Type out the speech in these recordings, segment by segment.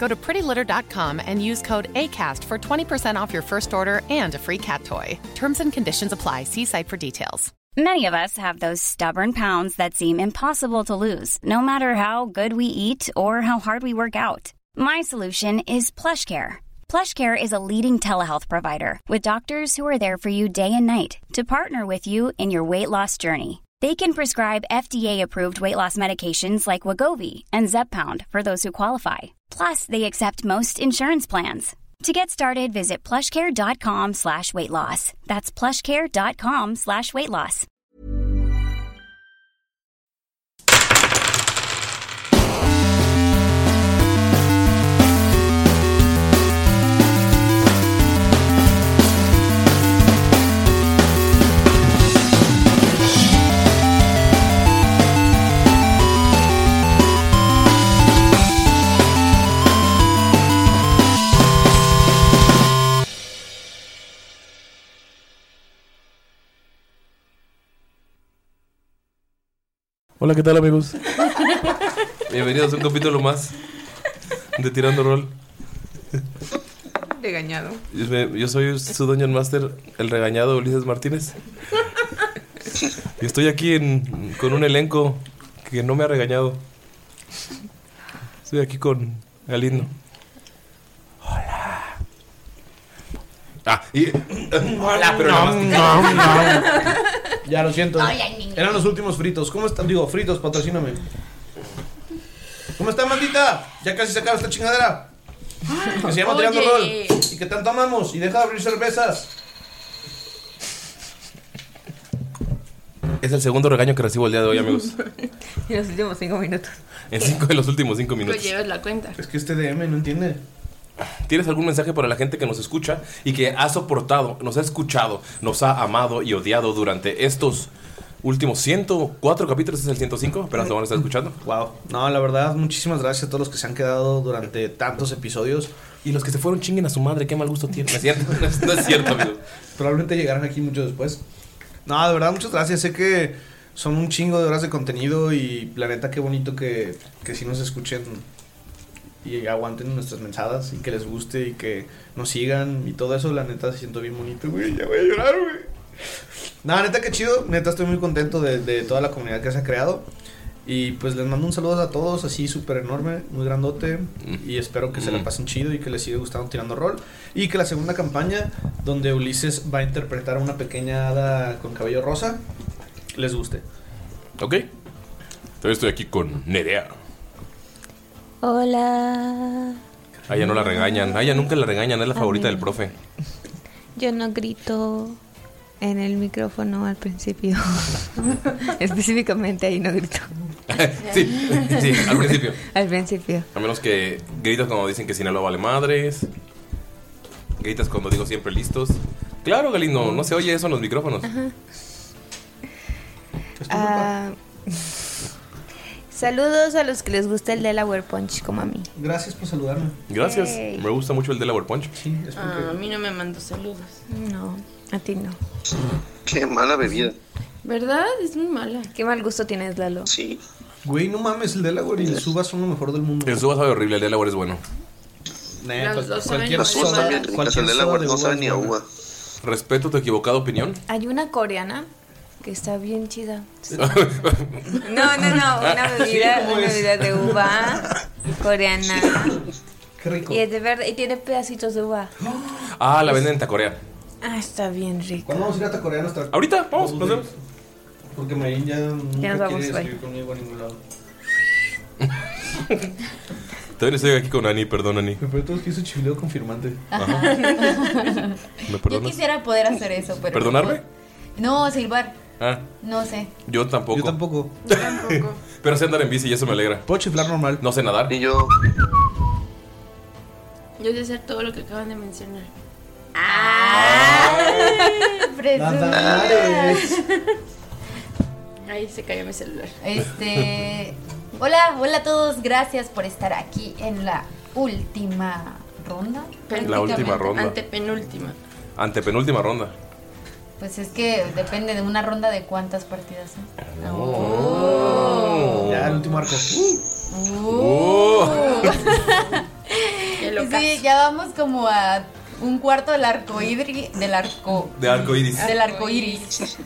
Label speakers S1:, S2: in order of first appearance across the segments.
S1: Go to prettylitter.com and use code ACAST for 20% off your first order and a free cat toy. Terms and conditions apply. See site for details.
S2: Many of us have those stubborn pounds that seem impossible to lose, no matter how good we eat or how hard we work out. My solution is PlushCare. PlushCare is a leading telehealth provider with doctors who are there for you day and night to partner with you in your weight loss journey. They can prescribe FDA-approved weight loss medications like Wagovi and Zepbound for those who qualify. Plus, they accept most insurance plans. To get started, visit plushcare.com slash weight loss. That's plushcare.com slash weight loss.
S3: Hola, ¿qué tal amigos?
S4: Bienvenidos a un capítulo más de Tirando Rol.
S5: Regañado.
S4: Yo me- Yo soy su Dungeon Master, el regañado Ulises Martínez. Y estoy aquí en- con un elenco que no me ha regañado. Estoy aquí con Galindo. Hola. Ah, y. Hola, pero nada más.
S3: Ya lo siento.
S2: Ay, ay, niño.
S3: Eran los últimos fritos. ¿Cómo están? Digo, fritos, patrocíname. ¿Cómo está, maldita? Ya casi se acaba esta chingadera. Que se llama
S5: Oye.
S3: Tirando Rol. Y que tanto amamos. Y deja de abrir cervezas.
S4: Es el segundo regaño que recibo el día de hoy, amigos.
S5: En los últimos cinco minutos.
S4: En cinco de los últimos cinco
S5: Pero
S4: minutos.
S5: llevas la cuenta.
S3: Es que este DM no entiende.
S4: ¿Tienes algún mensaje para la gente que nos escucha y que ha soportado, nos ha escuchado, nos ha amado y odiado durante estos últimos 104 capítulos? ¿Es el 105? Apenas lo van a estar escuchando.
S3: Wow. No, la verdad, muchísimas gracias a todos los que se han quedado durante tantos episodios.
S4: Y los que se fueron chinguen a su madre, qué mal gusto tienen. No es cierto, no es, no es cierto, amigo.
S3: Probablemente llegarán aquí mucho después. No, de verdad, muchas gracias. Sé que son un chingo de horas de contenido y la neta, qué bonito que, que sí nos escuchen y aguanten nuestras mensadas y que les guste y que nos sigan y todo eso. La neta, siento bien bonito, güey. Ya voy a llorar, güey. No, neta, qué chido. Neta, estoy muy contento de, de toda la comunidad que se ha creado. Y pues les mando un saludo a todos, así súper enorme, muy grandote.
S4: Mm.
S3: Y espero que se la pasen chido y que les siga gustando tirando rol. Y que la segunda campaña, donde Ulises va a interpretar a una pequeña hada con cabello rosa, les guste.
S4: Ok. Entonces estoy aquí con Nerea.
S6: Hola,
S4: A ella no la regañan. A ella nunca la regañan, es la favorita del profe.
S6: yo no grito en el micrófono al principio. Específicamente ahí no grito.
S4: sí, sí, al principio.
S6: Al principio.
S4: A menos que gritas cuando dicen que Sinaloa vale madres. Gritas cuando digo siempre listos. Claro, Galindo, no se oye eso en los micrófonos.
S6: Ah, saludos a los que les gusta el Delaware Punch como a mí.
S3: Gracias por saludarme.
S4: Gracias.
S6: Yay.
S4: Me gusta mucho el Delaware Punch.
S3: Sí, es porque...
S5: Ah, a mí no me mandó saludos.
S6: No, a ti no.
S7: Qué mala bebida.
S5: ¿Verdad? Es muy mala.
S6: Qué mal gusto tienes, Lalo.
S7: Sí.
S3: Güey, no mames, el Delaware y el Suba son lo mejor del mundo.
S4: El suba sabe horrible, el Delaware es bueno.
S3: Neta,
S5: Los dos saben
S3: cualquier
S5: mal.
S7: Las uvas
S5: soda,
S7: también
S3: cualquier
S7: ricas. El del
S3: soda
S7: agua
S3: de
S7: no
S3: uva
S7: sabe
S3: es
S7: ni a
S3: buena.
S7: uva.
S4: Respeto tu equivocada opinión.
S6: Hay una coreana que está bien chida. No, no, no, una bebida,
S3: Ah, ¿cómo
S6: una
S3: es?
S6: bebida de uva coreana.
S3: Qué rico.
S6: Y es de verde y tiene pedacitos de uva.
S4: Ah, la venden en Tacorea.
S6: Ah, está bien rico.
S3: ¿Cuándo vamos a ir a Tacorea nuestra...
S4: Ahorita, vamos, nos vemos.
S3: Porque Marín ya nunca
S5: nos vamos,
S3: quiere
S5: bye.
S3: escribir conmigo a ningún lado.
S4: También estoy aquí con Ani, perdón, Ani.
S3: Me pregunto que hizo chifleo confirmante.
S4: Ajá. ¿Me
S8: Yo
S4: perdonas?
S8: quisiera poder hacer eso, pero.
S4: ¿Perdonarme?
S8: No, silbar.
S4: Ah,
S8: No sé.
S4: yo tampoco. Yo
S3: tampoco.
S4: Pero sé andar en bici y eso me alegra.
S3: ¿Puedo chiflar normal?
S4: No sé nadar.
S7: Y yo.
S9: Yo sé hacer todo lo que acaban de mencionar. Ahí se cayó mi celular.
S8: Este. Hola, hola a todos. Gracias por estar aquí en la última ronda.
S4: La última ronda.
S8: Antepenúltima.
S4: Antepenúltima ronda.
S8: Pues es que depende de una ronda de cuántas partidas. ¿eh?
S4: Oh.
S3: Oh. Ya, el último arco.
S8: Y sí, ya vamos como a un cuarto del arco idri- del arco
S4: De arco iris.
S8: del arco iris.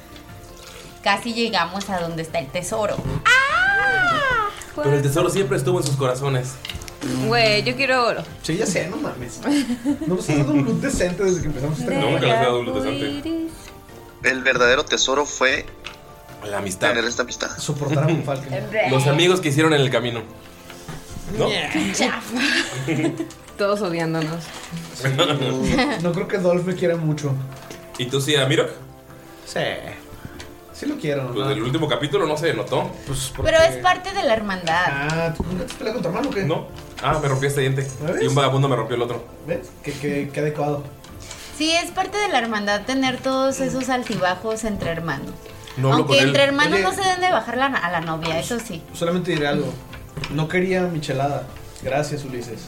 S8: Casi llegamos a donde está el tesoro.
S4: Pero el tesoro siempre estuvo en sus corazones.
S5: Güey, yo quiero oro.
S3: Sí, ya sé, no mames. No pues, has dado un look decente desde que empezamos esta
S4: Nunca les he dado un look
S7: El verdadero tesoro fue.
S4: La amistad.
S7: Tener esta amistad.
S3: Soportar a Monfalken.
S4: Los amigos que hicieron en el camino. ¿No?
S5: Todos odiándonos.
S3: Uh. No creo que Dolph me quiera mucho.
S4: ¿Y tú sí, Amiro?
S3: Sí. Sí lo quiero.
S4: Pues el último capítulo no se notó.
S3: Pues
S8: Pero es parte de la hermandad.
S3: Ah, ¿tú nunca te peleas con tu hermano o qué?
S4: No. Ah, me rompí este diente. Y un vagabundo me rompió el otro.
S3: ¿Ves? Qué, qué- qué adecuado.
S8: Sí, es parte de la hermandad tener todos esos altibajos entre hermanos.
S3: No hablo
S8: Aunque
S3: con él.
S8: entre hermanos
S3: Oye.
S8: no se deben de bajar la- a la novia, eso sí.
S3: Solamente diré algo. No quería michelada. Gracias, Ulises.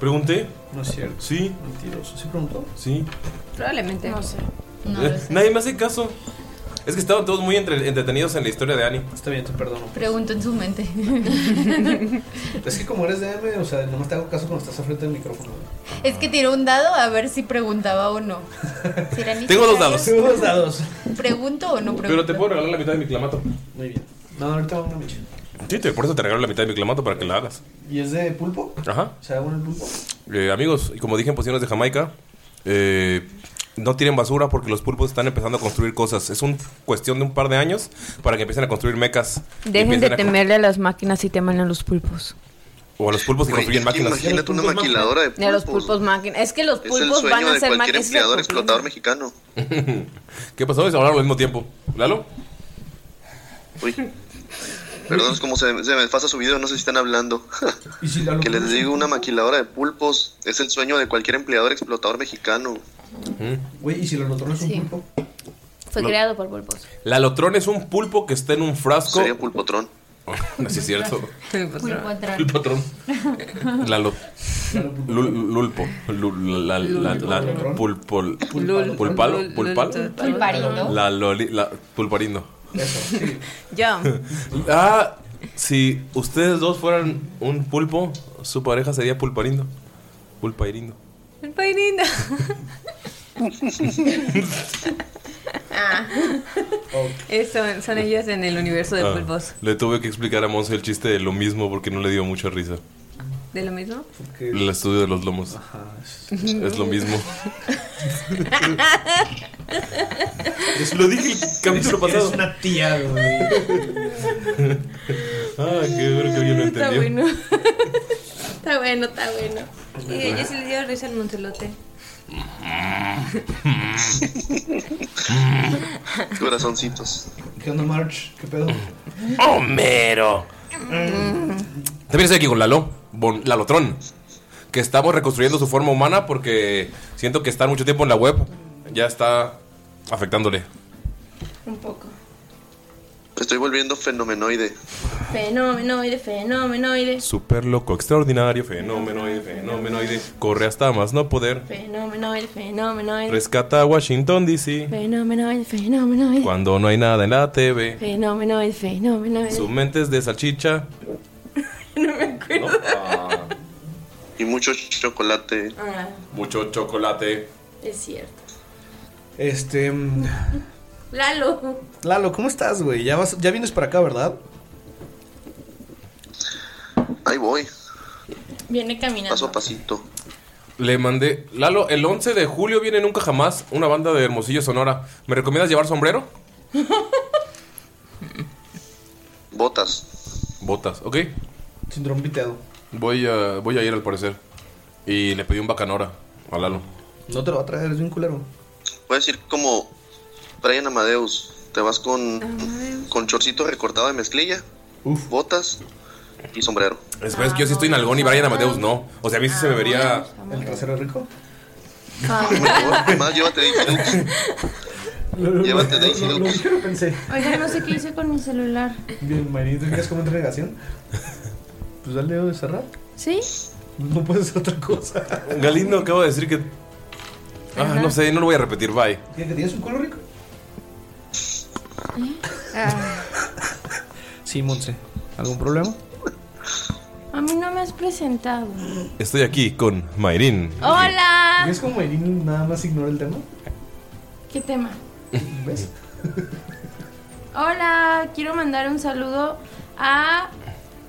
S4: ¿Pregunté?
S3: No es cierto.
S4: Sí.
S3: Mentiroso. ¿Sí preguntó?
S4: Sí.
S5: Probablemente. No sé.
S4: Eh, Nadie me hace caso. Es que estaban todos muy entre- entretenidos en la historia de Annie.
S3: Está bien, te perdono.
S8: Pregunto en su mente.
S3: Es que como eres DM, o sea, nomás te hago caso cuando estás al frente del micrófono.
S8: es que tiró un dado a ver si preguntaba o no. Si era
S4: Tengo dos
S8: necesario,
S4: dados.
S3: Tengo dos dados.
S8: ¿Pregunto o no
S4: Pero
S8: pregunto?
S4: te puedo regalar la mitad de mi clamato.
S3: Muy bien. No, ahorita va una michel.
S4: Sí, te- por eso te regalo la mitad de mi clamato para que la hagas.
S3: ¿Y es de pulpo?
S4: Ajá.
S3: ¿Se da bueno el pulpo?
S4: Eh, amigos, y como dije en Pociones de Jamaica, eh, no tiren basura porque los pulpos están empezando a construir cosas. Es un cuestión de un par de años para que empiecen a construir mecas. y
S9: Dejen de
S4: empiecen a con-
S9: temerle a las máquinas y teman a los pulpos.
S4: O a los pulpos que construyen máquinas.
S7: Imagínate una maquiladora de
S9: a los
S7: pulpos.
S9: pulpos máquinas. Es que los
S7: Es el
S9: pulpos van
S7: sueño
S9: a
S7: de
S9: ser
S7: cualquier
S9: máquinas.
S7: empleador explotador mexicano.
S4: ¿Qué pasó? Se hablaron al mismo tiempo. ¿Lalo?
S7: Uy. Perdón, es como se, se me pasa su video, no sé si están hablando. que les digo, una maquiladora de pulpos es el sueño de cualquier empleador explotador mexicano.
S4: Mm.
S3: Güey, ¿y si lo notó es un pulpo?
S9: Fue
S4: Lo-
S9: creado por pulpos.
S4: Lalotrón es un pulpo que está en un frasco. Sería
S7: pulpotrón.
S4: no, sí es cierto.
S9: Pulpotrón.
S4: Pulpotrón. Lalo. Lul- Lulpo. Lul- la- la- la-
S8: Lulpo.
S4: Pulpol.
S5: Lul-
S4: Pulpalo.
S5: Lul-
S4: Pulpal.
S8: Pulparindo.
S4: La loli. La pulparindo.
S5: Ya.
S4: Ah, si ustedes dos fueran un pulpo, su pareja sería pulparindo. Pulpairindo.
S5: El pairinda. ah. Eso, son ellos en el universo de
S4: Ah,
S5: pulpos.
S4: le tuve que explicar a Monse el chiste de lo mismo porque no le dio mucha risa.
S5: ¿De lo mismo?
S4: El estudio de los lomos. Es lo mismo. Lo dije el capítulo pasado.
S3: Es una tía, güey.
S4: Ah, qué bueno que alguien lo
S5: Está
S4: entendió.
S5: bueno. está bueno, está bueno. Y yo sí le dio risa al montelote.
S7: Corazoncitos.
S3: ¿Qué onda, March? ¿Qué pedo?
S4: Oh, ¡Homero!
S3: Mm.
S4: También estoy aquí con Lalo, Bon- Lalotrón, que estamos reconstruyendo su forma humana porque siento que estar mucho tiempo en la web ya está afectándole.
S9: Un poco.
S7: Estoy volviendo fenomenoide.
S9: Fenomenoide, fenomenoide.
S4: Super loco, extraordinario, fenomenoide, fenomenoide. Corre hasta más no poder.
S9: Fenomenoide, fenomenoide.
S4: Rescata a Washington DC.
S9: Fenomenoide, fenomenoide.
S4: Cuando no hay nada en la TV.
S9: Fenomenoide, fenomenoide.
S4: Su mente es de salchicha.
S7: Y mucho chocolate.
S9: Ah,
S4: Mucho chocolate.
S9: es cierto.
S3: Este. mm,
S9: Lalo.
S3: Lalo, ¿cómo estás, güey? Ya, vas, ya vienes para acá, ¿verdad?
S7: Ahí voy,
S9: Viene caminando.
S7: paso a pasito.
S4: Le mandé. Lalo, el 11 de julio viene Nunca Jamás una banda de Hermosillo Sonora. ¿Me recomiendas llevar sombrero?
S7: Botas.
S4: Botas, ok.
S3: Síndrome piteado.
S4: Voy a, voy a ir al parecer. Y le pedí un bacanora a Lalo.
S3: No te lo va a traer, es bien culero.
S7: Puedes ir como Brian Amadeus. Te vas con, con chorcito recortado de mezclilla, botas y sombrero.
S4: Es que yo sí estoy en Algón y Brian Amadeus no. O sea, a mí sí se me vería.
S3: El trasero rico.
S7: Más llévate Daisy Dukes. Llévate Daisy
S3: Lo
S7: Dukes.
S3: único que pensé.
S9: Oiga, no sé qué hice con mi celular.
S3: Bien, Marín, ¿tú quieres como entregación? Pues dale de cerrar.
S9: ¿Sí?
S3: No puedes hacer otra cosa.
S4: Galindo acaba de decir que. Ah,
S3: Ajá.
S4: no sé, no lo voy a repetir, bye.
S3: ¿Tienes que tienes un culo rico?
S9: Ah.
S3: Sí, Monse. ¿Algún problema?
S9: A mí no me has presentado.
S4: Estoy aquí con Mayrin.
S9: ¡Hola!
S3: ¿Ves como Erin nada más ignora el tema?
S9: ¿Qué tema?
S3: ¿Ves?
S9: Hola, quiero mandar un saludo a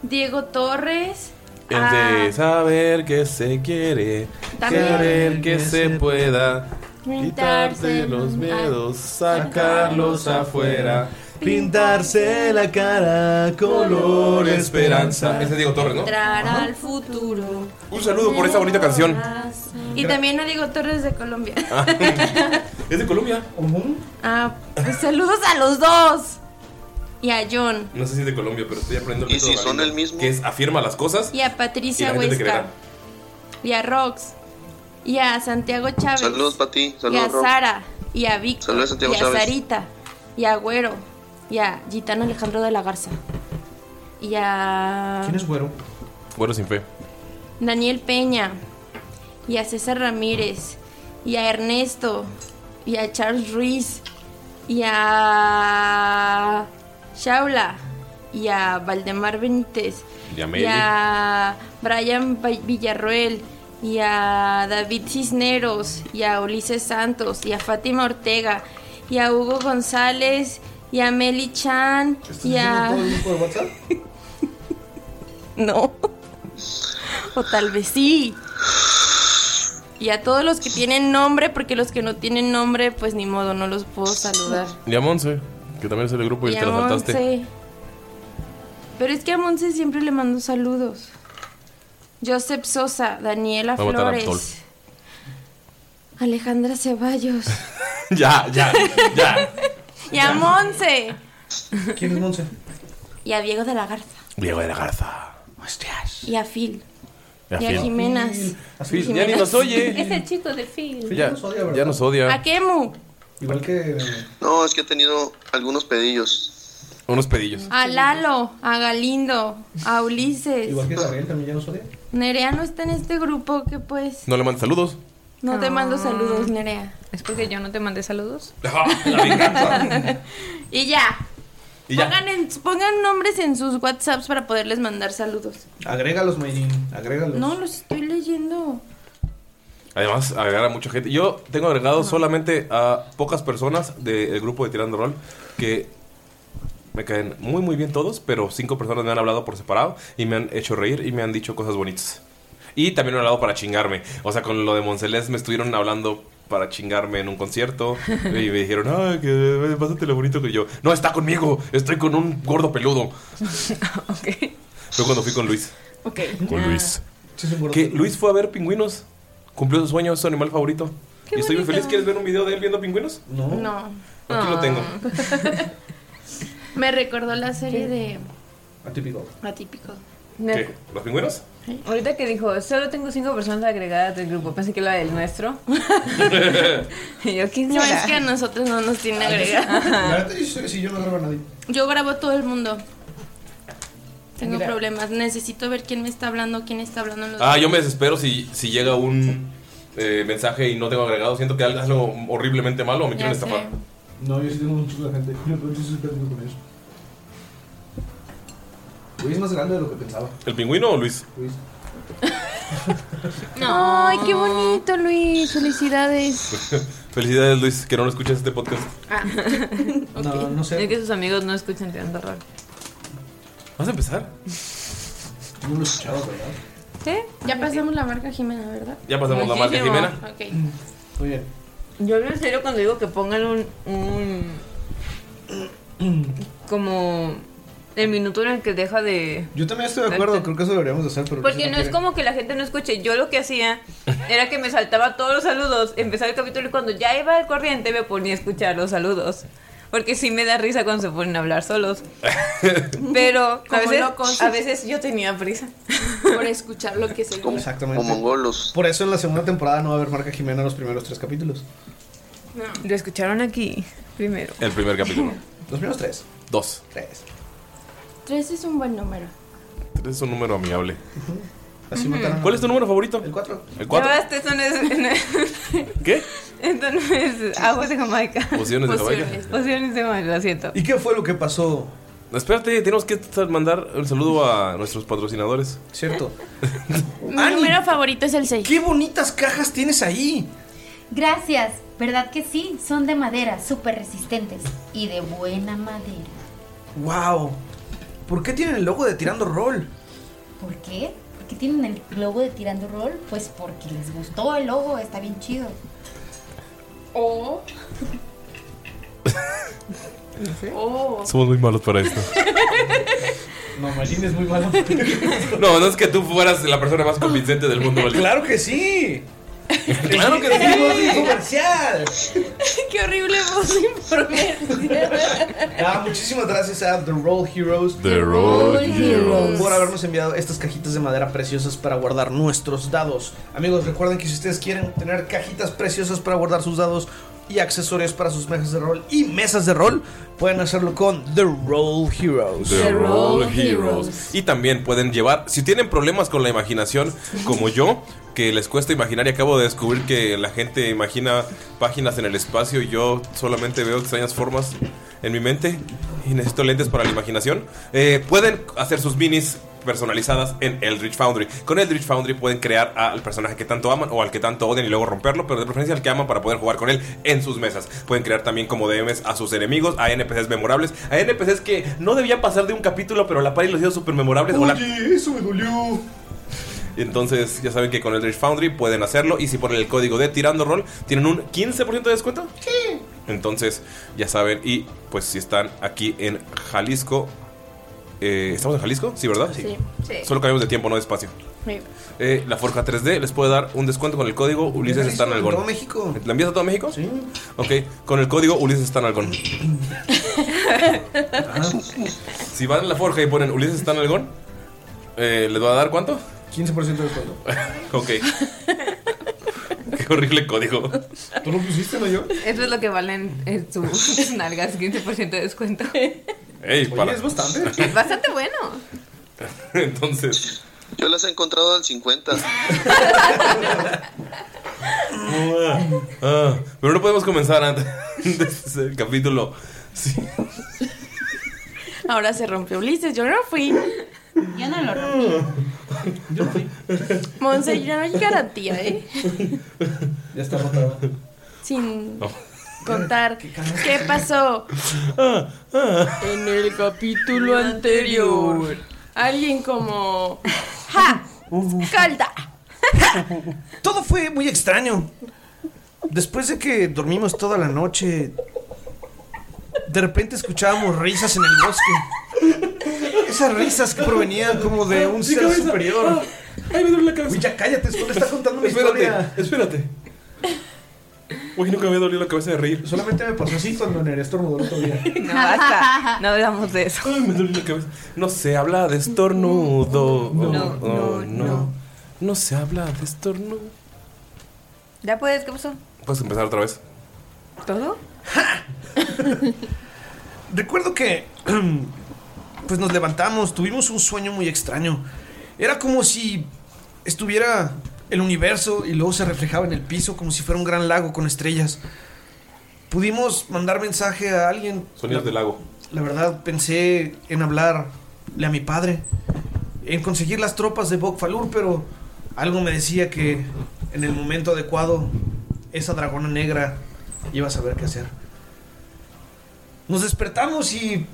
S9: Diego Torres.
S4: El de saber que se quiere,
S9: Ah. También.
S4: querer que se pueda,
S9: Pintarse
S4: quitarse los miedos, sacarlos afuera.
S10: Pintarse la cara
S4: Color esperanza. Ese es Diego Torres, ¿no?
S9: Entrar al futuro.
S4: Un saludo por esa bonita canción.
S9: Y también a Diego Torres de Colombia.
S4: Ah, es de Colombia.
S9: Ah, pues saludos a los dos. Y a John.
S4: No sé si es de Colombia, pero estoy aprendiendo. Y si son
S7: el mismo.
S4: Que es afirma las cosas.
S9: Y a
S4: Y
S9: Patricia
S4: la gente te
S9: Huesca.
S4: creerá.
S9: Y a Rox. Y a Santiago Chávez.
S7: Saludos para ti.
S9: y a
S7: Saludos, Rob.
S9: Sara. Y a Víctor.
S7: Saludos a Santiago
S9: y a
S7: Chávez.
S9: Sarita. Y a Güero. Y a Gitano Alejandro de la Garza. Y a
S4: ¿Quién es güero? Güero sin fe.
S9: Daniel Peña. Y a César Ramírez. Y a Ernesto. Y a Charles Ruiz. Y a Shaula. Y a Valdemar Benítez.
S4: Y a
S9: Y
S4: Meli.
S9: a Brian Va- Villarroel. Y a David Cisneros. Y a Ulises Santos. Y a Fátima Ortega. Y a Hugo González. Y a Meli Chan. Y a.
S3: ¿Todo el grupo de WhatsApp?
S9: No. O tal vez sí. Y a todos los que tienen nombre, porque los que no tienen nombre, pues ni modo, no los puedo saludar.
S4: Y a Monse, que también es el grupo y,
S9: Y
S4: te
S9: a
S4: la saltaste.
S9: Monse. Pero es que a Monse siempre le mando saludos. Josep Sosa, Daniela
S4: Va a matar a Tol.
S9: Flores, Alejandra Ceballos.
S4: Ya, ya, ya.
S9: y a Monse.
S3: ¿Quién es Monse?
S9: Y a Diego de la Garza.
S4: Diego de la Garza.
S9: Y a Phil.
S4: Y a
S9: Y a
S4: Phil.
S9: Jimenas.
S4: Phil, ya ni nos oye.
S9: Es el chico de Phil.
S4: Ya, ya nos odia.
S9: ¿A Kemu?
S3: Igual que.
S7: No, es que he tenido algunos pedillos.
S4: Unos pedillos.
S9: A Lalo, a Galindo, a Ulises.
S3: Igual que Gabriel también ya nos odia.
S9: Nerea no está en este grupo, que pues
S4: No le mandes saludos.
S9: no te mando saludos, Nerea.
S5: Ah. ¿Es porque yo no te mandé saludos?
S9: Y ya.
S4: Y ya.
S9: Pongan, en- pongan nombres en sus WhatsApps para poderles mandar saludos.
S3: Agrégalos, Mayrin. Agrégalos.
S9: No, los estoy leyendo.
S4: Además, agregar a mucha gente. Yo tengo agregado solamente a pocas personas del grupo de Tirando Rol que me caen muy, muy bien todos, pero cinco personas me han hablado por separado y me han hecho reír y me han dicho cosas bonitas. Y también me han hablado para chingarme. O sea, con lo de Moncelés me estuvieron hablando para chingarme en un concierto y me dijeron, ay, que eh, pásate lo bonito que yo. No, está conmigo, estoy con un gordo peludo. Fue cuando fui con Luis.
S9: Ok.
S4: Con Luis.
S3: Sí, es un gordo.
S4: Ah. Que Luis fue a ver pingüinos. Cumplió su sueño, es su animal favorito. y estoy muy
S9: bonito.
S4: feliz. ¿Quieres ver un video de él viendo pingüinos?
S3: No.
S9: No.
S4: Aquí lo tengo.
S9: Me recordó la serie de
S3: Atípico.
S9: Atípico.
S4: ¿Qué? ¿Los pingüinos?
S5: Ahorita que dijo, solo tengo cinco personas agregadas del grupo, pensé que era del nuestro. Y yo, ¿quién
S9: No,
S5: será?
S9: es que a nosotros no nos
S5: Ah,
S9: tienen
S3: La
S9: agregados.
S3: verdad es que sí, yo no grabo a nadie.
S9: Yo grabo a todo el mundo. Tengo
S3: Mira.
S9: problemas. Necesito ver quién me está hablando, quién está hablando. en los-
S4: Ah, yo me desespero si, si llega un eh, mensaje y no tengo agregado. Siento que algo es algo horriblemente malo o me
S9: Ya
S4: quieren estafar.
S9: sé.
S3: No, yo sí tengo un chico de gente. Yo no estoy esperando con eso. Luis es más grande de lo que pensaba.
S4: ¿El pingüino o Luis?
S3: Luis.
S9: Ay, qué bonito, Luis. Felicidades.
S4: Felicidades, Luis, que no lo escuchas este podcast.
S3: No, no sé.
S5: Es que sus amigos no escuchan tirando rol.
S4: ¿Vas a empezar?
S3: No lo he escuchado, ¿verdad?
S5: ¿Sí?
S9: Ya pasamos la marca Jimena, ¿verdad?
S4: Ya pasamos la marca,
S5: Muchísimo.
S4: Jimena.
S9: Ok.
S3: Muy bien.
S5: Yo hablo en serio cuando digo que pongan un. un como. el minuto en el que deja de...
S3: Yo también estoy de acuerdo, creo que eso deberíamos hacer, pero
S5: Porque no es como que la gente no escuche. Yo lo que hacía era que me saltaba todos los saludos, empezaba el capítulo y cuando ya iba al corriente me ponía a escuchar los saludos. Porque sí me da risa cuando se ponen a hablar solos. Pero a
S9: Como
S5: veces,
S9: locos.
S5: a veces yo tenía prisa.
S9: Por escuchar lo que se
S3: Exactamente. Por eso en la segunda temporada no va a haber Marca Jimena los primeros tres capítulos.
S5: Lo escucharon aquí primero.
S4: El primer capítulo.
S3: Los primeros tres.
S4: Dos.
S3: Tres.
S9: Tres es un buen número.
S4: Tres es un número amigable.
S5: Así Ujú. mataron a-
S4: ¿Cuál es tu número favorito? El
S3: cuatro.
S4: El
S5: Ya
S4: cuatro.
S5: basta, eso no es...
S4: ¿Qué?
S5: Esto no es aguas de Jamaica.
S4: Pociones de Jamaica.
S5: Pociones de Jamaica, lo siento.
S3: ¿Y qué fue lo que pasó?
S4: Espérate, tenemos que t- mandar un saludo a nuestros patrocinadores.
S3: Cierto.
S9: Mi número favorito es el 6.
S3: ¡Qué bonitas cajas tienes ahí!
S8: Gracias, ¿verdad que sí? Son de madera, súper resistentes y de buena madera.
S3: ¡Wow! ¿Por qué tienen el logo de Tirando Roll?
S8: ¿Por qué? ¿Por qué tienen el logo de Tirando Roll? Pues porque les gustó el logo, está bien chido.
S9: O. O.
S4: Somos muy malos para esto.
S3: No, Marín es muy malo.
S4: No, no es que tú fueras la persona más convincente del mundo, Valeria.
S3: ¡Claro que sí!
S4: ¡Claro que sí!
S3: sí! ¡Comercial!
S9: ¡Qué horrible voz informal!
S3: Ah, muchísimas gracias a The Roll Heroes.
S4: The Roll Heroes.
S3: Por habernos enviado estas cajitas de madera preciosas para guardar nuestros dados. Amigos, recuerden que si ustedes quieren tener cajitas preciosas para guardar sus dados y accesorios para sus mesas de rol y mesas de rol, pueden hacerlo con The Roll Heroes.
S4: The Roll Heroes. Y también pueden llevar, si tienen problemas con la imaginación, como yo, que les cuesta imaginar y acabo de descubrir que la gente imagina páginas en el espacio y yo solamente veo extrañas formas en mi mente y necesito lentes para la imaginación, eh, pueden hacer sus minis personalizadas en Eldritch Foundry. Con Eldritch Foundry pueden crear al personaje que tanto aman o al que tanto odian y luego romperlo, pero de preferencia al que aman para poder jugar con él en sus mesas. Pueden crear también como DMs a sus enemigos, a NPCs memorables, a NPCs que no debían pasar de un capítulo, pero la pari los hizo súper memorables. o la-
S3: eso me dolió.
S4: Entonces ya saben que con Eldritch Foundry pueden hacerlo y si ponen el código de Tirando Roll tienen un 15% de descuento. Entonces ya saben y pues si están aquí en Jalisco... eh, ¿Estamos en Jalisco? Sí, ¿verdad?
S9: Sí. Sí.
S4: Solo cambiamos de tiempo, no de espacio. Eh, la Forja 3D les puede dar un descuento con el código Ulises
S3: Jalisco,
S4: Stan Algón.
S3: en todo México.
S4: ¿La envías a todo México? Sí. Ok, con el código Ulises Stan Algón. si van a la Forja y ponen Ulises Stan Algón, eh, ¿les va a dar cuánto?
S3: 15% de descuento.
S4: Ok. Qué horrible código.
S3: ¿Tú lo pusiste, no yo?
S5: Eso es lo que valen eh, sus nalgas, 15% de descuento.
S4: Ey, para.
S3: es bastante.
S5: Es bastante bueno.
S4: Entonces.
S7: Yo las he encontrado al 50.
S4: Ah, pero no podemos comenzar antes del capítulo.
S9: Ahora se rompió Ulises, yo no fui.
S8: Yo no lo rompí.
S9: Monse, ya no hay garantía, ¿eh?
S3: Ya está rota.
S9: Sin
S4: No.
S9: contar qué pasó en el capítulo anterior. Alguien como... ¡Ja! ¡Calda!
S3: Todo fue muy extraño. Después de que dormimos toda la noche, de repente escuchábamos risas en el bosque. Esas risas que provenían como de un
S4: Mi
S3: ser
S4: cabeza.
S3: superior.
S4: Ay, me duele la cabeza.
S3: ya cállate, solo está contando mi
S4: Espérate,
S3: historia.
S4: espérate. Uy, nunca me dolió la cabeza de reír.
S3: Solamente me pasó así cuando en el estornudo el otro día.
S5: No basta. No hablamos de eso.
S4: Ay, me duele la cabeza. No se habla de estornudo. No, no, no. No, se habla de estornudo.
S5: ¿Ya puedes? ¿Qué pasó?
S4: Puedes empezar otra vez.
S5: ¿Todo?
S3: Recuerdo que pues nos levantamos, tuvimos un sueño muy extraño. Era como si estuviera el universo y luego se reflejaba en el piso como si fuera un gran lago con estrellas. Pudimos mandar mensaje a alguien.
S4: Sonidos
S3: La-
S4: del lago.
S3: La verdad pensé en hablarle a mi padre, en conseguir las tropas de Bokfalur, pero algo me decía que en el momento adecuado esa dragona negra iba a saber qué hacer. Nos despertamos y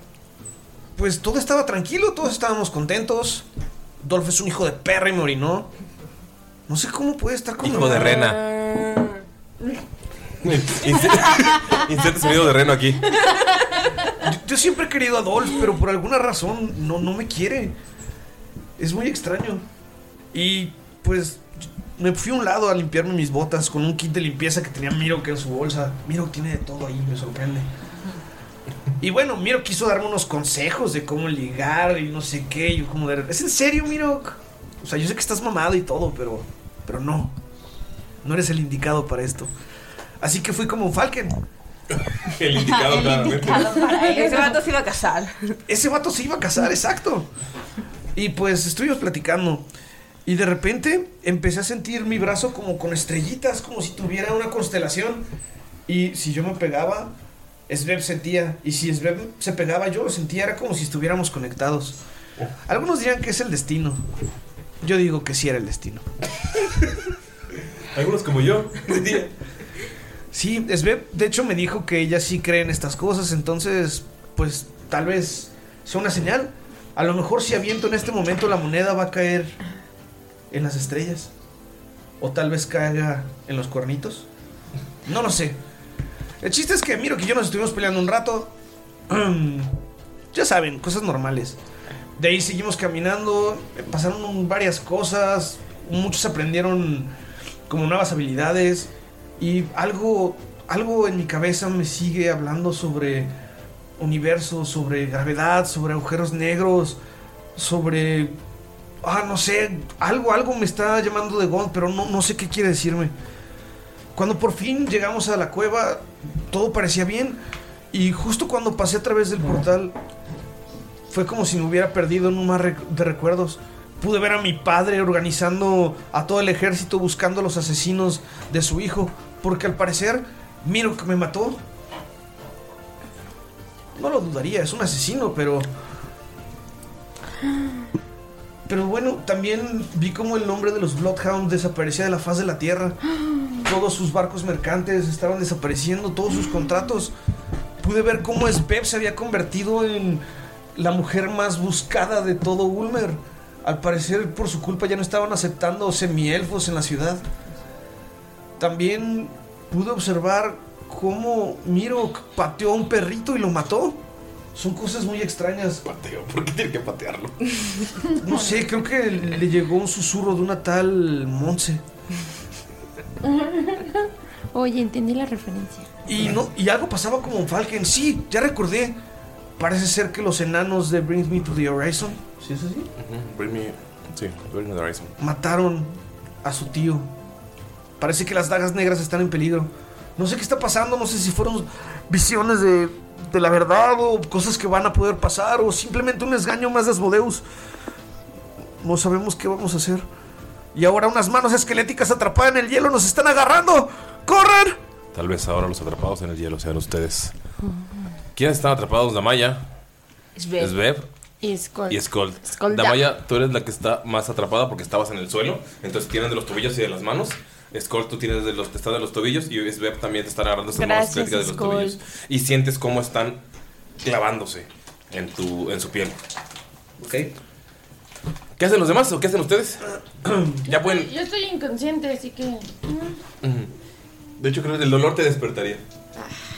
S3: pues todo estaba tranquilo, todos estábamos contentos. Dolph es un hijo de perra y me orinó. No sé cómo puede estar con
S4: Hijo de rena. Inserte sonido de reno aquí.
S3: Yo, yo siempre he querido a Dolph, pero por alguna razón no, no me quiere. Es muy extraño. Y pues me fui a un lado a limpiarme mis botas con un kit de limpieza que tenía Miro que en su bolsa. Miro tiene de todo ahí, me sorprende. Y bueno, Miro quiso darme unos consejos de cómo ligar y no sé qué. y Yo como de, ¿Es en serio, Miro? O sea, yo sé que estás mamado y todo, pero, pero no. No eres el indicado para esto. Así que fui como un Falcon.
S4: El indicado, El claramente. indicado
S5: Ah, para él. Ese vato se iba a casar.
S3: Ese vato se iba a casar, exacto. Y pues estuvimos platicando. Y de repente empecé a sentir mi brazo como con estrellitas, como si tuviera una constelación. Y si yo me pegaba, Sveb sentía. Y si Sveb se pegaba, yo lo sentía. Era como si estuviéramos conectados. Algunos dirán que es el destino. Yo digo que sí era el destino.
S4: Algunos como yo.
S3: Sí, Sveb, de hecho, me dijo que ella sí cree en estas cosas, entonces, pues tal vez sea una señal. A lo mejor si aviento en este momento la moneda va a caer en las estrellas. O tal vez caiga en los cuernitos. No lo sé. El chiste es que, miro que yo nos estuvimos peleando un rato. ya saben, cosas normales. De ahí seguimos caminando, eh, pasaron un- varias cosas, muchos aprendieron como nuevas habilidades y algo, algo en mi cabeza me sigue hablando sobre universo, sobre gravedad, sobre agujeros negros, sobre... Ah, no sé, algo, algo me está llamando de Gond, pero no, no sé qué quiere decirme. Cuando por fin llegamos a la cueva, todo parecía bien y justo cuando pasé a través del portal fue como si me hubiera perdido en un mar rec- de recuerdos. Pude ver a mi padre organizando a todo el ejército buscando a los asesinos de su hijo, porque al parecer, miro que me mató. No lo dudaría, es un asesino, pero. Pero bueno, también vi como el nombre de los Bloodhound desaparecía de la faz de la tierra. Todos sus barcos mercantes estaban desapareciendo, todos sus contratos. Pude ver cómo Sveb se había convertido en la mujer más buscada de todo Ulmer. Al parecer, por su culpa ya no estaban aceptando semielfos en la ciudad. También pude observar cómo Miro pateó a un perrito y lo mató. Son cosas muy extrañas. Pateo, ¿por qué tiene que patearlo? No sé, creo que le llegó un susurro de una tal Monse.
S9: Oye, entendí la referencia.
S3: Y, no, y algo pasaba como en Falken. Sí, ya recordé. Parece ser que los enanos de Bring Me to the Horizon, ¿sí es así?
S4: Bring me. Sí, bring me the horizon.
S3: Mataron a su tío. Parece que las dagas negras están en peligro. No sé qué está pasando, no sé si fueron visiones de, de la verdad o cosas que van a poder pasar o simplemente un esgaño más de Asmodeus. No sabemos qué vamos a hacer. Y ahora unas manos esqueléticas atrapadas en el hielo nos están agarrando. ¡Corran!
S4: Tal vez ahora los atrapados en el hielo sean ustedes. ¿Quiénes están atrapados? Damaya,
S9: Sveb.
S4: Sveb
S9: Y Skold.
S4: y Skold.
S9: Skolda.
S4: Damaya, tú eres la que está más atrapada porque estabas en el suelo. Entonces tienen de los tobillos y de las manos. Skold, tú tienes de los, te están de los tobillos y Sveb también te están agarrando esas manos
S11: Gracias,
S4: cerca de los
S11: Skold.
S4: tobillos. Y sientes cómo están clavándose en, tu, en su piel.
S3: Ok.
S4: ¿Qué hacen los demás o qué hacen ustedes? ya pueden.
S9: Yo estoy inconsciente, así que. mm,
S4: De hecho, creo que el dolor te despertaría.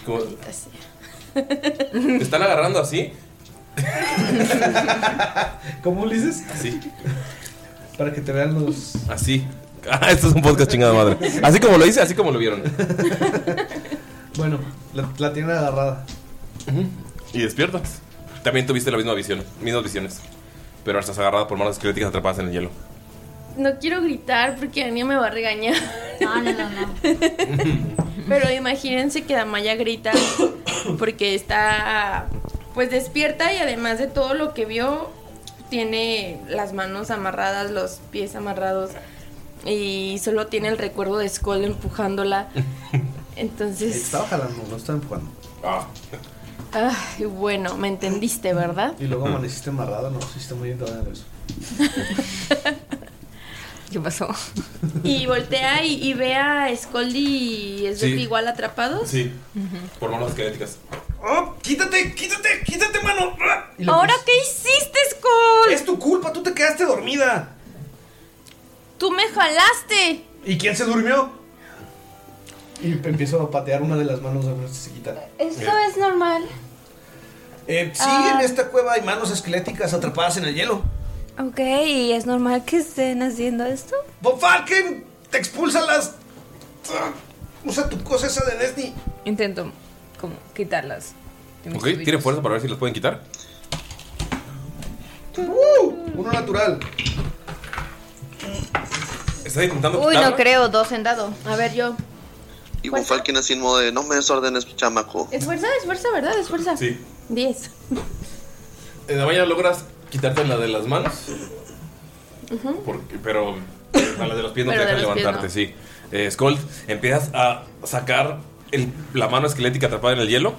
S4: Como-
S9: así.
S4: ¿Te están agarrando así?
S3: ¿Cómo Ulises?
S4: Así.
S3: Para que te vean los.
S4: Así. Ah, esto es un podcast chingada madre. Así como lo hice, así como lo vieron.
S3: Bueno, la, la tienen agarrada.
S4: Y despiertas. También tuviste la misma visión, mismas visiones. Pero ahora estás agarrada por manos esqueléticas atrapadas en el hielo.
S9: No quiero gritar porque Ania me va a regañar. No, no, no, Pero imagínense que Damaya grita porque está pues despierta y además de todo lo que vio, tiene las manos amarradas, los pies amarrados y solo tiene el recuerdo de Skull empujándola. Entonces,
S3: Eh, Estaba jalando, no estaba empujando.
S4: Ah.
S9: ay, bueno, me entendiste, ¿verdad?
S3: Y
S4: Mm.
S3: luego amaneciste amarrado, no, sí, está muy entrado en eso.
S9: ¿Qué pasó? Y voltea y, y ve a Skull y es
S4: Sí.
S9: igual atrapados.
S4: Sí, por manos esqueléticas.
S3: ¡Oh! ¡Quítate! ¡Quítate! ¡Quítate, mano! Ah.
S9: ¿Ahora qué hiciste, Skull?
S3: Es tu culpa, tú te quedaste dormida.
S9: Tú me jalaste.
S3: ¿Y quién se durmió?
S9: Eh,
S3: Y empiezo a patear una de las manos a ver si se quita.
S12: Esto es normal.
S3: Eh, sí,
S9: Ah.
S3: en esta cueva hay manos esqueléticas atrapadas en el hielo.
S9: Ok, ¿y es normal que estén haciendo esto?
S3: ¡Von Falken! ¡Te expulsan las! Usa tu cosa esa de Disney.
S5: Intento como quitarlas.
S4: Ok, tiene fuerza para ver si las pueden quitar.
S3: ¡Uh! Uno natural.
S4: Está intentando
S9: Uy,
S4: quitarla.
S9: no creo, dos en dado. A ver, yo.
S7: Y Von Falken así en modo de no me desórdenes, chamaco.
S9: Es fuerza, es fuerza, ¿verdad? Es fuerza.
S4: Sí.
S9: Diez.
S4: En la valla logras quitarte la de las manos,
S9: Ujú.
S4: porque- pero a la de los pies no
S9: Pero
S4: te
S9: de
S4: dejan
S9: los pies
S4: levantarte, sí. Eh, Skull, empiezas a sacar el- la mano esquelética atrapada en el hielo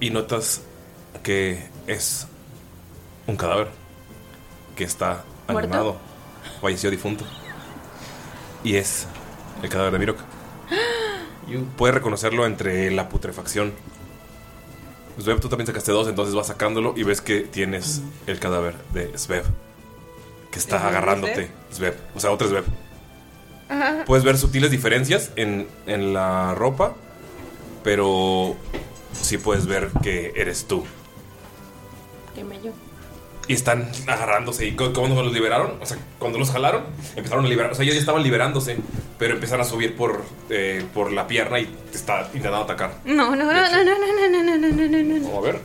S4: y notas que es un cadáver que está
S9: ¿Muerto?
S4: animado, falleció difunto. Y es el cadáver de Mirok. Puedes reconocerlo entre la putrefacción. Pues, Svev, tú también sacaste dos, entonces vas sacándolo y ves que tienes el cadáver de Svev. Que está
S11: ¿Es el
S4: agarrándote,
S11: Svev?
S4: Svev. O sea, otro Svev. Puedes ver sutiles diferencias en, en la ropa, pero sí puedes ver que eres tú.
S9: Que me yo.
S4: Y están agarrándose. ¿Y cu- cuando los liberaron? O sea, cuando los jalaron, empezaron a liberar. O sea, ellos ya estaban liberándose, pero empezaron a subir por, eh, por la pierna y te está intentando atacar.
S9: No, no, no, no, no, no, no, no, no, no, no, no, no.
S4: Vamos a ver.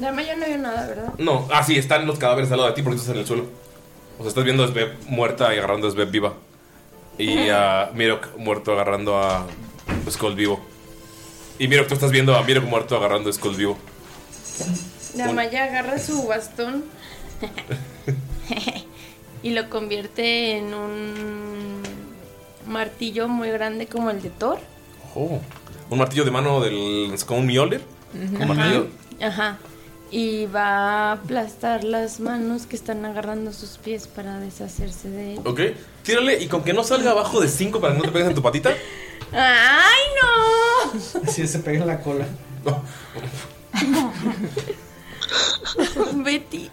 S9: Dame, yo no veo nada, ¿verdad?
S4: No, ah, sí, están los cadáveres al lado de ti porque estás en el suelo. O sea, estás viendo a Sveb muerta y agarrando a Sveb viva. Y a Mirok muerto agarrando a Skull vivo. Y Mirok, tú estás viendo a Mirok muerto agarrando a Skull vivo.
S9: Damaya agarra su bastón y lo convierte en un martillo muy grande como el de Thor.
S4: Oh. Un martillo de mano del. es como un Mjolnir. Un martillo.
S9: Ajá. Y va a aplastar las manos que están agarrando sus pies para deshacerse de él.
S4: Ok. Tírale y con que no salga abajo de 5 para que no te pegues en tu patita.
S9: ¡Ay,
S3: Si se pega en la cola.
S9: no! Betty,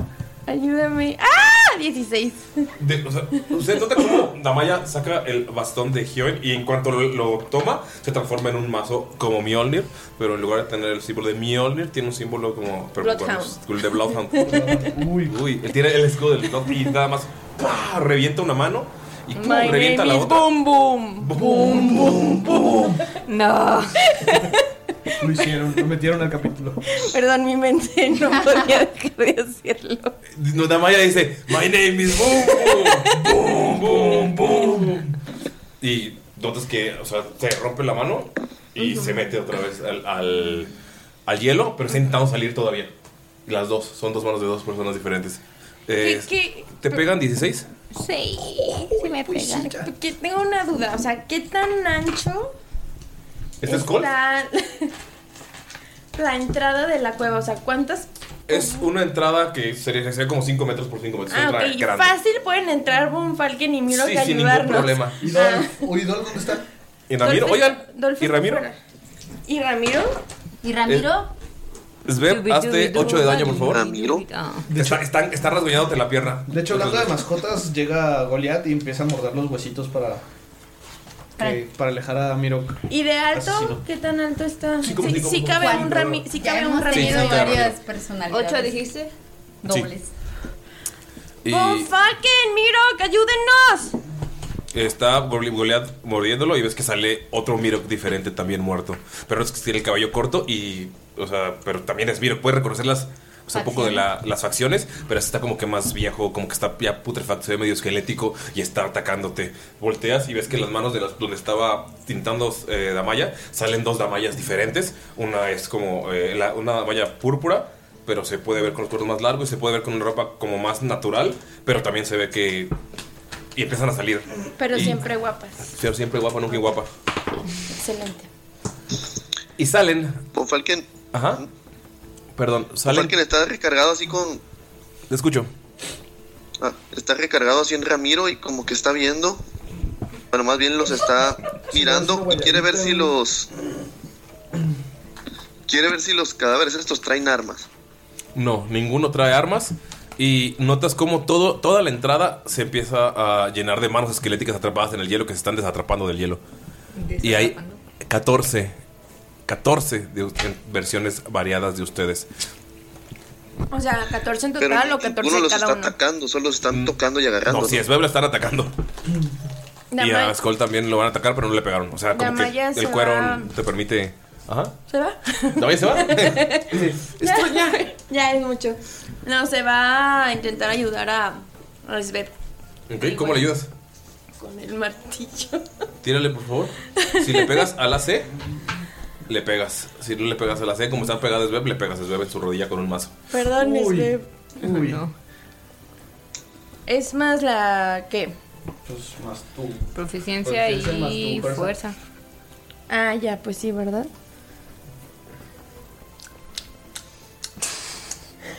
S9: ayúdame. ¡Ah! 16.
S4: De- o sea, usted nota cómo Damaya saca el bastón de Hyoen y en cuanto lo, lo toma, se transforma en un mazo como Mjolnir, pero en lugar de tener el símbolo de Mjolnir, tiene un símbolo como. Pero con
S9: Bloodhound.
S4: el de Bloodhound. uy, uy. Él tiene el escudo del Bloodhound y nada más ¡pah! revienta una mano y ¡pum!
S9: My
S4: revienta
S9: name
S4: la
S9: is
S4: otra.
S9: Boom Boom. Boom Boom Boom. No.
S3: Lo hicieron, lo metieron al capítulo.
S9: Perdón, mi mente no podía dejar de decirlo.
S4: No, Damaya dice: My name is Boom Boom. Boom Boom Boom. Y notas que, o sea, se rompe la mano y se mete otra vez al, al, al hielo, pero está intentando salir todavía. Las dos, son dos manos de dos personas diferentes. Eh,
S9: ¿Qué- qué?
S4: ¿Te pues pegan 16?
S9: Sí, sí me pega. Porque tengo una duda, o sea, ¿qué tan ancho
S4: ¿Este es Cole?
S9: la, la entrada de la cueva? O sea, ¿cuántas?
S4: Es una entrada que sería, sería como 5 metros por 5 metros. Pues es
S9: Ah,
S4: una
S9: ok,
S4: entrada grande.
S9: fácil pueden entrar Von Falken y Miro
S4: Sí,
S9: que
S4: sin ningún
S9: ayudarnos. Ah.
S4: problema.
S3: ¿Y Dolph dónde está?
S4: Y Ramiro,
S9: Dolphin-
S4: oigan,
S9: Dolphin
S4: ¿y Ramiro?
S9: fuera. ¿Y Ramiro? ¿Y
S4: Ramiro? Sveb, hazte 8 de daño, por favor. Ramiro.
S9: Eh.
S4: Está, están- está rasguñándote la pierna.
S3: De hecho, hablando de mascotas, llega Goliath y empieza a morder los huesitos para. que- para alejar a Mirok.
S9: ¿Y de alto?
S3: Asesino.
S9: ¿Qué tan alto está? Sí,
S3: como cinco,
S9: sí
S3: como
S9: cabe
S3: Juan,
S9: un
S3: pero-
S9: Ramiro. Sí
S8: Ya
S9: cabe un
S8: hemos
S9: Ramiro.
S8: tenido
S4: Sí, sí, cabe
S8: varias
S4: Ramiro.
S8: personalidades.
S5: ¿Ocho dijiste?
S8: Dobles.
S4: Y-
S9: Von Falken, Miro, que ayúdennos.
S4: Está Goli- Goliath mordiéndolo y ves que sale otro Mirok diferente también muerto. Pero es que tiene el cabello corto y. O sea, pero también es Mirok. Puedes reconocer las. O sea, un poco de la- las facciones, pero este está como que más viejo, como que está ya putrefacto, ya medio esquelético y está atacándote. Volteas y ves que las manos de las, donde estaba tintando eh, Damaya salen dos Damayas diferentes. Una es como eh, la- una Damaya púrpura, pero se puede ver con los cuernos más largos y se puede ver con una ropa como más natural, pero también se ve que. Y empiezan a salir.
S9: Pero
S4: Y-
S9: siempre guapas.
S4: pero siempre guapa,
S7: Ah.
S4: nunca guapa.
S9: Excelente.
S4: Y salen.
S7: Von Falken,
S4: Ajá. Perdón,
S7: Von
S4: salen.
S7: Falken está recargado así con.
S4: Te escucho.
S7: ah, está recargado así en Ramiro y como que está viendo. Bueno, más bien los está mirando y quiere ver si los. Quiere ver si los cadáveres estos traen armas.
S4: No, ninguno trae armas. Y notas como todo, toda la entrada se empieza a llenar de manos esqueléticas atrapadas en el hielo que se están desatrapando del hielo. Y hay 14 14 de, en versiones variadas de ustedes.
S9: O sea, 14 en
S7: Pero
S9: total o
S7: ninguno
S9: 14
S7: los
S9: cada
S7: está
S9: uno.
S7: atacando, solo los están tocando y agarrando.
S4: Mm. No, si es Beb la están atacando. Y a
S9: Damaya-
S4: Skull también lo van a atacar, pero no le pegaron. O sea, como
S9: Damaya
S4: que
S9: se
S4: el cuero
S9: va.
S4: te permite. Ajá.
S9: ¿Se va?
S4: ¿Damaya se va?
S9: ya, ya es mucho. No, se va a intentar ayudar a, a Sveb
S4: Ok, ¿cómo le ayudas?
S9: con el martillo.
S4: Tírale, por favor. Si le pegas a la C, le pegas. Si no le pegas a la C, como está pegada a Sveb, le pegas a Sveb en su rodilla con un mazo.
S9: Perdón,
S4: Uy.
S9: Sveb. Es más la que.
S3: Pues más tú.
S5: Proficiencia y fuerza.
S9: Ah, ya, pues sí, ¿verdad?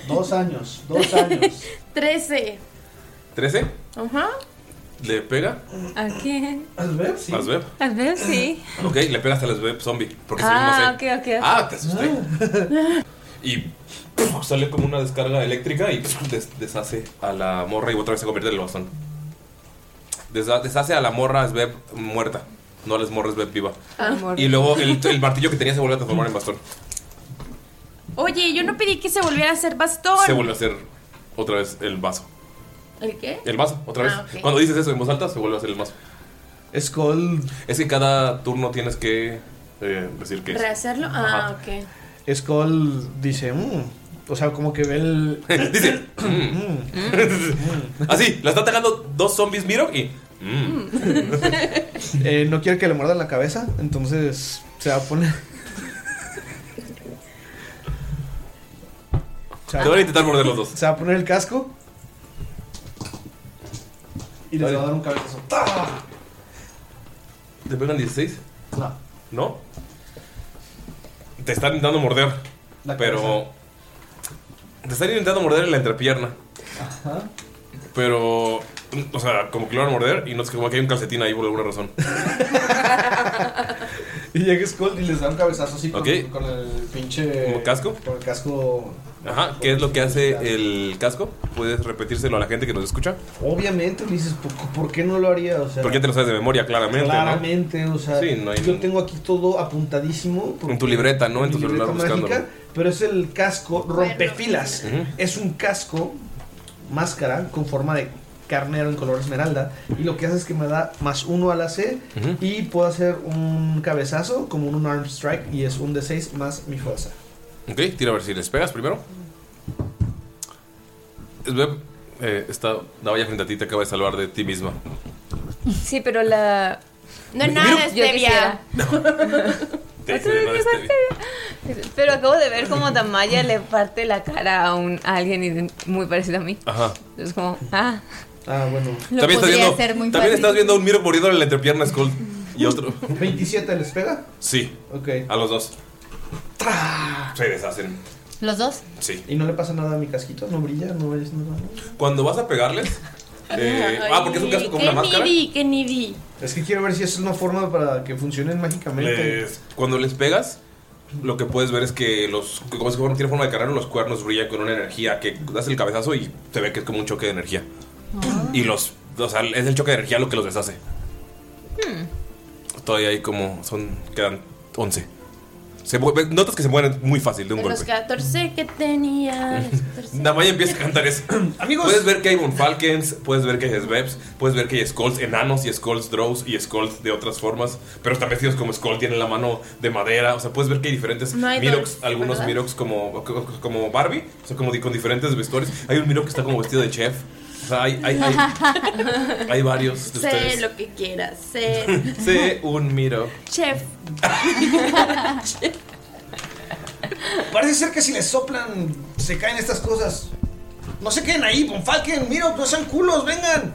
S11: Dos años, dos años.
S9: 13.
S4: ¿13?
S9: Ajá.
S4: ¿Le pega?
S5: ¿A quién?
S4: A Sveb, sí. A Sveb.
S5: A ver, sí.
S4: Ok, le pegas a la Sveb zombie. Porque es el mismo
S5: Ah,
S4: C.
S5: ok, ok.
S4: Ah, te asusté. Y puf, sale como una descarga eléctrica y puf, des- deshace a la morra y otra vez se convierte en el bastón. Desha- deshace a la morra Sveb muerta. No a las morras Sveb viva.
S9: Ah. Morra.
S4: Y luego el, el martillo que tenía se vuelve a transformar en bastón.
S9: Oye, yo no pedí que se volviera a hacer bastón.
S4: Se vuelve a hacer otra vez el vaso.
S9: ¿El qué?
S4: El mazo, otra vez.
S9: Ah, ok.
S4: Cuando dices eso en voz alta, se vuelve a hacer el mazo. Skull. Es que cada turno tienes que eh, decir que es.
S9: ¿Rehacerlo?
S4: Ajá.
S9: Ah, ok.
S3: Skull dice, "Mm", o sea, como que ve el...
S4: dice, "Mm".
S5: Mm.
S4: Así, la está atacando dos zombies Miro y. mm.
S3: Eh, no quiere que le muerdan la cabeza, entonces se va a poner... Se va-
S4: Te van a intentar morder los dos.
S3: Se va a poner el casco. Y les va a dar un cabezazo. ¡Tah!
S4: ¿Te pegan 16? No. ¿No? Te están intentando morder. pero. Te están intentando morder en la entrepierna.
S3: Ajá.
S4: Pero. O sea, como que lo van a morder y no sé, como que hay un calcetín ahí por alguna razón.
S3: Y llega Skull y les da un cabezazo así con-
S4: Ok.
S3: con, el pinche.
S4: ¿Como casco?
S3: Con el casco.
S4: Ajá, ¿qué es lo que hace el casco? ¿Puedes repetírselo a la gente que nos escucha?
S3: Obviamente, me dices, ¿por, por qué no lo haría? O sea,
S4: Porque te lo sabes de memoria, claramente. ¿no?
S3: Claramente, o sea,
S4: Sí, no hay-
S3: yo tengo aquí todo apuntadísimo. porque-
S4: En tu libreta, ¿no? En tu
S3: mi
S4: celular
S3: libreta
S4: buscándolo.
S3: mágica, Pero es el casco rompefilas. Es un casco, máscara, con forma de carnero en color esmeralda. Y lo que hace es que me da más uno a la C. Y puedo hacer un cabezazo, como un arm strike. Y es un D6 más mi fuerza.
S4: Ok, tira a ver si les pegas primero. Sveb, eh, está Davaya frente a ti, te acaba de salvar de ti misma.
S5: Sí, pero la.
S9: No es nada,
S5: Yo
S9: stevia.
S5: quisiera.
S4: Te dice de nada este-
S5: Pero acabo de ver cómo Damaya le parte la cara a, un, a alguien y- muy parecido a mí.
S4: Ajá.
S5: Entonces, como, ah.
S3: Ah, bueno.
S5: Lo
S4: también estás
S5: podría
S4: viendo,
S5: hacer muy
S4: también
S5: fácil.
S4: estás viendo a un miro muriendo en la entrepierna Skull y otro.
S3: ¿27 les pega?
S4: Sí.
S3: Ok.
S4: A los dos. Se deshacen.
S8: ¿Los dos?
S4: Sí.
S3: Y no le pasa nada a mi casquito, no brilla, no es nada.
S4: Cuando vas a pegarles. eh,
S9: Ay,
S4: ah, porque es un casco con una máscara.
S9: Qué needy, qué needy.
S3: Es que quiero ver si es una forma para que funcionen mágicamente.
S4: Les- cuando les pegas, lo que puedes ver es que los. Como es que tiene forma de carrero, los cuernos brillan con una energía que das el cabezazo y te ve que es como un choque de energía. Y los. O sea, es el choque de energía lo que los deshace.
S5: Hmm.
S4: Todavía hay como. Son. Quedan 11. Se mu- notas que se mueren muy fácil de un
S9: De los
S4: golpe.
S9: 14 que tenía. los 14.
S4: Damaya empieza a cantar eso. Amigos. Puedes ver que hay Bonfalkens, puedes ver que hay Svebs, puedes ver que hay Skulls enanos y Skulls drows y Skulls de otras formas, pero están vestidos como Skull, tienen la mano de madera. O sea, puedes ver que hay diferentes
S9: No hay
S4: Mirox,
S9: dolls,
S4: algunos
S9: ¿verdad?
S4: Mirox como, como Barbie, o sea, como di- con diferentes vestuarios. Hay un Mirox que está como vestido de chef. O sea, hay, hay, hay, hay varios de
S9: sé
S4: ustedes.
S9: lo que quieras, sé.
S4: Sé un Miro.
S9: Chef.
S3: Parece ser que si les soplan se caen estas cosas. No se queden ahí, Bonfalken, miro, no sean culos, vengan.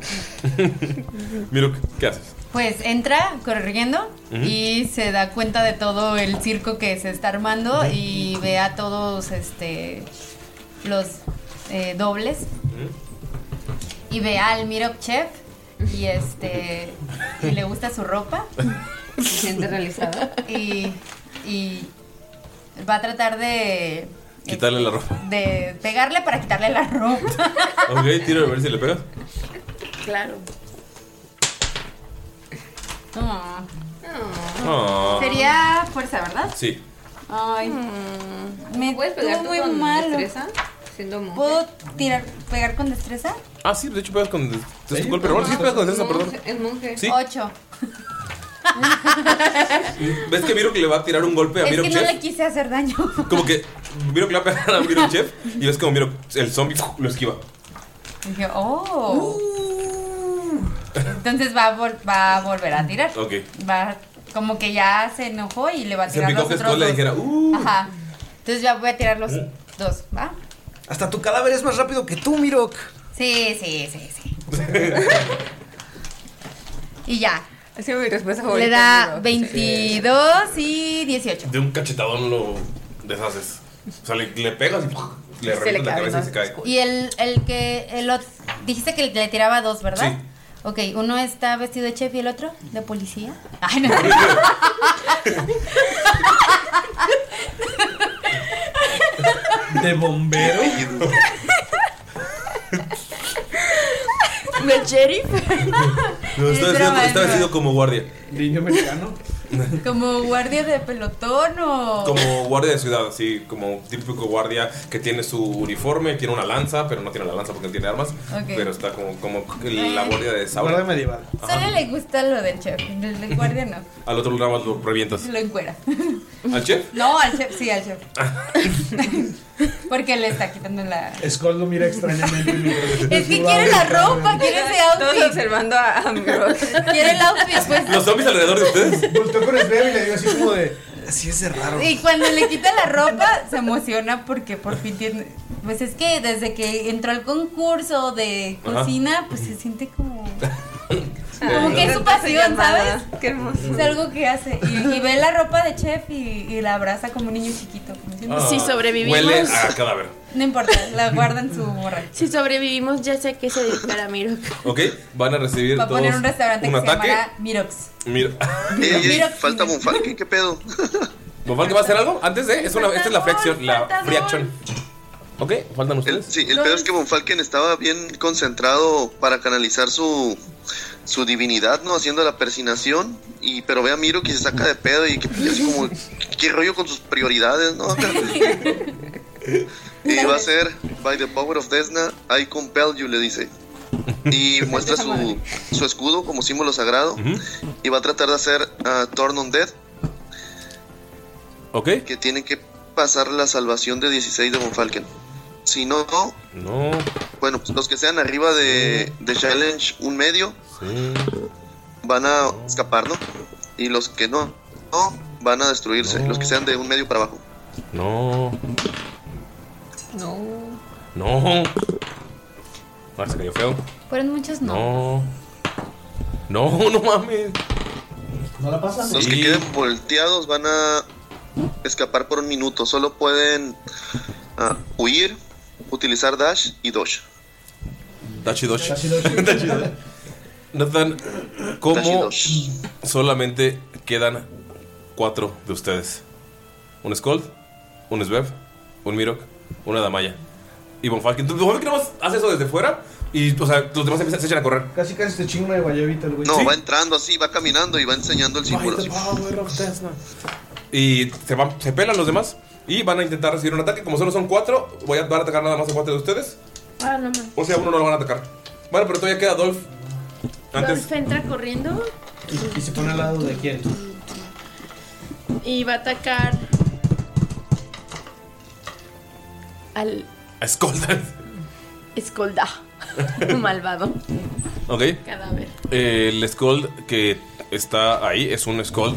S4: Miro, ¿qué haces?
S8: Pues entra corriendo
S4: Ujú.
S8: y se da cuenta de todo el circo que se está armando y ve a todos este los eh, dobles y ve al Mirok Chef y este y le gusta su ropa. Se siente realizada. Y, y va a tratar de,
S4: Quitarle la ropa.
S8: de pegarle para quitarle la ropa.
S4: Ok, tiro a ver si le pegas.
S9: Claro.
S8: Ah.
S4: Ah.
S5: Hmm.
S4: Ah.
S8: Sería fuerza, ¿verdad?
S9: ¿Ah?
S4: Sí.
S8: Ay. Me
S5: ¿Puedes
S8: estuvo
S5: pegar tú
S8: muy
S5: con
S8: malo.
S5: destreza? Siendo monje.
S8: ¿Puedo tirar, pegar con destreza?
S4: Ah, sí, de hecho pegas con. Es tu golpe. Bueno, sí, pegas con esa, perdón.
S8: Es monje.
S4: Sí.
S8: Ocho.
S4: Mm, ¿Ves que Miro que le va a tirar un golpe a
S8: es
S4: Miro
S8: que no
S4: Chef?
S8: le quise hacer daño.
S4: Como que Miro que le va a pegar a Miro Chef y ves como Miro, el zombie lo esquiva.
S8: Dije, oh. Entonces va a, vol- va a volver a tirar.
S4: Uh. Ok.
S8: Va, como que ya se enojó y le va a
S4: Se
S8: tirar
S4: picó
S8: los
S4: que
S8: otros
S4: Skull le
S8: dos.
S4: dijera, uh. ¿Eh?
S8: Ajá. Entonces ya voy a tirar los dos, ¿va?
S3: Hasta tu cadáver es más rápido que tú, Mirok.
S8: Sí, sí, sí, sí. y ya.
S5: Sí, mi respuesta
S8: Le
S5: favorita,
S8: da
S5: pero-
S8: 22 y 18.
S4: De un cachetadón lo deshaces. O sea, le, le pegas y le
S8: Se
S4: revientas
S8: le
S4: la
S8: cae,
S4: cabeza y
S8: ¿no?
S4: se cae.
S8: Y el, el que. El ot- dijiste que le tiraba dos, ¿verdad?
S4: Sí.
S8: Ok, uno está vestido de chef y el otro de policía. Ay, no.
S3: De bombero.
S8: ¿De sheriff?
S4: No, está
S8: Es
S4: vestido,
S8: broma,
S4: está
S8: es
S4: vestido como guardia.
S3: Niño mexicano.
S8: ¿Como guardia de pelotón o.?
S4: Como guardia de ciudad, así como típico guardia que tiene su uniforme, tiene una lanza, pero no tiene la lanza porque no tiene armas.
S8: Ok.
S4: Pero está como, como la guardia de Saura.
S3: Guardia medieval.
S8: Solo le gusta lo del chef. El del guardia no.
S4: Al otro nada más lo revientas.
S8: Lo encuera.
S4: ¿Al chef?
S8: No, al chef, sí, al chef. Porque le está quitando la.
S3: Skull lo mira extrañamente.
S8: Es que quiere la ropa, quiere ese outfit.
S5: Todos observando a Ambrose.
S8: Quiere el outfit, pues.
S4: Los zombies alrededor de ustedes.
S3: Volteo con Svea y le digo así como de. Así es de raro.
S8: Y cuando le quita la ropa, se emociona porque por fin tiene. Pues es que desde que entró al concurso de
S5: Ajá.
S8: cocina, pues se siente como.
S5: Ay,
S8: Como que es su pasión,
S5: llamada.
S8: ¿sabes?
S5: Qué hermoso.
S8: Es algo que hace. Y, y ve la ropa de chef y, y la abraza como un niño chiquito. como diciendo,
S4: Ah, Huele a cadáver.
S8: No importa, la guarda en su borra.
S9: Si sobrevivimos, ya sé que se dedicará Miro.
S4: Ok, van a recibir
S8: Va a
S4: todos
S8: poner un restaurante
S4: un
S8: que
S4: ataque.
S8: se llamará Mirox.
S4: Mira.
S8: Mira,
S4: falta Bonfalque, ¿qué pedo? ¿Bonfalque va a hacer algo? Antes de. Es una, esta es la free action. La free action. Ok, faltan ustedes.
S7: Sí, el peor es que Von Falken estaba bien concentrado para canalizar su, su divinidad, ¿no? Haciendo la persinación. Y, pero ve a Miro que se saca de pedo y que y así como, ¿qué rollo con sus prioridades, no? y va a ser, by the power of Desna, I compel you, le dice. Y
S4: Pues
S7: muestra su, su escudo como símbolo sagrado. Y va a tratar de hacer ah, Turn on Dead.
S4: Ok.
S7: Que tiene que pasar la salvación de 16 de Von Falken. Si no,
S4: No.
S7: bueno, pues los que sean arriba de, de Challenge un medio
S4: Sí.
S7: van a escapar, ¿no? Y los que no, no van a destruirse. Los que sean de un medio para abajo.
S4: No.
S5: No.
S4: No. Ah, se cayó feo.
S8: Fueron muchos no.
S4: No. No, no mames.
S7: ¿No la
S4: pasan?
S7: Los que
S4: Sí.
S7: queden volteados van a escapar por un minuto. Solo pueden ah, huir, utilizar dash y dodge.
S4: Dachi Doshi. Notan cómo solamente quedan cuatro de ustedes. Un Scold, un Svev, un Mirok, una Damaya. Y Bonfalken. Entonces, Bonfalken nada más hace eso desde fuera y, o sea, los demás empiezan- se echan a correr.
S3: Casi casi se chinga una de guayabita el güey.
S7: No, va entrando así, va caminando y va enseñando el símbolo. así.
S4: Y se, van, se pelan los demás y van a intentar recibir un ataque. Como solo son cuatro, voy a, van a atacar nada más a cuatro de ustedes.
S9: Ah, no mames.
S4: O sea, uno no lo van a atacar. Bueno, pero todavía queda Dolph. Antes.
S9: Dolph entra corriendo
S3: ¿Y, y se pone al lado de quién?
S9: y va a atacar al
S4: Escolta.
S9: Escolda, malvado
S4: Ok.
S9: cadáver.
S4: Eh, El Scold que está ahí es un Scold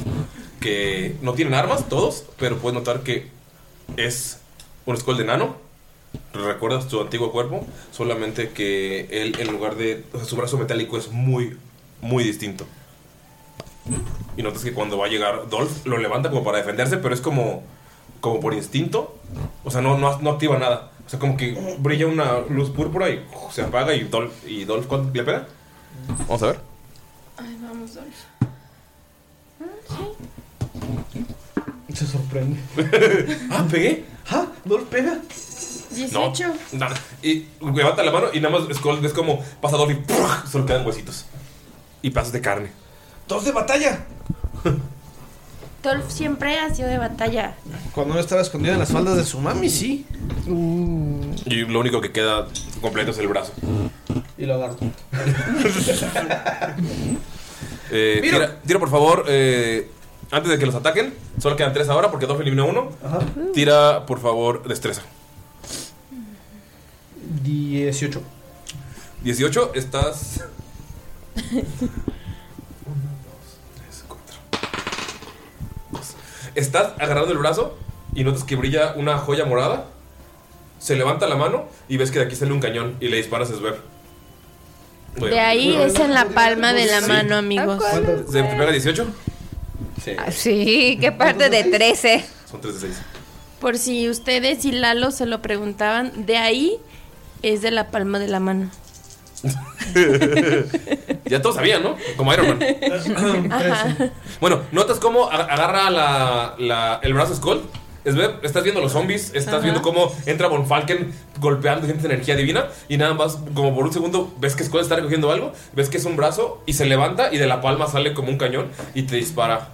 S4: que no tienen armas todos, pero puedes notar que es un Scold de nano. Recuerdas tu antiguo cuerpo, solamente que él en lugar de... o sea, su brazo metálico es muy, muy distinto. Y notas que cuando va a llegar Dolph lo levanta como para defenderse, pero es como, como por instinto. O sea, no, no, no activa nada. O sea, como que brilla una luz púrpura y uf, se apaga y Dolph, y Dolph ¿cuánto le pega? Vamos a ver.
S9: Ay, vamos, Dolph. Mm,
S3: Se sorprende.
S4: ah, pegué.
S3: Ah, Dolph pega.
S9: 18.
S4: No, nada. Y levanta la mano y nada más Skull ves como pasa Dolph y ¡pruf! solo quedan huesitos. Y pedazos de carne.
S3: Dos de batalla.
S9: Tolf siempre ha sido de batalla.
S3: Cuando no estaba escondido en las faldas de su mami, sí.
S4: Y lo único que queda completo es el brazo.
S3: Y lo agarro.
S4: Eh, tira, tira, por favor, eh, antes de que los ataquen, solo quedan tres ahora porque dos elimina uno. Tira, por favor, destreza.
S3: 18.
S4: 18, estás. Estás agarrando el brazo y notas que brilla una joya morada. Se levanta la mano y ves que de aquí sale un cañón y le disparas a Sver.
S9: De ahí es en la palma de la
S4: Sí.
S9: mano, amigos.
S11: Pues,
S4: ¿Se te pega 18? Sí.
S11: Ah,
S5: Sí, qué parte de 13.
S4: Son 3 de 6.
S9: Por si ustedes y Lalo se lo preguntaban, de ahí es de la palma de la mano.
S4: ya todos sabían, ¿no? Como Iron Man.
S9: Ajá.
S4: Bueno, notas cómo a- agarra la, la- el brazo Skull. Es ver, estás viendo los zombies, estás
S9: Ajá.
S4: viendo cómo entra Von Falken golpeando gente de energía divina y nada más, como por un segundo, ves que Skull está recogiendo algo, ves que es un brazo y se levanta y de la palma sale como un cañón y te dispara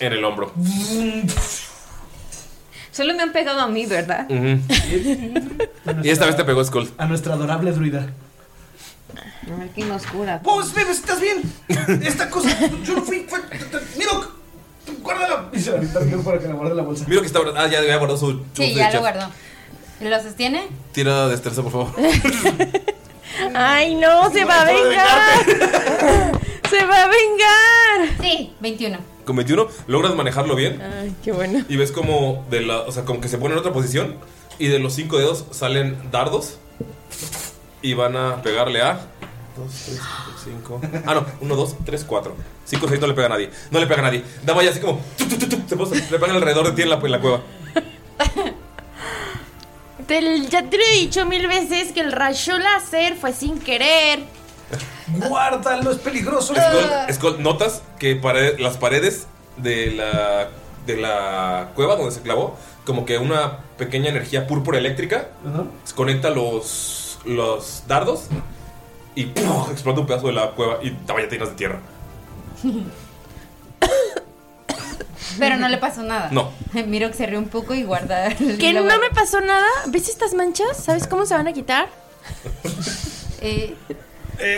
S4: en el hombro.
S5: Solo me han pegado a mí, ¿verdad?
S4: Ujú. Y esta vez te pegó Skull.
S11: A nuestra adorable druida.
S5: Ay, qué oscura.
S4: Pues
S3: Vos, bebé, ¿estás bien? Esta cosa, yo no fui. Fue, t- t- mira, guárdala.
S11: Y se la avienta bien para que la guarde en la bolsa.
S4: Miro que está. Ah, ya había guardado su. su
S8: Sí,
S4: su
S8: ya lo
S4: chat.
S8: guardó. ¿Lo sostiene?
S4: Tira destreza, por favor.
S9: Ay, no, se va a vengar. Se va a vengar.
S8: Sí, 21.
S4: Con 21 logras manejarlo bien
S9: Ay, qué bueno.
S4: y ves como de la, o sea, como que se pone en otra posición y de los cinco dedos salen dardos y van a pegarle a 2 3 5. Ah, no, 1 2 3 4. 5 6 no le pega a nadie. No le pega a nadie. Dama ya así como tu, tu, tu, tu, se posa- le pegan alrededor de ti en la, en la cueva.
S9: Te- ya te lo he dicho mil veces que el rayo láser fue sin querer. Eh,
S3: Guárdalo, es peligroso.
S4: Skull, Skull, notas que pare- las paredes de la, de la cueva donde se clavó, como que una pequeña energía púrpura eléctrica desconecta los, los dardos y ¡puf! explota un pedazo de la cueva y te vaya llenas de tierra.
S8: Pero no le pasó nada.
S4: No.
S8: Miro que se rió un poco y guarda. el-
S9: ¿Que
S8: la
S9: no
S8: guarda.
S9: me pasó nada? ¿Ves estas manchas? ¿Sabes cómo se van a quitar?
S3: Eh,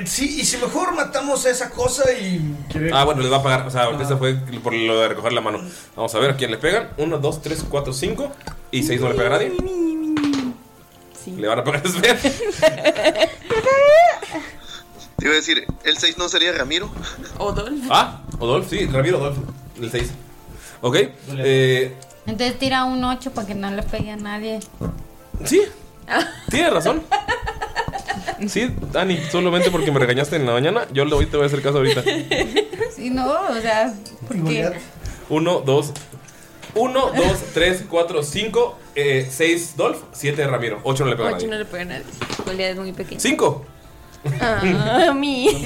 S3: sí, y si mejor matamos a esa cosa y.
S4: Ah, bueno, les va a pagar. O sea, ahorita esta fue por lo de recoger la mano. Vamos a ver a quién le pegan. 1, 2, 3, 4, 5 y 6 no le pega a nadie. Le van a pegar a Sven.
S7: Te iba a decir, ¿el 6 no sería Ramiro?
S9: Odol.
S4: Ah, Odolf, sí, Ramiro Odolf. El 6. Ok. Eh,
S8: Entonces tira un 8 para que no le pegue a nadie.
S4: Sí. Tienes razón. Sí, Dani, solamente porque me regañaste en la mañana, yo le voy, te voy a hacer caso ahorita.
S8: Sí, no, o sea, ¿por qué?
S4: 1, 2, 1, 2, 3, 4, 5, 6 eh, Dolph, 7 Ramiro, 8 no le pega a
S5: Ocho no
S4: nadie.
S5: le pega a nadie. Goliat es muy pequeño.
S4: 5.
S5: Ah, a mí.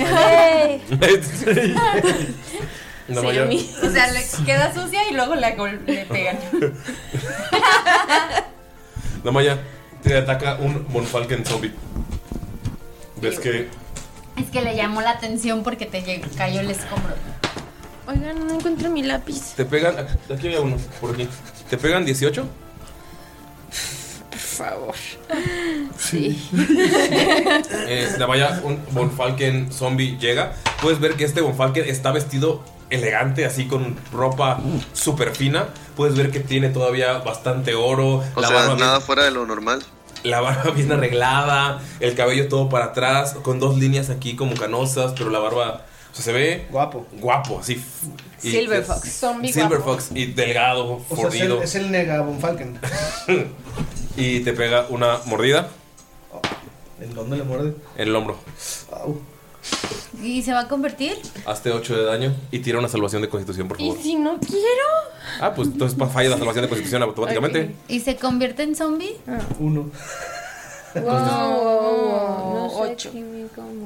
S4: No,
S5: Sí,
S4: mayor.
S5: a mí.
S8: O sea, le queda sucia y luego le, gol- le pegan.
S4: Damaya, te ataca un Monfalken zombie. ¿Ves que
S8: Es que le llamó la atención porque te llegó- cayó el escombro.
S9: Oigan, no encuentro mi lápiz.
S4: te pegan. Aquí había uno, por aquí. ¿Te pegan 18?
S9: Por favor.
S4: Sí. Eh, la valla, un Bonfalken zombie llega. Puedes ver que este Bonfalken está vestido elegante, así con ropa súper fina. Puedes ver que tiene todavía bastante oro.
S7: O
S4: la
S7: sea,
S4: barba bien-
S7: nada fuera de lo normal.
S4: la barba bien arreglada, el cabello todo para atrás, con dos líneas aquí como canosas, pero la barba o sea, se ve guapo, guapo, así. f- y-
S3: Silver
S4: y-
S3: Fox. Zombie
S4: Silver
S3: guapo.
S4: Fox y delgado,
S3: O sea, es el,
S4: fornido
S3: es el nega Von Falken.
S4: y te pega una mordida
S3: ¿En dónde le muerde?
S4: en el hombro.
S8: ¿Y se va a convertir?
S4: Hazte 8 de daño y tira una salvación de constitución, por
S8: ¿Y
S4: favor.
S8: si no quiero?
S4: Ah, pues entonces pa- falla la salvación de constitución automáticamente.
S8: ¿Y se convierte en zombie?
S9: Ah.
S3: Uno.
S8: Wow,
S9: ocho.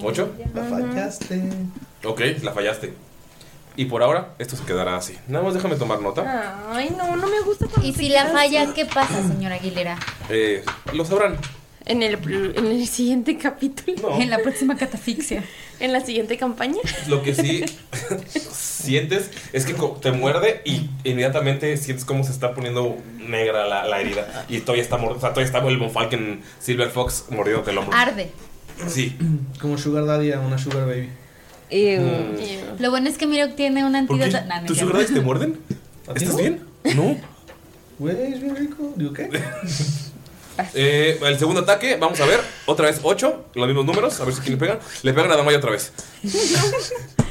S4: ¿Ocho?
S3: La fallaste.
S4: Ok, la fallaste. Y por ahora, esto se quedará así. Nada más déjame tomar nota.
S9: Ah. Ay, no, no me gusta
S8: ¿Y si la falla, qué pasa, señora Aguilera?
S4: Eh, lo sabrán.
S9: En el, pr- en el siguiente capítulo.
S4: No. En
S9: la próxima catafixia. en la siguiente campaña.
S4: Lo que sí sientes es que co- te muerde y inmediatamente sientes cómo se está poniendo negra la, la herida. Y todavía está mordido. O sea, todavía está el Bonfalken Silver Fox mordiéndote el hombro.
S8: Arde.
S4: Sí.
S3: Como Sugar Daddy a una Sugar Baby.
S4: Mm.
S8: Lo bueno es que Miro tiene un
S4: ¿Por qué?
S8: antídoto. Nah, no
S4: ¿Tus
S8: es
S4: sugar daddies te
S8: cierto.
S4: muerden? ¿Estás bien? No.
S3: Güey, es bien rico. ¿Digo qué?
S4: Eh, el segundo ataque, vamos a ver. Otra vez 8, los mismos números, a ver si quién le pegan. Le pegan a Damaya otra vez.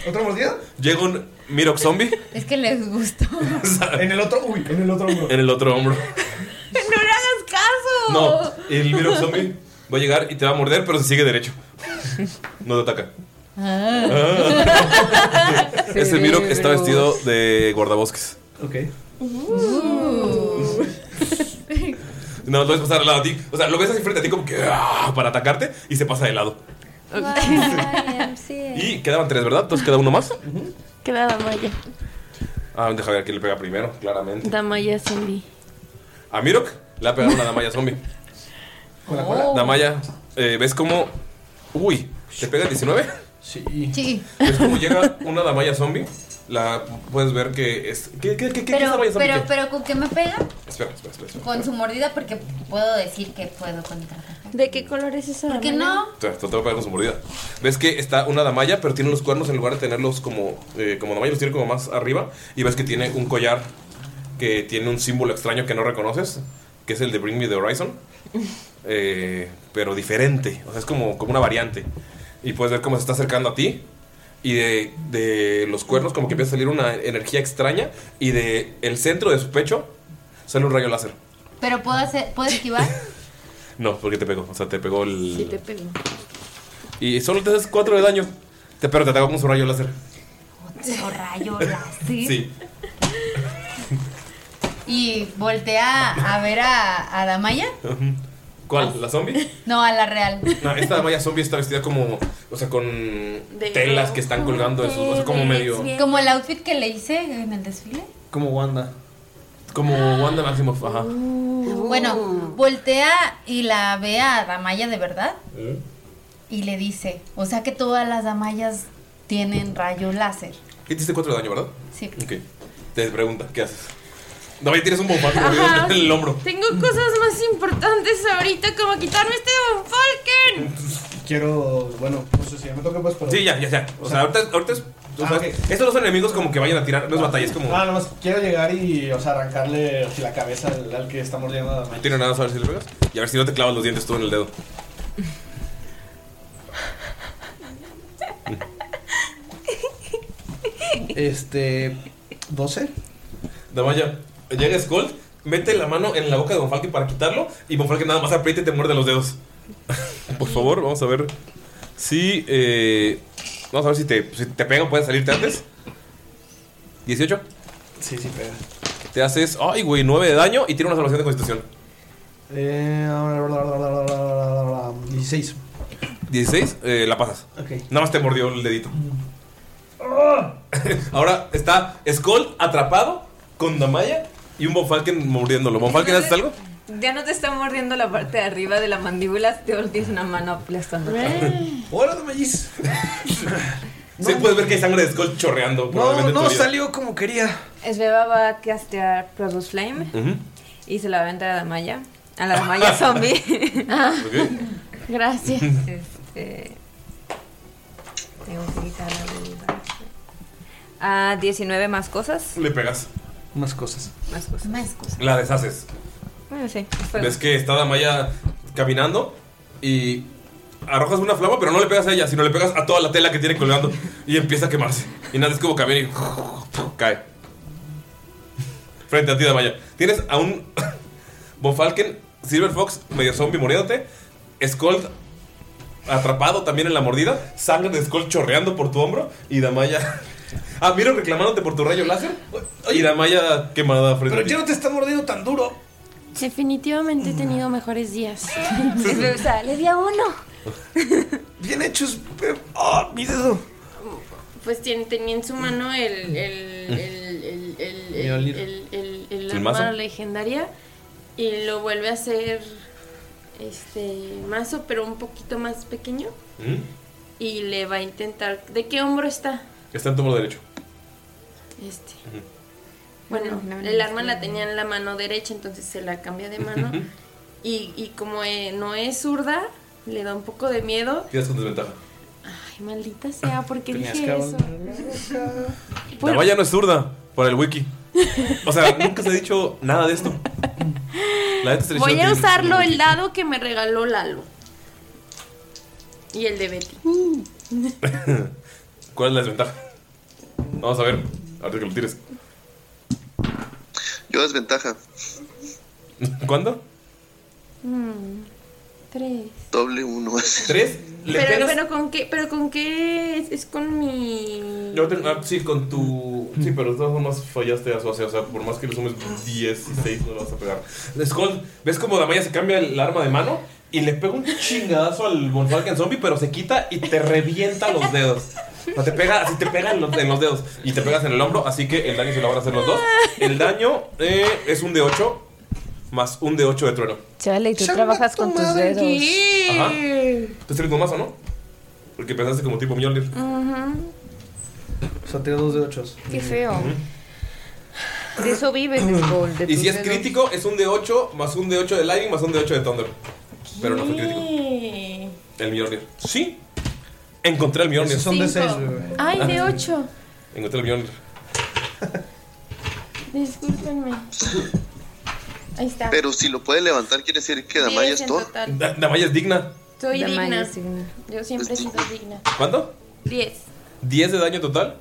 S3: ¿Otra mordida?
S4: Llega un Mirok Zombie
S8: Es que les gustó.
S3: en el otro, uy, en el otro hombro.
S4: en el otro hombro.
S5: ¡No le hagas caso!
S4: No, el Mirok Zombie va a llegar y te va a morder, pero se sigue derecho. No te ataca. Ah. Ese Mirok está vestido de guardabosques.
S3: Ok.
S4: No, lo ves pasar al lado a ti. O sea, lo ves así frente a ti como que ah, para atacarte y se pasa de lado. Y quedaban tres, ¿verdad? Entonces queda uno más.
S9: Queda Damaya.
S4: Ah, deja ver quién le pega primero, claramente.
S9: Damaya zombie.
S4: A Mirok le ha pegado una Damaya zombie.
S3: ¿Con la
S9: cola?
S4: Damaya, eh, ¿ves cómo. Uy, ¿te pega el 19?
S3: Sí.
S8: Sí.
S4: ¿Ves cómo llega una Damaya zombie? La puedes ver que es. ¿Qué, qué, qué, qué es
S8: Pero,
S4: Damaya zombie?
S8: pero,
S4: ¿Qué?
S8: pero, ¿con qué me pega?
S4: Espera, espera, espera. espera.
S8: Con su mordida, porque puedo decir que puedo contar.
S9: ¿De qué color es esa?
S8: ¿Por qué
S9: Damaya?
S8: no?
S4: Te te voy a pegar con su mordida. ¿Ves que está una Damaya, pero tiene los cuernos en lugar de tenerlos como. eh, como Damaya los tiene como más arriba. Y ves que tiene un collar que tiene un símbolo extraño que no reconoces, que es el de Bring Me the Horizon. eh, pero diferente. O sea, es como, como una variante. Y puedes ver cómo se está acercando a ti. Y de, de los cuernos como que empieza a salir una energía extraña. Y de el centro de su pecho sale un rayo láser.
S8: Pero puedo hacer, puedo esquivar.
S4: No, porque te pegó. O sea, te pegó el...
S8: te pego.
S4: Y solo te haces 4 de daño. Te, pero te ataca con su rayo láser.
S8: O rayo láser.
S4: Sí.
S8: Y voltea a ver a, a Damaya.
S4: ¿Cuál? ¿La zombie?
S8: No, a la real.
S4: No, esta malla zombie está vestida como. O sea, con telas que están colgando de sus. O sea, como medio.
S8: Como el outfit que le hice en el desfile.
S4: Como Wanda. Como Wanda Maximoff, ajá.
S9: Uh.
S8: Bueno, voltea y la ve a Damaya de verdad y le dice, o sea que todas las Damayas tienen rayo láser.
S4: Y te hiciste 4 de daño, ¿verdad?
S8: Sí.
S4: Ok. Te pregunta, ¿qué haces? No, ahí tienes un bombazo
S9: Ajá.
S4: en el hombro.
S9: Tengo cosas más importantes ahorita, como quitarme este Falken.
S3: Quiero, bueno, no sé si ya me toca pues, pero...
S4: Sí, ya, ya, ya. O sea, ahorita, ahorita es. o
S3: Ah,
S4: sea,
S3: ok.
S4: Estos dos enemigos como que vayan a tirar. No es batalla, es como.
S3: Ah, nomás quiero llegar y, o sea, arrancarle así la cabeza al, al que está mordiendo a Damaya.
S4: No tiene nada, a ver si le pegas. Y a ver si no te clavas los dientes tú en el dedo.
S3: Este... 12.
S4: Damaya, llega Skull, mete la mano en la boca de Bonfalken para quitarlo y Bonfalken nada más aprieta y te muerde los dedos. Por favor, vamos a ver si... eh, vamos a ver si te, si te pega, puedes salirte antes. 18.
S3: Sí, sí, pega.
S4: Te haces, ay güey, 9 de daño y tiene una salvación de constitución.
S3: Eh, 16.
S4: 16, eh, la pasas.
S3: Ok.
S4: Nada más te mordió el dedito. Ahora está Skull atrapado con Damaya y un Bonfalken mordiéndolo. ¿Bonfalken haces algo?
S5: Ya no te está mordiendo la parte de arriba de la mandíbula, te tienes una mano aplastando.
S3: ¡Hola, Damayis!
S4: Sí, puedes ver que hay sangre de Skull chorreando.
S3: No,
S4: probablemente en tu
S3: no
S4: herida.
S3: salió como quería.
S5: Esbeba va a castear Produce Flame
S4: Ujú.
S5: y se la va a aventar a Damaya. A la Damaya zombie.
S12: Ah.
S4: Ah,
S9: Gracias.
S5: Este, tengo que quitar la duda. Ah, 19 más cosas.
S4: Le pegas.
S3: Más cosas.
S5: Más cosas. Más cosas.
S4: La deshaces.
S12: Ah,
S5: Bueno, sí. fuego.
S4: Ves que está Damaya caminando y arrojas una flama, pero no le pegas a ella, sino le pegas a toda la tela que tiene colgando y empieza a quemarse. Y nada, es como camina y cae. Frente a ti, Damaya. Tienes a un Bonfalken, Silver Fox, medio zombie muriéndote, Scold atrapado también en la mordida, sangre de Skull chorreando por tu hombro y Damaya. Ah, miro reclamándote por tu rayo láser y Damaya quemada frente a ti.
S3: te está mordiendo tan duro.
S9: Definitivamente he tenido mejores días. o sea, le di a uno.
S3: Bien hechos. ¡Oh, mi dedo!
S9: Pues tien- tenía en su mano el. el. el. el. el. el.
S3: Mjolnir.
S9: el- el- el
S4: ¿El
S9: arma
S4: mazo?
S9: legendaria. Y lo vuelve a hacer. este mazo, pero un poquito más pequeño.
S4: ¿Mm?
S9: Y le va a intentar. ¿De qué hombro está?
S4: Está en tu mano derecho.
S9: Este.
S4: Ujú.
S9: Bueno,
S5: No, no, no,
S9: el
S5: no,
S9: arma
S5: no.
S9: la tenía en la mano derecha, entonces se la cambia de mano.
S4: Ujú.
S9: y, y como eh, no es zurda, le da un poco de miedo.
S4: Tienes con desventaja.
S9: Ay, maldita sea, ¿por qué
S4: Tenías
S9: dije
S4: que
S9: eso?
S4: La
S9: Bueno.
S4: valla no es zurda para el wiki. O sea, nunca se ha dicho nada de esto. La neta se le
S9: Voy
S4: echó
S9: a
S4: aquí.
S9: usarlo el dado que me regaló Lalo. Y el de Betty.
S4: ¿Cuál es la desventaja? Vamos a ver, ahorita que lo tires.
S7: Yo desventaja.
S4: ¿Cuándo?
S9: Mm, tres.
S7: Doble uno.
S4: ¿Tres? ¿Le
S9: Pero,
S4: pegas?
S9: pero con qué, pero con qué es, es con mi
S4: Yo te- ah, sí, con tu. Sí, pero de todas formas fallaste a su O sea, por más que le sumes 16, no le vas a pegar. Skull, ¿ves cómo Damaya se cambia el arma de mano? Y le pega un chingadazo al Bonfalken Zombie, pero se quita y te revienta los dedos. O sea, te pega, así te pega en los, en los dedos y te pegas en el hombro, así que el daño se lo van a hacer los dos. El daño eh, es un D8 más un D8 de trueno.
S12: Chale, y tú trabajas con tus dedos.
S4: Ajá. ¿Tú tienes un mazo, no? Porque pensaste como tipo Mjolnir.
S9: Ujú,
S3: O sea, tiene dos de ochos.
S12: Qué feo.
S4: Ujú.
S12: De eso vives, Skull. de
S4: Y si
S12: tus
S4: es
S12: dedos.
S4: crítico, es un D8 más un D8 de Lightning más un D8 de Thunder. Pero no fue crítico.
S9: sí.
S4: El Mjolnir. Sí. Encontré el Mjolnir.
S9: son de Cinco. seis,
S4: bebé. Ah.
S9: Ay, de ocho.
S4: Encontré el Mjolnir.
S9: Discúlpenme. Ahí está.
S7: Pero si lo puede levantar, quiere decir que Damaya
S9: Diez
S7: es
S9: en
S7: todo.
S9: total.
S4: Damaya es digna.
S9: Soy
S12: Damaya
S9: digna.
S12: es digna.
S9: Yo siempre he sido digna.
S4: ¿Cuánto?
S9: Diez.
S4: 10 de daño total.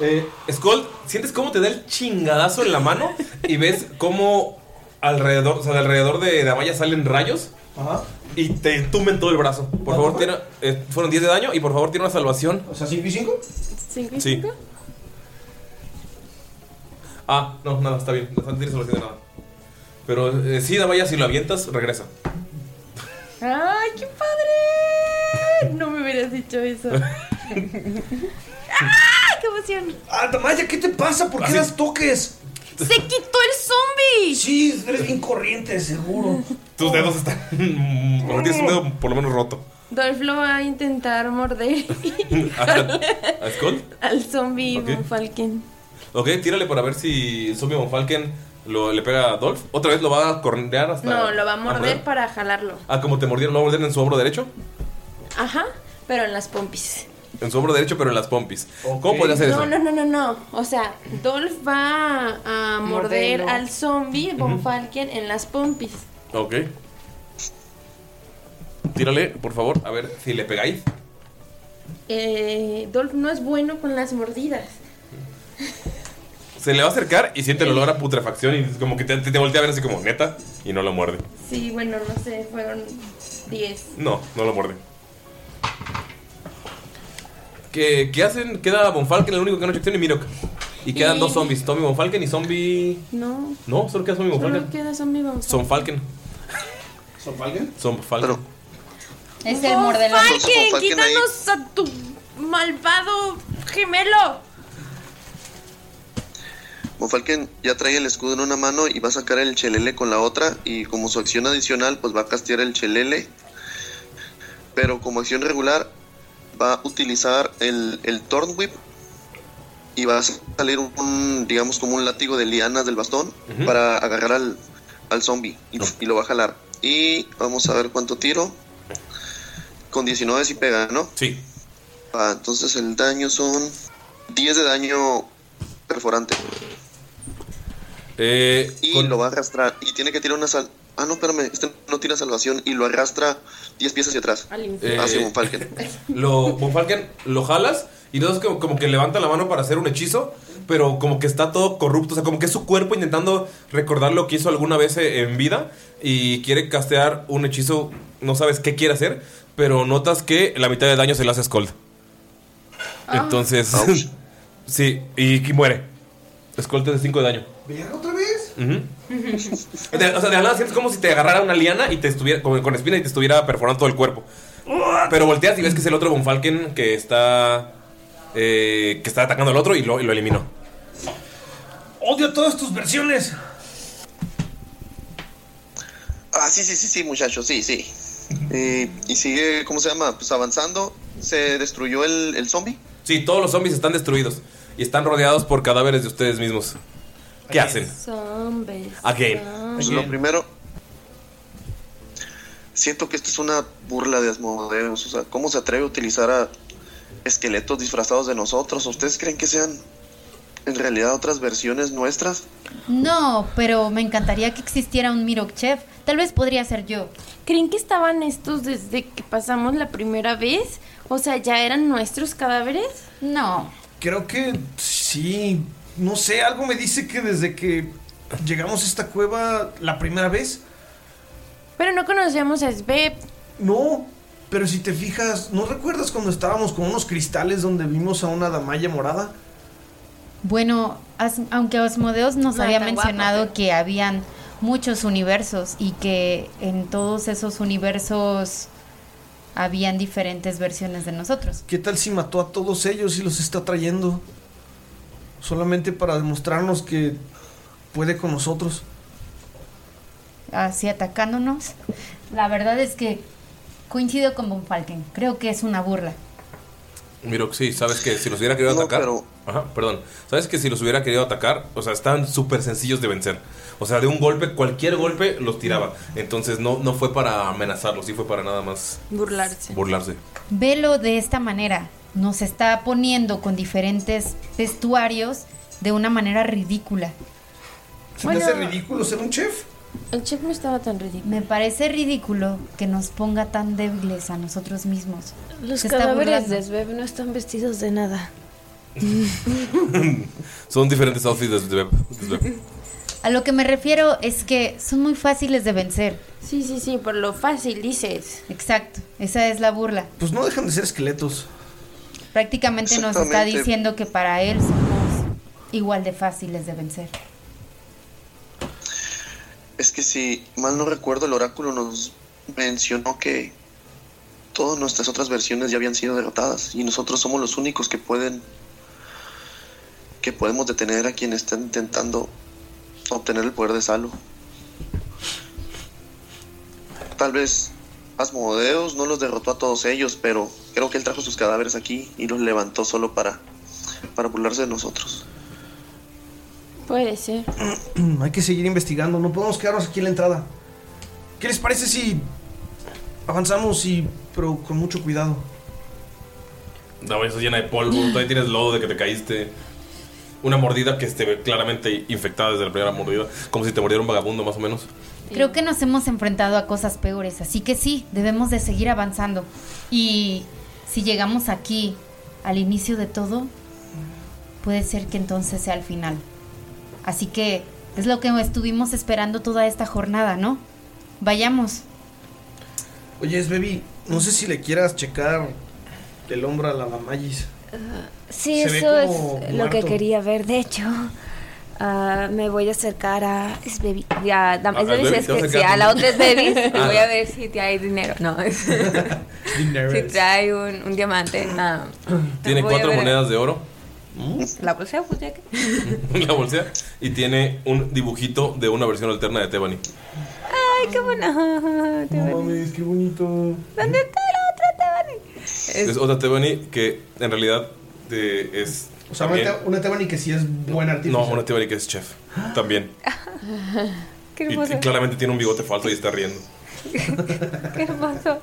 S4: Eh, Skull, ¿sientes cómo te da el chingadazo en la mano? Y ves cómo alrededor, o sea, de alrededor de Damaya salen rayos. Y te tumben todo el brazo. Por favor, tiene, eh, fueron 10 de daño y por favor tiene una salvación.
S11: O sea, 5 y 5.
S9: ¿Cinco y
S4: Sí.
S9: cinco?
S4: Ah, no, nada, está bien. No tienes solución de nada. Pero eh, sí, Damaya, si lo avientas, regresa.
S9: ¡Ay, qué padre! No me hubieras dicho eso. ¡Ay, qué emoción!
S3: Ah, Damaya, ¿qué te pasa? ¿Por qué las toques?
S9: ¡Se quitó el zombie!
S3: Sí, eres bien corriente, seguro.
S4: Tus dedos están. Por lo menos tienes un dedo por lo menos roto.
S9: Dolph lo va a intentar morder
S4: ¿A a Skull?
S9: al zombie
S4: Ok.
S9: Falken.
S4: Ok, tírale para ver si el zombie von Falken lo, le pega a Dolph. Otra vez lo va a cornear hasta.
S9: No, lo va a morder
S4: morder.
S9: para jalarlo.
S4: Ah, como te mordieron, lo va a morder en su hombro derecho.
S9: Ajá, pero en las pompis.
S4: En su hombro derecho, pero en las pompis. ¿Cómo podría hacer
S9: no,
S4: eso?
S9: no, no, no, no. O sea, Dolph va a morder
S12: Morderlo.
S9: al zombie von
S4: Ujú.
S9: Falken en las pompis.
S4: Ok. Tírale, por favor, a ver si le pegáis.
S9: Eh, Dolph no es bueno con las mordidas.
S4: Se le va a acercar y siente el olor a putrefacción y como que te, te, te voltea a ver así como neta y no lo muerde.
S9: Sí, bueno, no sé, fueron 10.
S4: No, no lo muerde. ¿Qué, qué hacen? Queda Bonfalken, el único que no chequeó, y Mirok. Y quedan
S9: Y-
S4: dos zombies, Tommy Bonfalken y zombie...
S9: No,
S4: No, solo queda zombie
S9: solo
S4: Bonfalken.
S9: queda zombie von
S4: Son Falken.
S11: ¿Son Falken?
S4: Son Falken.
S8: Es
S9: el
S8: mordelón.
S9: Falken,
S4: Von Falken
S9: quítanos a tu malvado gemelo.
S7: Monfalken ya trae el escudo en una mano y va a sacar el chelele con la otra y como su acción adicional pues va a castear el chelele. Pero como acción regular va a utilizar el, el Thorn Whip y va a salir un, un, digamos como un látigo de lianas del bastón
S4: Ujú.
S7: para agarrar al, al zombie y, y lo va a jalar. Y vamos a ver cuánto tiro. Con 19 si pega, ¿no?
S4: Sí.
S7: Ah, entonces el daño son 10 de daño perforante.
S4: Eh,
S7: Y lo va a arrastrar. Y tiene que tirar una sal. Ah, no, espérame. Este no tira salvación. Y lo arrastra 10 pies hacia atrás.
S9: Al
S4: Eh,
S7: Hacia un Falken.
S4: Lo, Bonfalken lo jalas y entonces como, como que levanta la mano para hacer un hechizo, pero como que está todo corrupto, o sea, como que es su cuerpo intentando recordar lo que hizo alguna vez eh, en vida y quiere castear un hechizo, no sabes qué quiere hacer, pero notas que la mitad de daño se le hace a Scold.
S11: Ah.
S4: Entonces, sí, y, y muere. Scold te hace 5 de daño.
S11: ¿Vean otra vez?
S4: Ujú. De- o sea, de la nada sientes como si te agarrara una liana y te estuviera con, con espina y te estuviera perforando todo el cuerpo. Pero volteas y ves que es el otro Bonfalken que está. eh, que está atacando al otro y lo, y lo eliminó.
S3: Odio todas tus versiones.
S7: Ah, sí, sí, sí, sí, muchachos, sí, sí. Eh, y sigue, ¿cómo se llama? Pues avanzando. Se destruyó el, el zombie.
S4: Sí, todos los zombies están destruidos y están rodeados por cadáveres de ustedes mismos. ¿Qué hacen?
S9: Zombies.
S4: Again.
S7: Pues lo primero. Siento que esto es una burla de Asmodeus. O sea, ¿cómo se atreve a utilizar a esqueletos disfrazados de nosotros? ¿Ustedes creen que sean en realidad otras versiones nuestras?
S8: No, pero me encantaría que existiera un Mirok Chef. Tal vez podría ser yo.
S9: ¿Creen que estaban estos desde que pasamos la primera vez? O sea, ¿ya eran nuestros cadáveres?
S8: No.
S3: Creo que sí. No sé, algo me dice que desde que llegamos a esta cueva la primera vez.
S9: Pero no conocíamos a Sveb.
S3: No, pero si te fijas, ¿no recuerdas cuando estábamos con unos cristales donde vimos a una damaya morada?
S8: Bueno, As- aunque Osmodeus nos
S9: No,
S8: había
S9: tan guapo,
S8: mencionado que habían muchos universos y que en todos esos universos habían diferentes versiones de nosotros.
S3: ¿Qué tal si mató a todos ellos y los está trayendo? Solamente para demostrarnos que puede con nosotros.
S8: así atacándonos. La verdad es que coincido con Von Falken. Creo que es una burla.
S4: Miro, sí, sabes que si los hubiera querido atacar. Ajá, perdón. Sabes que si los hubiera querido atacar, o sea, estaban súper sencillos de vencer. O sea, de un golpe, cualquier golpe los tiraba. Entonces no, no fue para amenazarlos, sí fue para nada más
S8: Burlarse.
S4: burlarse.
S8: Velo de esta manera. Nos está poniendo con diferentes vestuarios de una manera ridícula.
S3: ¿Se te hace ridículo ser un chef?
S9: El chef no estaba tan ridículo.
S8: Me parece ridículo que nos ponga tan débiles a nosotros mismos.
S12: Los
S8: Se está
S12: cadáveres
S8: burlando.
S12: de Sveb no están vestidos de nada.
S4: Son diferentes outfits de Sveb. de Sveb.
S8: A lo que me refiero es que son muy fáciles de vencer.
S9: Sí, sí, sí, por lo fácil dices.
S8: Exacto, esa es la burla.
S3: Pues no dejan de ser esqueletos.
S8: Prácticamente nos está
S3: Exactamente.
S8: diciendo que para él somos igual de fáciles de vencer.
S7: Es que si mal no recuerdo, el oráculo nos mencionó que todas nuestras otras versiones ya habían sido derrotadas y nosotros somos los únicos que pueden que podemos detener a quien está intentando obtener el poder de Salo. Tal vez Asmodeus no los derrotó a todos ellos, pero creo que él trajo sus cadáveres aquí y los levantó solo para para burlarse de nosotros.
S9: Puede ser.
S3: Hay que seguir investigando, no podemos quedarnos aquí en la entrada. ¿Qué les parece si avanzamos y pero con mucho cuidado?
S4: La olla está llena de polvo, todavía tienes lodo de que te caíste. Una mordida que esté claramente infectada desde la primera mordida, como si te mordiera un vagabundo más o menos.
S8: Creo que nos hemos enfrentado a cosas peores, así que sí, debemos de seguir avanzando. Y si llegamos aquí al inicio de todo, puede ser que entonces sea el final. Así que es lo que estuvimos esperando toda esta jornada, ¿no? Vayamos.
S3: Oye, Baby, no sé si le quieras checar el hombro a la mamayis.
S12: Ah, Sí,
S3: Se ve
S12: eso es
S3: como
S12: lo que
S3: muerto.
S12: quería ver. De hecho, ah, me voy a acercar a. Es baby. Ya, dam-
S5: Ah,
S12: es baby,
S5: ¿es baby?
S12: es
S5: ¿Te vas a
S12: que sí,
S5: acercar
S12: a la
S5: tú?
S12: otra es baby.
S5: Ah.
S12: Voy a ver si trae dinero. No, es- si trae un, un diamante. Nada.
S4: Tiene
S12: Voy a
S4: cuatro
S12: ver.
S4: monedas de oro.
S12: La bolsa, pues ya que.
S4: la bolsa y tiene un dibujito de una versión alterna de Tebani.
S12: Ay, qué bueno. Te vale.
S3: mames, qué bonito.
S12: ¿Dónde está la otra? Te vale.
S4: Es, otra Tebani que en realidad eh, es.
S3: O sea,
S4: también-
S3: una, te- una Tebani que sí es buen artista.
S4: no, una Tebani que es chef. También.
S12: Qué
S4: Y,
S12: hermoso.
S4: y claramente tiene un bigote falso y está riendo.
S12: Qué hermoso.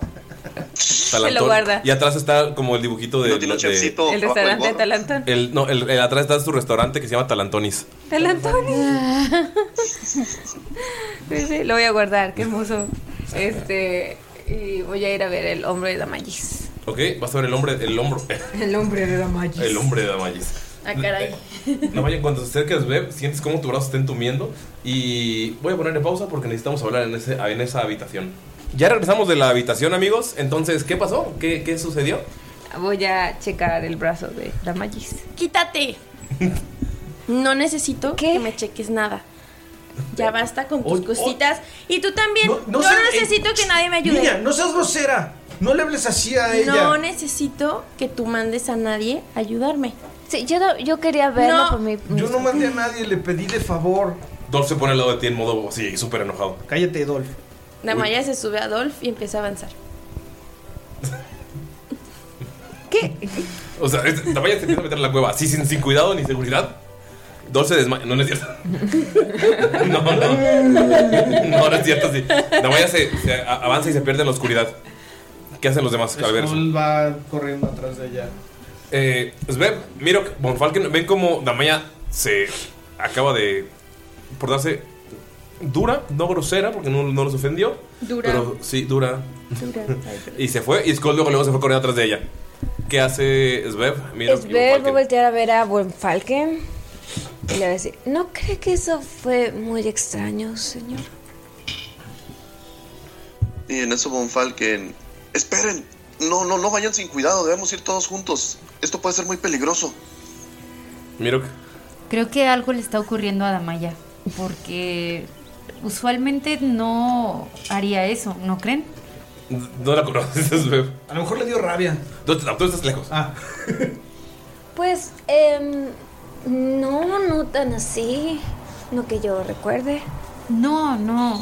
S4: Talantón.
S12: lo guarda.
S4: Y atrás está como el dibujito de. de-
S12: El restaurante de Talantón.
S4: el- no, el, el atrás está su restaurante que se llama Talantonis.
S12: Talantoni. Sí, sí, lo voy a guardar, qué hermoso. Este. Y voy a ir a ver el hombre de Damayis.
S4: Ok, vas a ver el hombre, el hombro,
S12: El hombre de Damayis.
S4: el hombre de Damayis.
S12: Ah, caray.
S4: No vaya, cuando te acercas, Beb, sientes como tu brazo está entumiendo. Y voy a poner en pausa porque necesitamos hablar en, ese, en esa habitación. Ya regresamos de la habitación, amigos. Entonces, ¿qué pasó? ¿Qué, qué sucedió?
S12: Voy a checar el brazo de Damayis.
S9: Quítate. No necesito que me cheques nada. Ya basta con tus
S3: Oy, oy.
S9: cositas. Y tú también. No,
S3: Eh, no seas-
S9: necesito que nadie me ayude.
S3: Niña, no seas grosera. No le hables así a ella.
S9: No necesito que tú mandes a nadie a ayudarme.
S12: Sí, yo, yo quería
S9: verlo
S3: No,
S9: por mi.
S3: Yo no mandé a nadie, le pedí de favor.
S4: Dolph se pone al lado de ti en modo así, súper enojado.
S3: Cállate, Dolph.
S9: Damaya se sube a Adolf y empieza a avanzar.
S4: O sea, es- Damaya se empieza a meter en la cueva así sin, sin cuidado ni seguridad. Dol se desmaya. No, no es cierto. No, no. No, no es cierto, sí. Damaya se, se a- avanza y se pierde en la oscuridad. ¿Qué hacen los demás al ver eso?
S3: Skull va corriendo atrás de ella.
S4: Eh, Sveb, Mirok, Bonfalken, ven como Damaya se acaba de portarse dura, no grosera, porque no, no los ofendió.
S9: Dura.
S4: Pero sí, dura.
S9: Dura.
S4: Y se fue, y Skull luego, luego se fue corriendo atrás de ella. ¿Qué hace Sveb? Mirok, y
S6: Esbel va a
S4: Bonfalken.
S6: voltear a ver a Bonfalken y le va a decir, ¿no cree que eso fue muy extraño, señor?
S7: Y en eso Bonfalken. Esperen, no, no, no vayan sin cuidado, debemos ir todos juntos. Esto puede ser muy peligroso.
S4: Mirok,
S8: Creo que algo le está ocurriendo a Damaya, porque usualmente no haría eso, ¿no creen?
S4: no la conoces, Sveb.
S3: A lo mejor le dio rabia.
S4: Tú, tú estás lejos.
S3: Ah.
S6: Pues, em, no, no tan así, no que yo recuerde.
S8: No, no,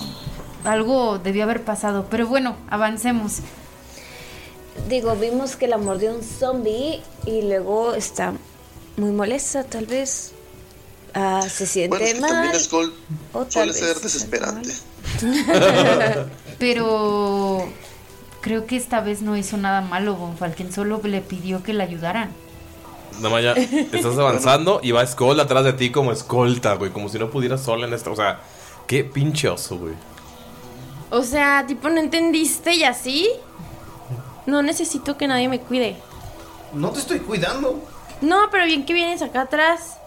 S8: algo debió haber pasado, pero bueno, avancemos.
S6: Digo, vimos que la mordió un zombie y luego está muy molesta, tal vez. Ah, se siente
S7: Bueno, es que
S6: mal.
S7: también Skull
S6: o tal
S7: suele
S6: vez
S7: ser desesperante.
S8: Pero creo que esta vez no hizo nada malo, Bonfalken solo le pidió que la ayudaran.
S4: Damaya, estás avanzando y va Skull atrás de ti como escolta, güey. Como si no pudieras sola en esta. O sea, qué pinche oso, güey.
S9: O sea, tipo, ¿no entendiste y así? No necesito que nadie me cuide.
S3: No te estoy cuidando.
S9: No, pero bien que vienes acá atrás.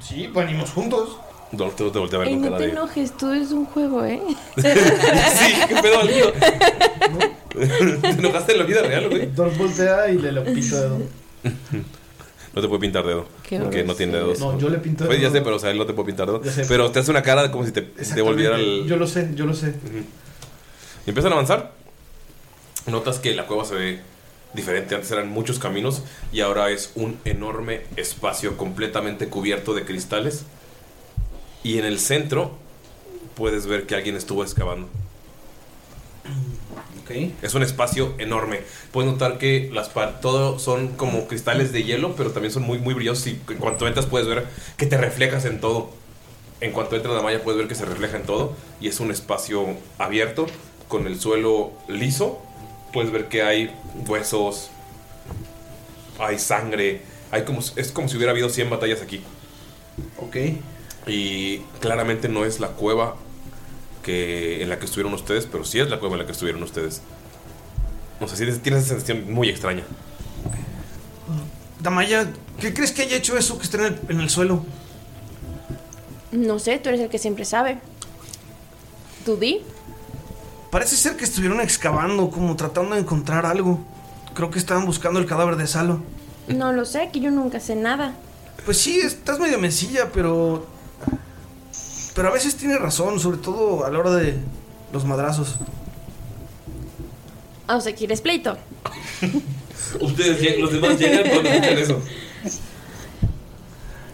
S3: Sí, venimos juntos.
S4: Dol, te, te voltea a ver
S9: Ey,
S4: con
S9: no
S4: cara
S9: te
S4: de.
S9: enojes, tú es un juego, ¿eh?
S4: ¿Qué pedo, Alito? ¿Te enojaste en la vida real, güey?
S3: Dolph voltea y le lo pinto dedo.
S4: No te puede pintar dedo.
S3: Qué
S4: porque no tiene
S3: grosero.
S4: dedos.
S3: No, yo le pinto
S4: Pues ya
S3: dedo.
S4: sé, pero o sea, él no te puede pintar dedo.
S3: Ya sé.
S4: Pero te hace una cara como si te te volviera el.
S3: Yo lo sé, yo lo sé.
S4: Y empiezan a avanzar. Notas que la cueva se ve diferente. Antes eran muchos caminos y ahora es un enorme espacio completamente cubierto de cristales. Y en el centro puedes ver que alguien estuvo excavando. Es un espacio enorme. Puedes notar que las par- todo son como cristales de hielo, pero también son muy muy brillosos y en cuanto entras puedes ver que te reflejas en todo. En cuanto entras a la malla puedes ver que se refleja en todo y es un espacio abierto con el suelo liso. Puedes ver que hay huesos, hay sangre, hay como es como si hubiera habido 100 batallas aquí.
S3: Ok.
S4: Y claramente no es la cueva que en la que estuvieron ustedes, pero sí es la cueva en la que estuvieron ustedes. No sé, sí tienes esa sensación muy extraña.
S3: Damaya, ¿qué crees que haya hecho eso que está en el, en el suelo?
S9: No sé, tú eres el que siempre sabe. Tú di.
S3: Parece ser que estuvieron excavando, como tratando de encontrar algo. Creo que estaban buscando el cadáver de Salo.
S9: No lo sé, que yo nunca sé nada.
S3: Pues sí, estás medio mesilla, pero. Pero a veces tiene razón, sobre todo a la hora de los madrazos.
S9: Ah, o sea, ¿quieres pleito?
S4: Ustedes, lleg- los demás llegan cuando escuchan eso.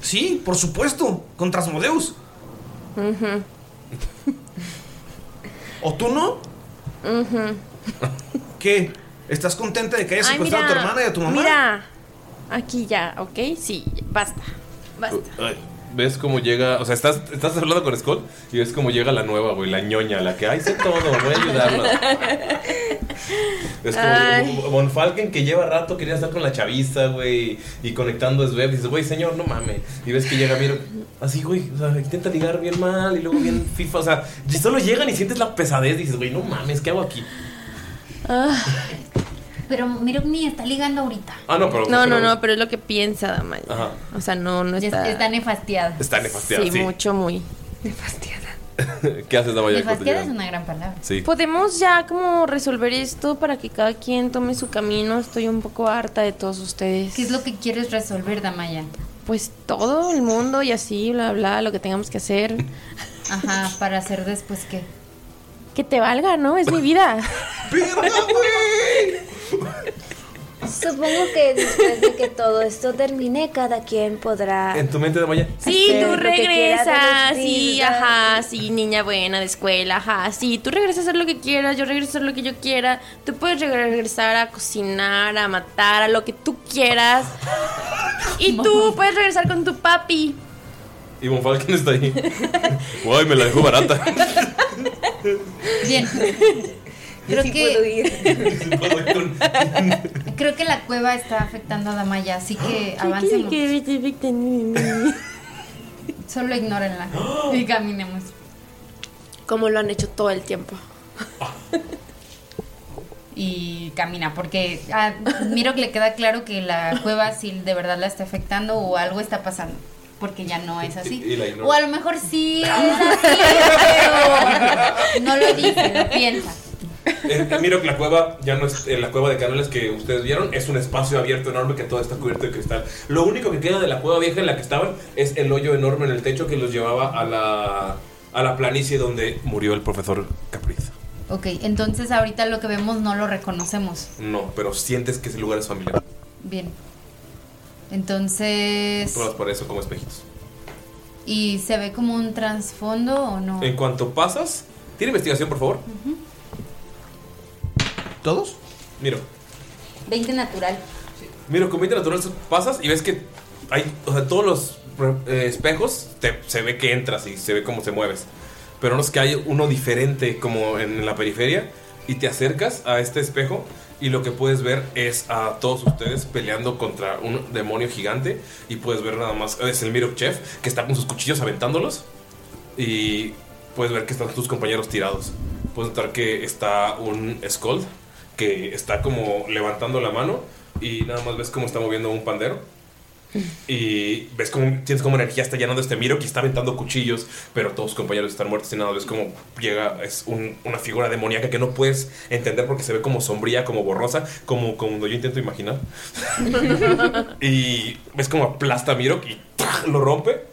S3: Sí, por supuesto, contra Asmodeus.
S9: Ujú,
S3: ¿O tú no?
S9: ujú.
S3: ¿Qué? ¿Estás contenta de que hayas
S9: Ay,
S3: secuestrado a tu hermana y a tu mamá?
S9: Mira, aquí ya, ¿ok? Sí, basta.
S3: Uh,
S9: Basta.
S4: Ay, ¿Ves cómo llega? O sea, estás, estás hablando con Scott y ves cómo llega la nueva, güey, la ñoña, la que, ay, sé todo, voy a ayudarla. Es
S9: Ay.
S4: como Bonfalken que lleva rato quería estar con la chaviza, güey, y conectando a Sveb. Y dices, güey, señor, no mames. Y ves que llega bien, así, güey, o sea, intenta ligar bien mal y luego bien FIFA. O sea, y solo llegan y sientes la pesadez. Dices, güey, no mames, ¿qué hago aquí?
S8: Pero Mirok ni está ligando ahorita.
S4: Ah, no, pero.
S9: No, no,
S4: pero-
S9: no, pero es lo que piensa Damaya.
S4: Ajá.
S9: O sea, no, no está.
S8: Está nefastiada.
S4: Está nefasteada,
S9: Sí,
S4: sí.
S9: mucho, muy.
S4: ¿Qué haces, Damaya? cuando
S9: Nefasteada
S4: llegan?
S9: una gran palabra.
S4: Sí.
S9: Podemos ya como resolver esto para que cada quien tome su camino. Estoy un poco harta de todos ustedes.
S8: ¿Qué es lo que quieres resolver, Damaya?
S9: Pues todo el mundo y así, bla, bla, lo que tengamos que hacer.
S8: Ajá, para hacer después qué.
S9: Que te valga, ¿no? Es mi vida.
S6: Supongo Supongo que después de que todo esto termine, cada quien podrá.
S4: En tu mente de Maya.
S9: Sí,
S6: hacer
S9: tú
S6: lo que quiera
S9: regresas,
S6: con sus
S9: sí,
S6: vidas.
S9: ajá, sí, niña buena de escuela, ajá, sí, tú regresas a hacer lo que quieras, yo regreso a hacer lo que yo quiera, tú puedes reg- regresar a cocinar, a matar, a lo que tú quieras, y tú puedes regresar con tu papi.
S4: Y Von Falken está ahí. Uy, me la dejó barata.
S8: Bien. Creo que Creo que la cueva está afectando a Damaya, así que avancen.
S4: este
S8: Solo ignórenla y caminemos.
S9: Como lo han hecho todo el tiempo.
S8: Y camina, porque a Miro que le queda claro que la cueva si de verdad la está afectando o algo está pasando, porque ya no es así.
S4: Y la ignora.
S8: O a lo mejor sí es así, pero no lo dice, lo piensa.
S4: Eh, eh, Miro que la cueva ya no es eh, la cueva de canales que ustedes vieron, es un espacio abierto enorme que todo está cubierto de cristal. Lo único que queda de la cueva vieja en la que estaban es el hoyo enorme en el techo que los llevaba a la, a la planicie donde murió el profesor Capriz.
S8: Ok, entonces ahorita lo que vemos no lo reconocemos.
S4: No, pero sientes que ese lugar es familiar.
S8: Bien. Entonces...
S4: Todas por eso como espejitos.
S8: ¿Y se ve como un trasfondo o no?
S4: En cuanto pasas, tiene investigación, por favor. ¿Todos? Miro.
S8: 20 natural.
S4: Mira, con 20 natural pasas y ves que hay, o sea, todos los eh, espejos te- se ve que entras y se ve cómo te mueves. Pero no es que hay uno diferente como en la periferia y te acercas a este espejo y lo que puedes ver es a todos ustedes peleando contra un demonio gigante y puedes ver nada más, es el Miro Chef que está con sus cuchillos aventándolos y puedes ver que están tus compañeros tirados. Puedes notar que está un Scold que está como levantando la mano y nada más ves cómo está moviendo un pandero. Y ves como tienes como energía está llenando este miro que está aventando cuchillos, pero todos tus compañeros están muertos y nada, ves como llega, es un- una figura demoníaca que no puedes entender porque se ve como sombría, como borrosa, como cuando yo intento imaginar. Y ves como aplasta a Mirok y ¡tac! lo rompe.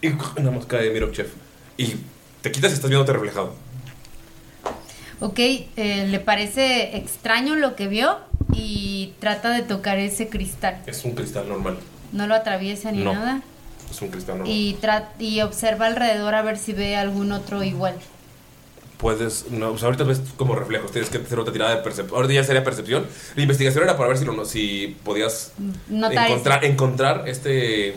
S4: Y nada más cae Mirok Chef. Y te quitas y estás viéndote reflejado.
S8: Ok, eh, le parece extraño lo que vio y trata de tocar ese cristal.
S4: Es un cristal normal.
S8: No lo atraviesa ni
S4: No.
S8: nada.
S4: Es un cristal normal.
S8: Y, tra- y observa alrededor a ver si ve algún otro igual.
S4: Puedes. No, pues ahorita ves como reflejos. Tienes que hacer otra tirada de percepción. Ahorita ya sería percepción. La investigación era para ver si, lo, si podías
S8: Nota
S4: encontrar,
S8: ese.
S4: encontrar este.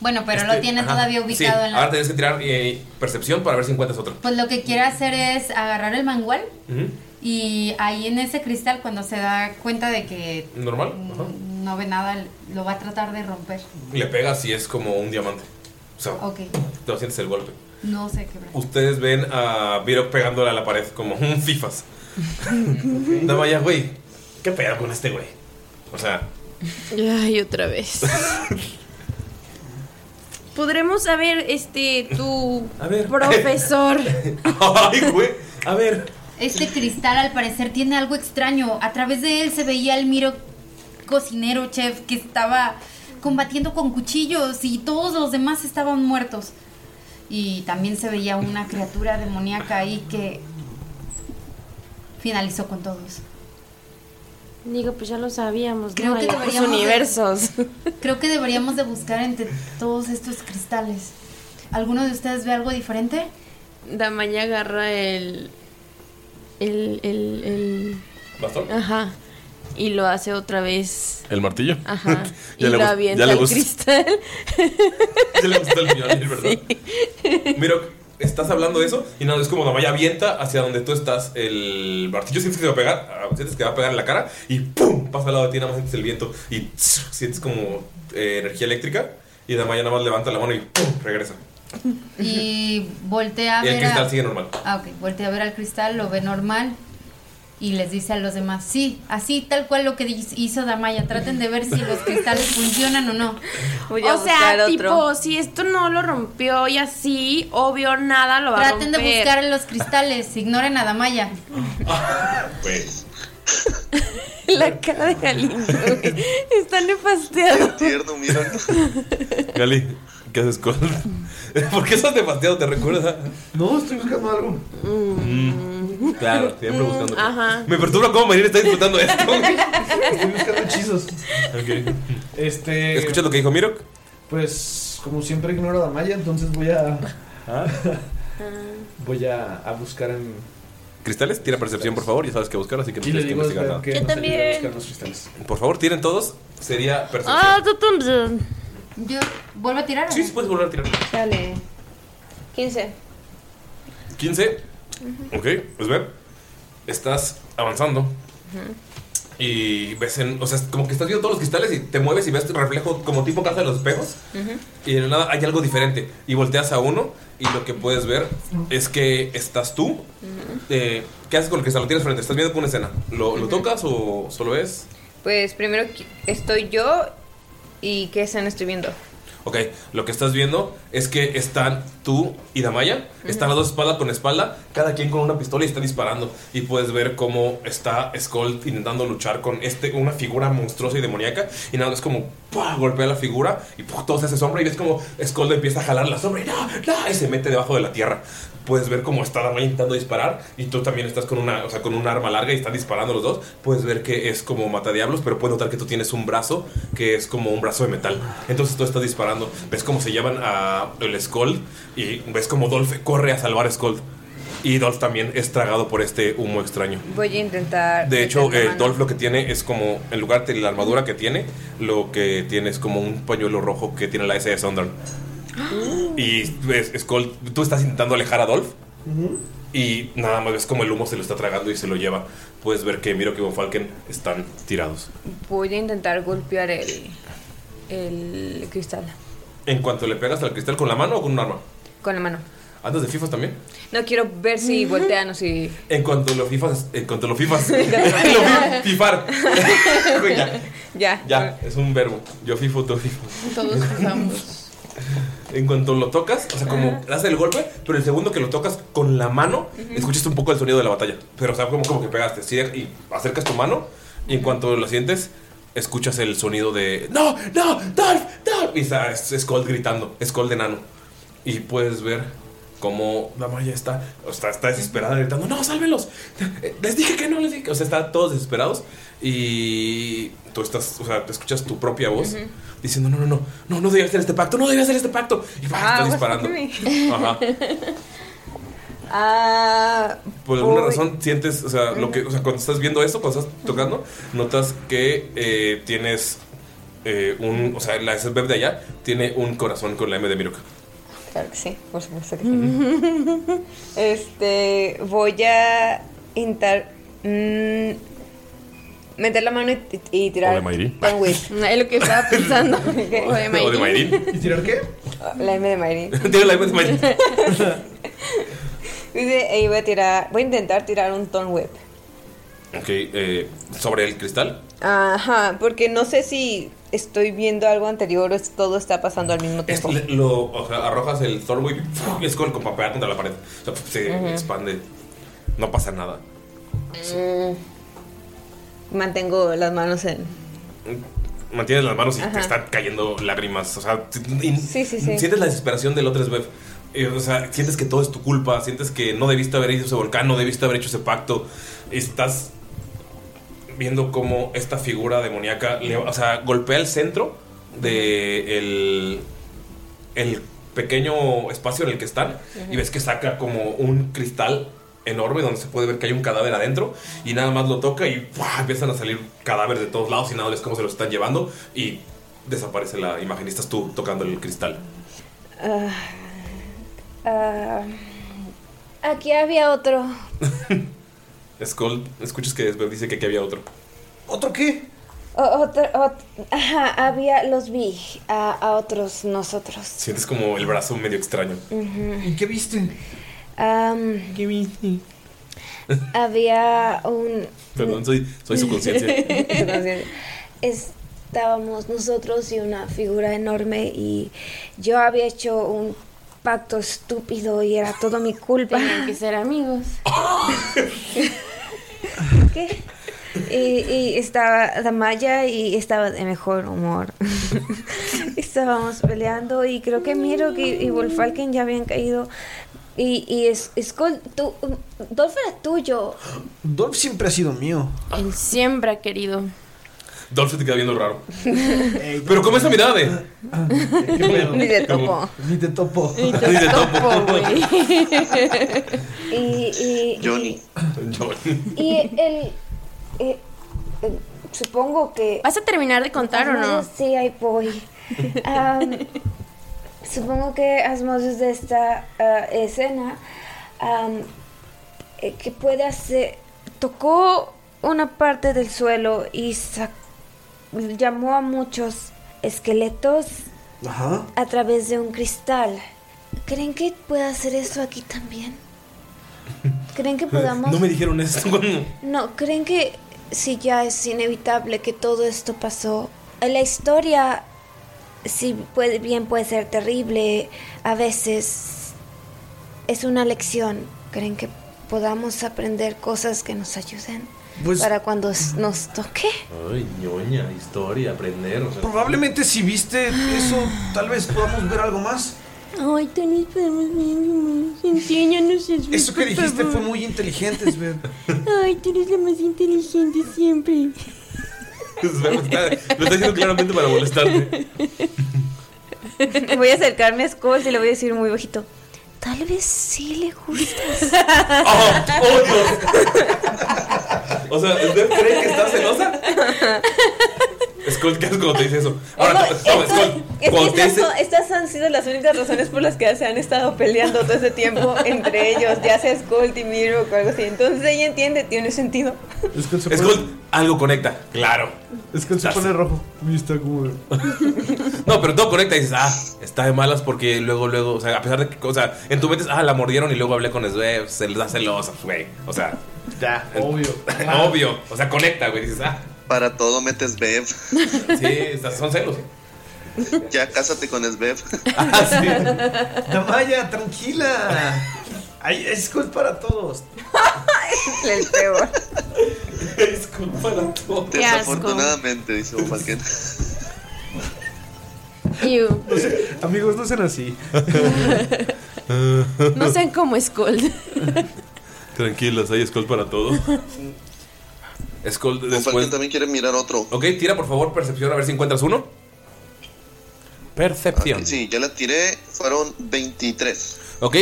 S8: Bueno, pero
S4: este-
S8: lo tiene
S4: ajá,
S8: todavía ubicado
S4: sí,
S8: en
S4: Ahora
S8: la...
S4: tienes que tirar eh, percepción para ver si encuentras otro.
S8: Pues lo que quiere hacer es agarrar el mangual
S4: Ujú.
S8: y ahí en ese cristal cuando se da cuenta de que
S4: Normal. ajá.
S8: no ve nada, lo va a tratar de romper.
S4: Le pegas y es como un diamante. O sea,
S8: Ok,
S4: te lo sientes el golpe.
S8: no sé qué.
S4: Ustedes ven a Viro pegándole a la pared como un fifas. No vaya, güey. ¿Qué pedo con este güey? O sea,
S9: Ay, otra vez. Podremos saber, este, tu
S4: a ver.
S9: profesor.
S4: Ay, güey. A ver.
S8: Este cristal al parecer tiene algo extraño. A través de él se veía el miro cocinero chef que estaba combatiendo con cuchillos y todos los demás estaban muertos. Y también se veía una criatura demoníaca ahí que finalizó con todos.
S9: Digo, pues ya lo sabíamos.
S8: Creo
S9: ¿no?
S8: que
S9: Hay otros
S8: deberíamos de-
S9: universos.
S8: Creo que deberíamos de buscar entre todos estos cristales. ¿Alguno de ustedes ve algo diferente?
S9: Damaña agarra el. El. El. el
S4: ¿Bastón?
S9: Ajá. Y lo hace otra vez.
S4: ¿El martillo?
S9: Ajá. y
S4: Ya le
S9: lo
S4: gust-
S9: avienta
S4: ya le
S9: al
S4: gust-
S9: cristal.
S4: Se le gustó el Mjolnir, ¿verdad? Miro, estás hablando de eso y nada, es como la malla avienta hacia donde tú estás el martillo. Sientes que te va a pegar, ah, sientes que va a pegar en la cara y ¡pum! pasa al lado de ti, nada más sientes el viento y tss, sientes como eh, energía eléctrica. Y la malla nada más levanta la mano y ¡pum! regresa.
S8: Y voltea a
S4: Y el
S8: ver a-
S4: cristal sigue normal.
S8: Ah, ok. Voltea a ver al cristal, lo ve normal y les dice a los demás, sí, así tal cual lo que dis- hizo Damaya, traten de ver si los cristales funcionan o no.
S9: O sea, tipo, si esto no lo rompió y así, obvio, nada lo va
S8: Traten
S9: a
S8: de
S9: romper.
S8: buscar los cristales, ignoren a Damaya.
S9: La cara de Galindo, güey. Está nefasteado.
S7: Tierno, mira.
S4: Gali, ¿qué haces con.? ¿Por qué estás demasiado? ¿Te recuerda?
S11: No, estoy buscando algo.
S4: Ah, Mm. Claro, siempre
S9: Mm,
S4: buscando.
S9: Ajá.
S4: Me perturba cómo Marina está disfrutando esto.
S3: Estoy buscando hechizos.
S4: Ok.
S3: Este.
S4: ¿Escuchas lo que dijo Mirok?
S3: Pues, como siempre ignoro a Damaya, entonces voy a.
S4: Ah.
S3: voy a, a buscar en.
S4: ¿Cristales? Tira percepción, por favor. Ya sabes qué buscar, así que no
S3: Y le
S4: tienes que
S3: digo a
S4: investigar
S3: Esmer
S4: nada.
S3: que
S6: Yo
S3: nos ayude a
S6: también.
S3: buscar los cristales.
S4: Por favor, tiren todos. Sería percepción.
S6: Ah, tú, tú, tú.
S8: Yo vuelvo a tirar.
S4: Sí, sí, puedes volver a tirar.
S6: Dale. 15.
S4: 15. Ok, pues ver. Estás avanzando y ves en. O sea, es como que estás viendo todos los cristales y te mueves y ves tu reflejo como tipo casa de los espejos. Y de la nada hay algo diferente. Y volteas a uno y lo que puedes ver es que estás tú. Eh, ¿Qué haces con el cristal? Lo tienes frente. Estás viendo una escena. ¿Lo, lo tocas o solo ves?
S5: Pues primero qui- estoy yo y qué escena estoy viendo.
S4: Ok, lo que estás viendo es que están tú y Damaya, están las dos espalda con espalda, cada quien con una pistola y están disparando. Y puedes ver cómo está Skull intentando luchar con este, una figura monstruosa y demoníaca. Y nada, es como ¡pua! golpea la figura y ¡pua! todo se hace sombra. Y ves como Skull empieza a jalar la sombra y, ¡no! ¡no! y se mete debajo de la tierra. Puedes ver cómo está Damaya intentando disparar y tú también estás con una, o sea, con un arma larga y están disparando los dos. Puedes ver que es como matadiablos, pero puedes notar que tú tienes un brazo que es como un brazo de metal. Entonces tú estás disparando. Ves cómo se llevan a el Skull y ves cómo Dolph corre a salvar a Skull. Y Dolph también es tragado por este humo extraño.
S5: Voy a intentar.
S4: De hecho,
S5: meter la
S4: eh,
S5: mano.
S4: Dolph lo que tiene es como, en lugar de la armadura que tiene, lo que tiene es como un pañuelo rojo que tiene la S de Sondern. Y ves, Skull, tú estás intentando alejar a Dolph y nada más ves como el humo se lo está tragando y se lo lleva. Puedes ver que Miro y Von Falken están tirados.
S5: Voy a intentar golpear el, el cristal
S4: En cuanto le pegas al cristal con la mano o con un arma.
S5: con la mano.
S4: Andas de fifas también.
S5: No quiero ver si voltean o si.
S4: En cuanto lo fifas, en cuanto lo fifas, lo fi- fifar. ya,
S5: Ya.
S4: ya, es un verbo. Yo fifo, tú fifo.
S5: Todos estamos.
S4: En cuanto lo tocas, o sea, como das el golpe, pero el segundo que lo tocas con la mano,
S5: Ujú.
S4: escuchas un poco el sonido de la batalla. Pero, o sea, como, como que pegaste. sí, y acercas tu mano, y en cuanto lo sientes, escuchas el sonido de. ¡No! ¡No! ¡Dolph! ¡Dolph! Y está Skull gritando, Skull de nano. Y puedes ver cómo la Maya está, o sea, está desesperada gritando: ¡No, sálvelos! Eh, Les dije que no, les dije que. O sea, están todos desesperados. Y tú estás, o sea, te escuchas tu propia voz
S11: Ujú.
S4: diciendo: No, no, no, no, no debía hacer este pacto, no debía hacer este pacto. Y ¡pah! está disparando. Ajá.
S5: Ah,
S4: Por alguna
S5: voy-
S4: razón sientes, o sea, lo que, o sea, cuando estás viendo eso, cuando estás tocando, notas que eh, tienes eh, un, o sea, la SBF de allá tiene un corazón con la M de Miruka.
S5: Claro que sí, por supuesto que sí. este, voy a intentar mm, meter la mano y, y tirar.
S4: Ole, Mayrin.
S5: con Will. Es lo que estaba pensando. O de
S4: ¿O de Mayrin?
S3: ¿Y tirar qué?
S5: La M de Mayrin.
S4: Tiene la M de Mayrin.
S5: Dice, y voy a tirar, voy a intentar tirar un Tone Whip.
S4: Ok, eh, sobre el cristal.
S5: Ajá, porque no sé si estoy viendo algo anterior o es- todo está pasando al mismo tiempo.
S4: Le- Lo, o sea, arrojas el Thorwave y es con, con papel contra la pared. O sea, se
S5: Ujú.
S4: expande. No pasa nada.
S5: Mm. Mantengo las manos en.
S4: Mantienes las manos y te
S5: Ajá.
S4: están cayendo lágrimas. O sea, y-
S5: Sí, sí, sí.
S4: sientes la desesperación del otro Svev. Eh, O sea, sientes que todo es tu culpa. Sientes que no debiste haber hecho ese volcán, no debiste haber hecho ese pacto. Estás viendo cómo esta figura demoníaca le- o sea, golpea el centro de el, el pequeño espacio en el que están
S11: Ujú.
S4: y ves que saca como un cristal enorme donde se puede ver que hay un cadáver adentro y nada más lo toca y ¡pua! empiezan a salir cadáveres de todos lados y nada ves cómo se los están llevando y desaparece la imagen y estás tú tocando el cristal.
S6: Ah, ah, aquí había otro.
S4: Skull, escuchas que Svev dice que aquí había otro.
S3: ¿Otro qué?
S6: O- otro, ot- ajá, había, los vi a, a otros nosotros.
S4: Sientes como el brazo medio extraño.
S6: Ujú.
S3: ¿Qué viste?
S6: Am,
S3: ¿Qué viste?
S6: había un...
S4: Perdón, soy, soy su conciencia.
S6: Estábamos nosotros y una figura enorme y yo había hecho un pacto estúpido y era todo mi culpa.
S9: Tenían que ser amigos.
S6: ¿Qué? Y, y estaba Damaya y estaba de mejor humor. Estábamos peleando y creo que Miro y, y Wolfalken ya habían caído. Y, y es, Skull, tú, Dolph era tuyo.
S3: Dolph siempre ha sido mío.
S9: Él siempre ha querido.
S4: Dolph se te queda viendo raro. Pero como esa mirada de.
S6: Ni de
S4: Como-
S6: topo.
S3: Ni te topo.
S6: Ni
S4: te Ni te topo. topo,
S6: güey. y, y,
S7: Johnny.
S4: Johnny.
S6: y el... eh, eh, supongo que...
S9: ¿Vas a terminar de contar o no?
S6: Asmodeus- Sí, ahí voy. Am, supongo que Asmodeus de esta ah, escena am, eh, que puede hacer... Tocó una parte del suelo y sac- llamó a muchos esqueletos
S3: Ajá.
S6: a través de un cristal. ¿Creen que pueda hacer eso aquí también? ¿Creen que podamos...
S4: No me dijeron esto cuando.
S6: No, ¿creen que si ya es inevitable que todo esto pasó? La historia, si puede, bien puede ser terrible, a veces es una lección. ¿Creen que podamos aprender cosas que nos ayuden
S3: Pues-
S6: para cuando s- nos toque?
S4: Ay, ñoña, historia, aprender. O sea,
S3: Probablemente si viste eso, tal vez podamos ver algo más.
S9: Ay, tenis, podemos enséñanos eso.
S3: Eso que dijiste fue muy inteligente, Sven.
S9: Ay, tú eres la más inteligente siempre.
S4: Lo está haciendo claramente para molestarte.
S12: Voy a acercarme a Skull y le voy a decir muy bajito.
S6: Tal vez sí le gustas.
S4: O sea, ¿usted cree que está celosa? Skull, ¿qué haces cuando te dice eso? Ahora, no, Skull,
S12: Es que
S4: cuando te
S12: estas,
S4: dice.
S12: son- estas han sido las únicas razones por las que se han estado peleando todo ese tiempo entre ellos, ya sea Skull y Miro o algo así. Entonces ella entiende, tiene sentido.
S4: Skull, algo conecta. Claro.
S3: Skull se pone rojo. Y está como.
S4: No, pero todo conecta y dices, ah, está de malas porque luego, luego, o sea, a pesar de que, o sea, en tu mente es, ah, la mordieron y luego hablé con eso, eh, se les da celosa, güey. O sea,
S3: ya,
S4: obvio. Ah, obvio. O sea, conecta, güey. Dices, ah,
S7: Para todo metes Bev.
S4: sí, estas son celos. Ah,
S7: Ya cásate con Svev.
S3: Damaya, tranquila. Hay Skull para todos.
S12: El peor.
S4: Skull para todos.
S9: Qué asco.
S7: Desafortunadamente, dice Falken.
S9: Ew.
S3: Amigos, no sean así.
S9: No sean como Skull.
S4: Tranquilos, hay Skull para todos. Skull, después.
S7: también quiere mirar otro.
S4: Ok, tira por favor percepción a ver si encuentras uno. Percepción.
S7: Sí, ya la tiré. Fueron 23.
S4: Ok.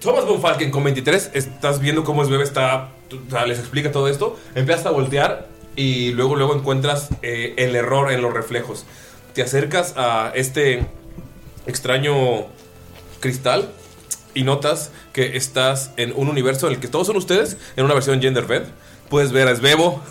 S4: Thomas von Falken con 23. Estás viendo cómo es bebé, está. o sea, les explica todo esto. Empiezas a voltear y luego, luego encuentras eh, el error en los reflejos. Te acercas a este extraño cristal y notas que estás en un universo en el que todos son ustedes, en una versión gender bed. Puedes ver a Svebo,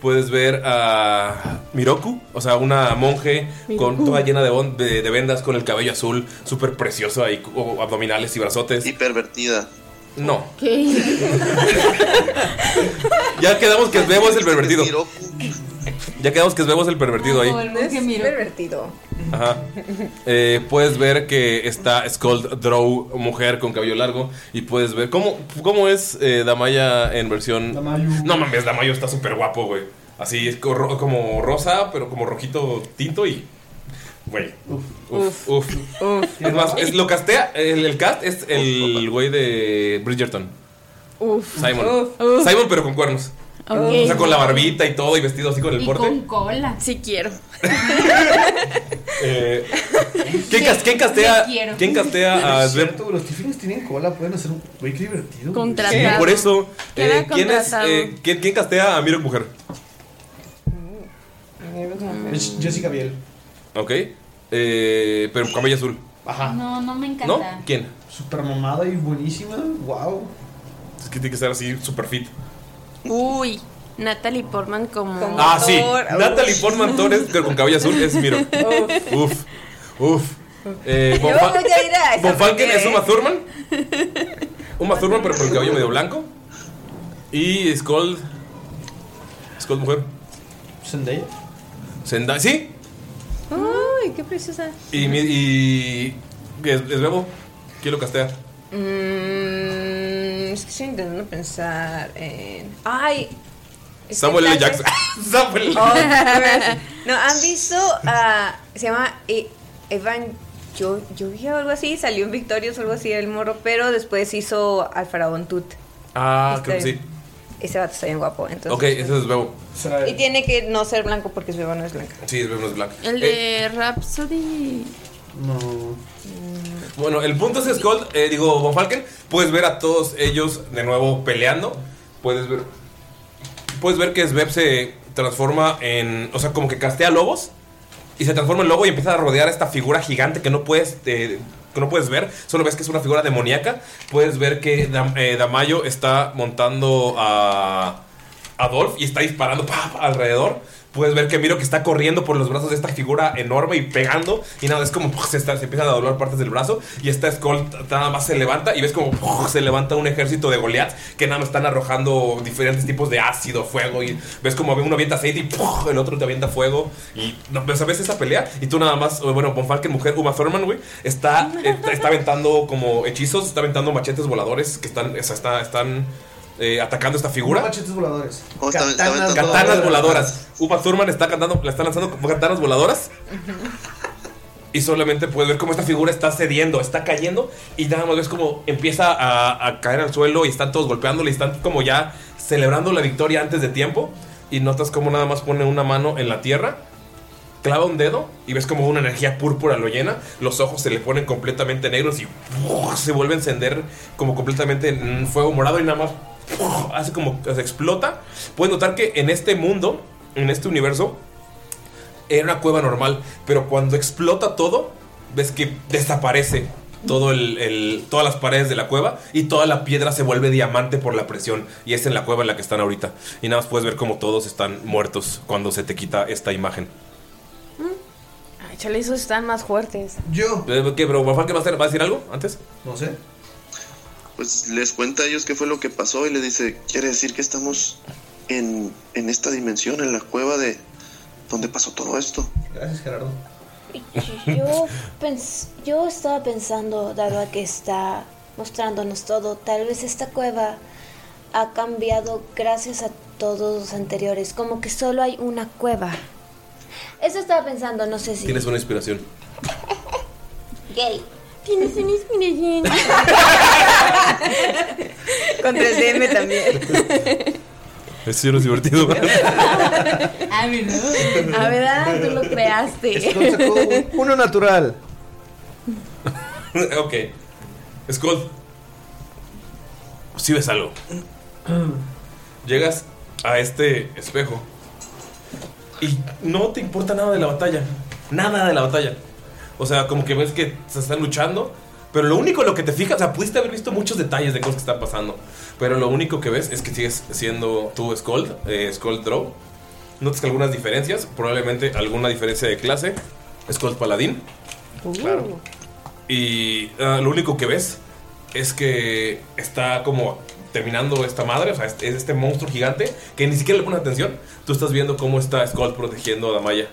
S4: puedes ver a Miroku, o sea, una monje con
S7: Miroku.
S4: toda llena de, bon- de- de vendas, con el cabello azul, súper preciosa y cu- o abdominales y brazotes. Y
S7: pervertida.
S4: No,
S9: ¿Qué?
S4: ya quedamos que Svebo es el pervertido. Ya quedamos que Svebo es el pervertido ahí.
S12: Es pervertido.
S4: Ajá. Eh, puedes ver que está Scold Drow, mujer con cabello largo. Y puedes ver. ¿Cómo, cómo es eh, Damaya en versión. No mames, Damayo está súper guapo, güey. Así es co- ro- como rosa, pero como rojito tinto y. Güey. Uf, uf. Es más, es, lo castea. El, el cast es el güey de Bridgerton.
S9: Uf.
S4: Simon.
S9: Uf. Uf.
S4: Simon, pero con cuernos.
S9: Ok.
S4: O sea, con la barbita y todo, y vestido así con el
S9: Y
S4: porte.
S9: con cola. Sí quiero.
S4: Eh, ¿quién, cas- quién castea?
S9: Me quiero.
S4: ¿Quién castea a
S3: Es
S4: Svev?
S3: cierto, los tieflings tienen cola, pueden hacer un. Güey, qué divertido. güey.
S4: Sí, por eso.
S9: Queda
S4: eh, ¿quién, es,
S9: contratado.
S4: eh, ¿quién, quién castea a Miro Mujer?
S3: Es Jessica Biel.
S4: Ok. Eh, pero con cabello azul.
S3: Ajá.
S8: No, no me encanta.
S4: ¿No? ¿Quién?
S3: Super mamada y buenísima. Wow.
S4: Es que tiene que estar así, super fit.
S9: Uy, Natalie Portman como.
S4: ah, sí. Natalie Portman Torres, pero con cabello azul, es Miro. Uf. Uf. Eh,
S12: Yo
S4: Von Fa-
S12: voy a ir a esa ¿eh?
S4: Von Falken
S12: porque-
S4: es Uma Thurman. Uma Thurman, pero con el cabello medio blanco. Y Skull. Skull Mujer.
S3: Zendaya.
S4: Zendaya. Sí,
S12: Uy, qué preciosa.
S4: Y, mi- y es, es bebo. ¿Quién lo castea?
S12: Mm, es que estoy intentando pensar en. ¡Ay! Oh, es que
S4: Samuel L.
S12: tal vez-
S4: Jackson. Samuel L.
S12: Oh, no, han visto. ah, se llama E- Evan-
S5: eh, yo, yo vi algo así, salió en Victorious o algo así el morro, pero después hizo al faraón Tut.
S4: Ah,
S5: Está
S4: creo que sí.
S5: bien. Ese vato está bien guapo, entonces. pues,
S4: Ok, ese es Bebo.
S5: Y tiene que no ser blanco porque es beba no es blanca.
S4: Sí, es Bebo, no es Black. Eh,
S9: El de Rhapsody.
S4: No.
S9: Mm.
S4: Bueno, el punto es que Skull, eh, digo, Von Falken, puedes ver a todos ellos de nuevo peleando. Puedes ver. Puedes ver que Sveb se transforma en. O sea, como que castea lobos. Y se transforma en lobo y empieza a rodear a esta figura gigante que no puedes. eh, que no puedes ver, solo ves que es una figura demoníaca. Puedes ver que Dam- eh, Damayo está montando a Adolf y está disparando pa, pa, alrededor. Puedes ver que Miro que está corriendo por los brazos de esta figura enorme y pegando. Y nada, es como puf, se, está- se empiezan a doblar partes del brazo. Y esta Skull t- nada más se levanta y ves como puf, se levanta un ejército de Goliath que nada más están arrojando diferentes tipos de ácido, fuego. Y ves como uno avienta aceite y puf, el otro te avienta fuego. Y no, o sea, ves esa pelea y tú nada más, bueno, Von Falken, mujer, Uma Thurman, güey, está, está, está aventando como hechizos, está aventando machetes voladores que están, o sea, está- están eh, atacando esta figura.
S3: Machetes voladores.
S4: Katanas, voladoras. Uma Thurman está cantando, la están lanzando como katanas voladoras. Y solamente puedes ver cómo esta figura está cediendo, está cayendo. Y nada más ves como empieza a, a caer al suelo y están todos golpeándole y están como ya celebrando la victoria antes de tiempo. Y notas como nada más pone una mano en la tierra, clava un dedo y ves como una energía púrpura lo llena. Los ojos se le ponen completamente negros y ¡buah! se vuelve a encender como completamente en fuego morado y nada más ¡puf! hace como se explota. Puedes notar que en este mundo, en este universo, era una cueva normal, pero cuando explota todo, ves que desaparece todo el, el- todas las paredes de la cueva y toda la piedra se vuelve diamante por la presión. Y es en la cueva en la que están ahorita. Y nada más puedes ver como todos están muertos cuando se te quita esta imagen.
S12: ¿Mm? Ay, chale, esos están más fuertes.
S3: Yo.
S4: Eh, ¿Qué, bro? ¿Bafal, qué va a hacer? ¿Va a decir algo antes?
S3: No sé.
S7: Pues les cuenta a ellos qué fue lo que pasó y les dice, quiere decir que estamos en, en esta dimensión, en la cueva de donde pasó todo esto.
S3: Gracias, Gerardo.
S13: Yo, pens- yo estaba pensando, dado a que está mostrándonos todo, tal vez esta cueva ha cambiado gracias a todos los anteriores, como que solo hay una cueva. Eso estaba pensando, no sé si...
S4: Tienes una inspiración.
S13: Gay.
S12: Tienes un inspiración.
S5: Contra el DM también.
S4: Eso no es divertido.
S5: A ver, A verdad, tú lo
S3: Skull
S5: creaste.
S3: sacó un- uno natural.
S4: ok. Scott. Si ves algo. Llegas a este espejo. Y no te importa nada de la batalla. Nada de la batalla. O sea, como que ves que se están luchando. Pero lo único en lo que te fijas, o sea, pudiste haber visto muchos detalles de cosas que están pasando. Pero lo único que ves es que sigues siendo tú Skull, eh, Skull Drow. Notas que algunas diferencias, probablemente alguna diferencia de clase. Skull Paladín.
S14: Uh.
S4: Claro. Y ah, lo único que ves es que está como terminando esta madre, o sea, es es este monstruo gigante que ni siquiera le pones atención. Tú estás viendo cómo está Skull protegiendo a Damaya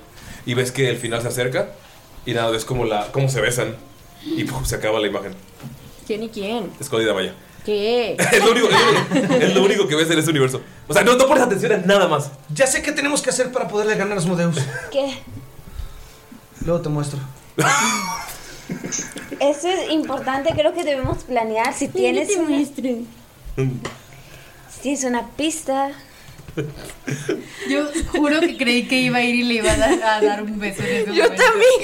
S4: y ves que el final se acerca y nada, ves cómo, la, cómo se besan y puf, se acaba la imagen.
S12: ¿Quién y quién?
S4: Skull y Damaya.
S12: ¿Qué?
S4: Es lo único, es lo único- es lo único que ves en este universo. O sea, no, no pones atención a nada más.
S3: Ya sé qué tenemos que hacer para poderle ganar a Asmodeus.
S13: ¿Qué?
S3: Luego te muestro.
S13: Eso es importante, creo que debemos planear si tienes una... Si tienes una pista...
S8: Yo juro que creí que iba a ir y le iba a dar, a dar un beso en ese Yo
S12: también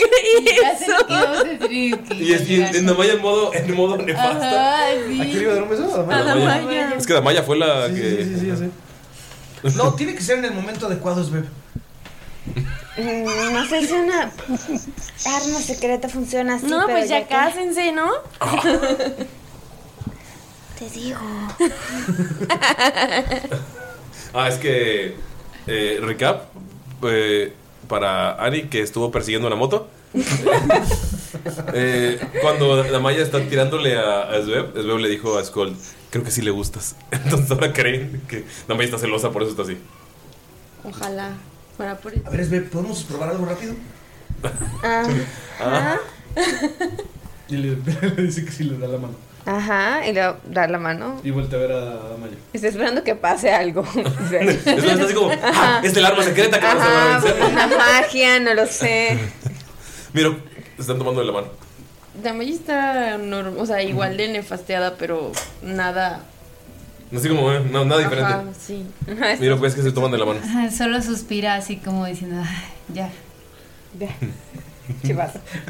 S12: creí
S8: eso.
S4: Y es y en Damaya en modo, en modo nefasto.
S3: ¿A quién le iba a dar un beso?
S4: A Damaya. Es que Damaya fue la que...
S3: No, tiene que ser en el momento adecuado, Sveb.
S13: Mm, No sé si una arma secreta funciona así.
S12: No,
S13: pero
S12: pues ya
S13: que-
S12: cásense, ¿no?
S13: Te digo.
S4: Ah, es que. eh, recap. eh, para Ari, que estuvo persiguiendo una moto. Eh, cuando Damaya está tirándole a, a Sveb, Sveb le dijo a Skull: Creo que sí le gustas. Entonces ahora creen que Damaya está celosa, por eso está así.
S12: Ojalá. Fuera por eso.
S3: A ver, Sveb, ¿podemos probar algo rápido?
S4: Ah.
S3: Y le, le dice que sí le da la mano.
S5: Ajá, y le va a dar la mano.
S3: Y vuelve a ver a Damaya.
S5: Está esperando que pase algo.
S4: Es más, está así como: "Ah, Es el arma secreta que vamos a
S5: Ajá,
S4: vencer".
S9: Eh,
S5: una magia, no lo sé.
S4: Mira, se están tomando de la mano.
S9: Damaya está norm- o sea, igual de nefasteada, pero nada.
S4: Así como, eh, no, nada
S9: Ajá,
S4: diferente.
S9: sí.
S4: Mira, pues que se toman de la mano.
S8: Ajá, Solo suspira así como diciendo, "Ay, ya. Ya.
S3: Me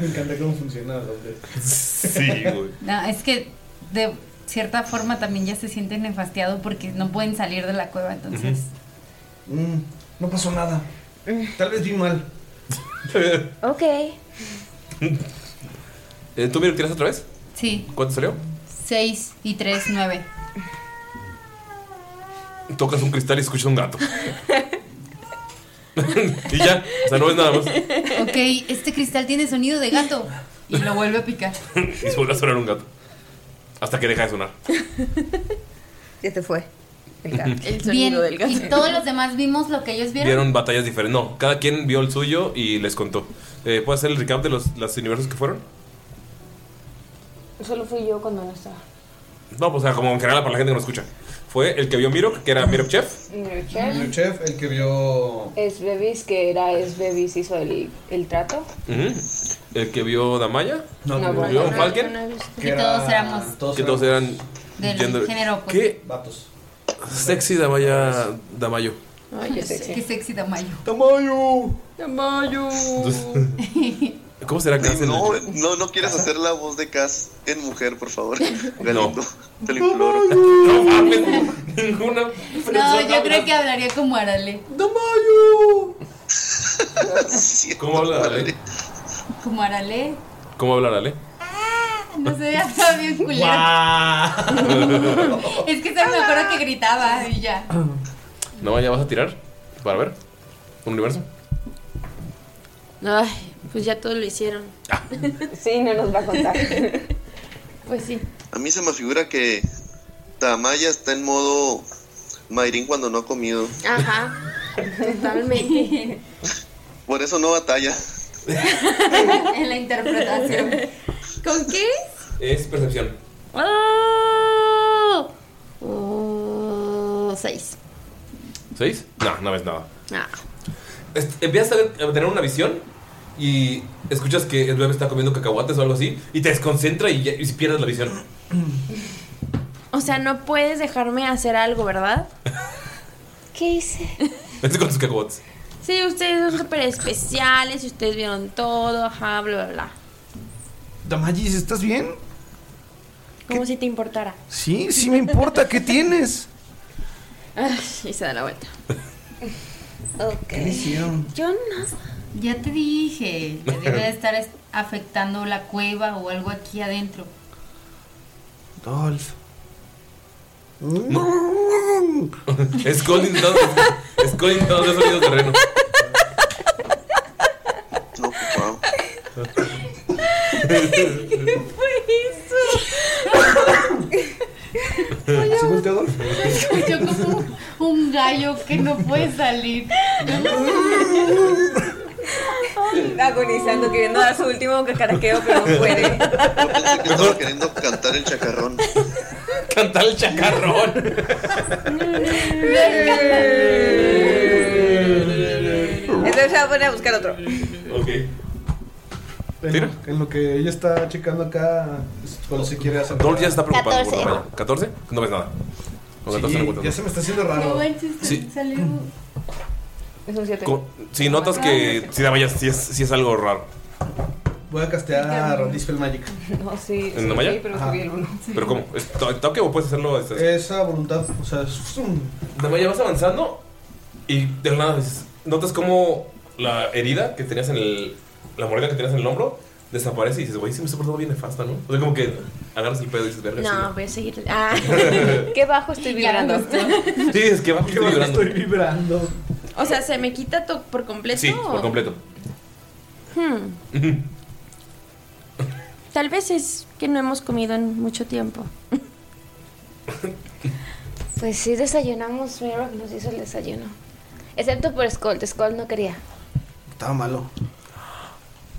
S3: encanta cómo funciona la doble.
S4: Sí, güey.
S8: No, es que de cierta forma también ya se sienten nefasteado porque no pueden salir de la cueva, entonces.
S3: Mm, no pasó nada. Tal vez vi mal.
S8: Ok.
S4: Eh, ¿Tú, Miro, tiras otra vez?
S8: Sí,
S4: ¿Cuánto salió?
S8: 6 y 3, 9.
S4: Tocas un cristal y escuchas un gato. y ya, o sea, no ves nada más.
S8: Ok, este cristal tiene sonido de gato. Y lo vuelve a picar.
S4: y se vuelve a sonar un gato. Hasta que deja de sonar.
S5: Ya te fue.
S4: el gato. El
S5: sonido del gato.
S8: Y todos los demás vimos lo que ellos vieron.
S4: Vieron batallas diferentes. No, cada quien vio el suyo y les contó. Eh, ¿Puedes hacer el recap de los, los universos que fueron?
S9: Solo fui yo cuando no estaba.
S4: No, pues o sea, como en general para la gente que no escucha. Fue el que vio Mirok, que era Mirok Chef.
S3: El chef, el que vio.
S12: Es Bebis, que era Es Bebis, hizo el, el trato.
S4: Ujú. El que vio Damaya.
S12: No, no,
S4: vio
S12: no, no,
S4: Falken.
S12: no, no, no.
S8: Que todos éramos
S4: que todos eran.
S8: del
S4: gender-
S8: género. pues.
S4: ¿Qué? Sexy Damaya. Damayo.
S8: Ay, qué sexy. Qué sexy Tamayo.
S3: Tamayo.
S8: Tamayo.
S4: ¿Cómo será que hacen
S7: No, no, no quieres hacer la voz de Cass en mujer, por favor. Galindo, te lo imploro.
S4: No mames, ninguna.
S8: No, yo creo que hablaría como Arale.
S4: ¡Tamayo! ¿Cómo habla Ale?
S8: Como Arale.
S4: ¿Cómo habla Ale?
S8: No sé, estaba bien culera. Es que solo me acuerdo que gritaba y ya.
S4: No, ya vas a tirar para ver un universo.
S9: Ay, pues ya todos lo hicieron.
S4: Ah.
S12: Sí, no nos va a contar.
S9: Pues sí.
S7: A mí se me figura que Tamaya está en modo Mayrin cuando no ha comido.
S9: Ajá. Totalmente.
S7: Por eso no batalla.
S8: en la interpretación.
S9: ¿Con qué?
S4: Es percepción.
S9: ¡Oh! Oh, seis.
S4: ¿Seis? No, no ves nada.
S9: Ah.
S4: Es- Empiezas a, ver- a tener una visión y escuchas que el bebé está comiendo cacahuates o algo así y te desconcentra y, ya- y pierdes la visión.
S9: O sea, no puedes dejarme hacer algo, ¿verdad? ¿Qué hice?
S4: Vete con tus cacahuates.
S9: Sí, ustedes son súper especiales y ustedes vieron todo, ajá, bla, bla, bla.
S3: Damayis, ¿estás bien?
S9: Como si te importara.
S3: Sí, sí me importa. ¿Qué tienes?
S9: Ay, y se da la vuelta.
S3: ¿Qué le hicieron?
S8: Yo no. Ya te dije, te debe de estar es- afectando la cueva o algo aquí adentro.
S3: Dolph. Mm.
S4: Es Colin todo. Es Colin todo de sonido terreno.
S11: ¿Qué fue eso?
S3: ¿Se volteó Dolph?
S8: Yo como un gallo que no puede salir.
S5: Agonizando, queriendo dar su último cacaraqueo, pero no puede.
S7: Estaba queriendo cantar el chacarrón.
S4: Cantar el chacarrón.
S5: Entonces se va a poner a buscar otro.
S4: Ok.
S3: En, en lo que ella está checando acá, cuando se quiere hacer.
S4: Dolph ya está preocupado por
S3: 14.
S4: la mañana. ¿14? No ves nada. Con 14 no
S3: Sí,
S4: encuentras
S3: ya
S4: nada.
S3: se me está haciendo raro.
S8: No manches,
S4: Sí.
S8: salió. Es un 7.
S4: Con- Si notas que si la vayas, si es, si es algo raro.
S3: Voy a castear Dispel Magic.
S12: No, sí.
S4: ¿En la malla?
S12: Sí, pero
S4: Ajá.
S12: subí el uno.
S4: ¿Pero cómo? ¿Es to- toque o puedes hacerlo? Este?
S3: Esa voluntad, o sea, es un-
S4: Damaya, vas avanzando y de la nada dices- notas como la herida que tenías en el. La morena que tenías en el hombro desaparece y dices, güey, sí me está portando bien nefasta, ¿no? O sea, como que agarras el pedo y dices, verga, sí,
S9: No, voy a seguir. Ah.
S12: Qué bajo estoy vibrando.
S4: no". Sí, es que va estoy vibrando.
S3: Estoy vibrando.
S9: O sea, ¿se me quita to- por completo?
S4: Sí, por completo.
S9: Hmm, Tal vez es que no hemos comido en mucho tiempo.
S13: Pues sí, desayunamos. Miro nos hizo el desayuno. Excepto por Skull. Skull no quería.
S3: Estaba malo.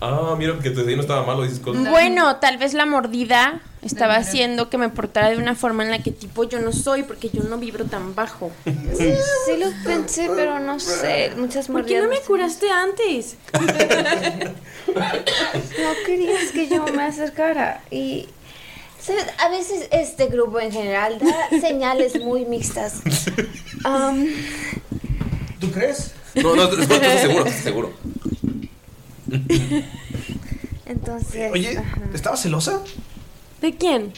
S4: Ah, mira que tu desayuno estaba malo, dices, "Col-".
S9: Bueno, tal vez la mordida estaba haciendo que me portara de una forma en la que tipo yo no soy porque yo no vibro tan bajo.
S15: Sí, sí lo pensé, pero no sé. Muchas
S9: ¿Por qué
S15: mordidas.
S9: no me curaste antes?
S15: No querías que yo me acercara. Y
S6: ¿Sabes? A veces este grupo en general da señales muy mixtas. Am,
S16: ¿Tú crees?
S4: No, no, estoy estoy seguro, estoy seguro.
S15: entonces.
S3: Oye, ¿estabas celosa?
S9: ¿De quién?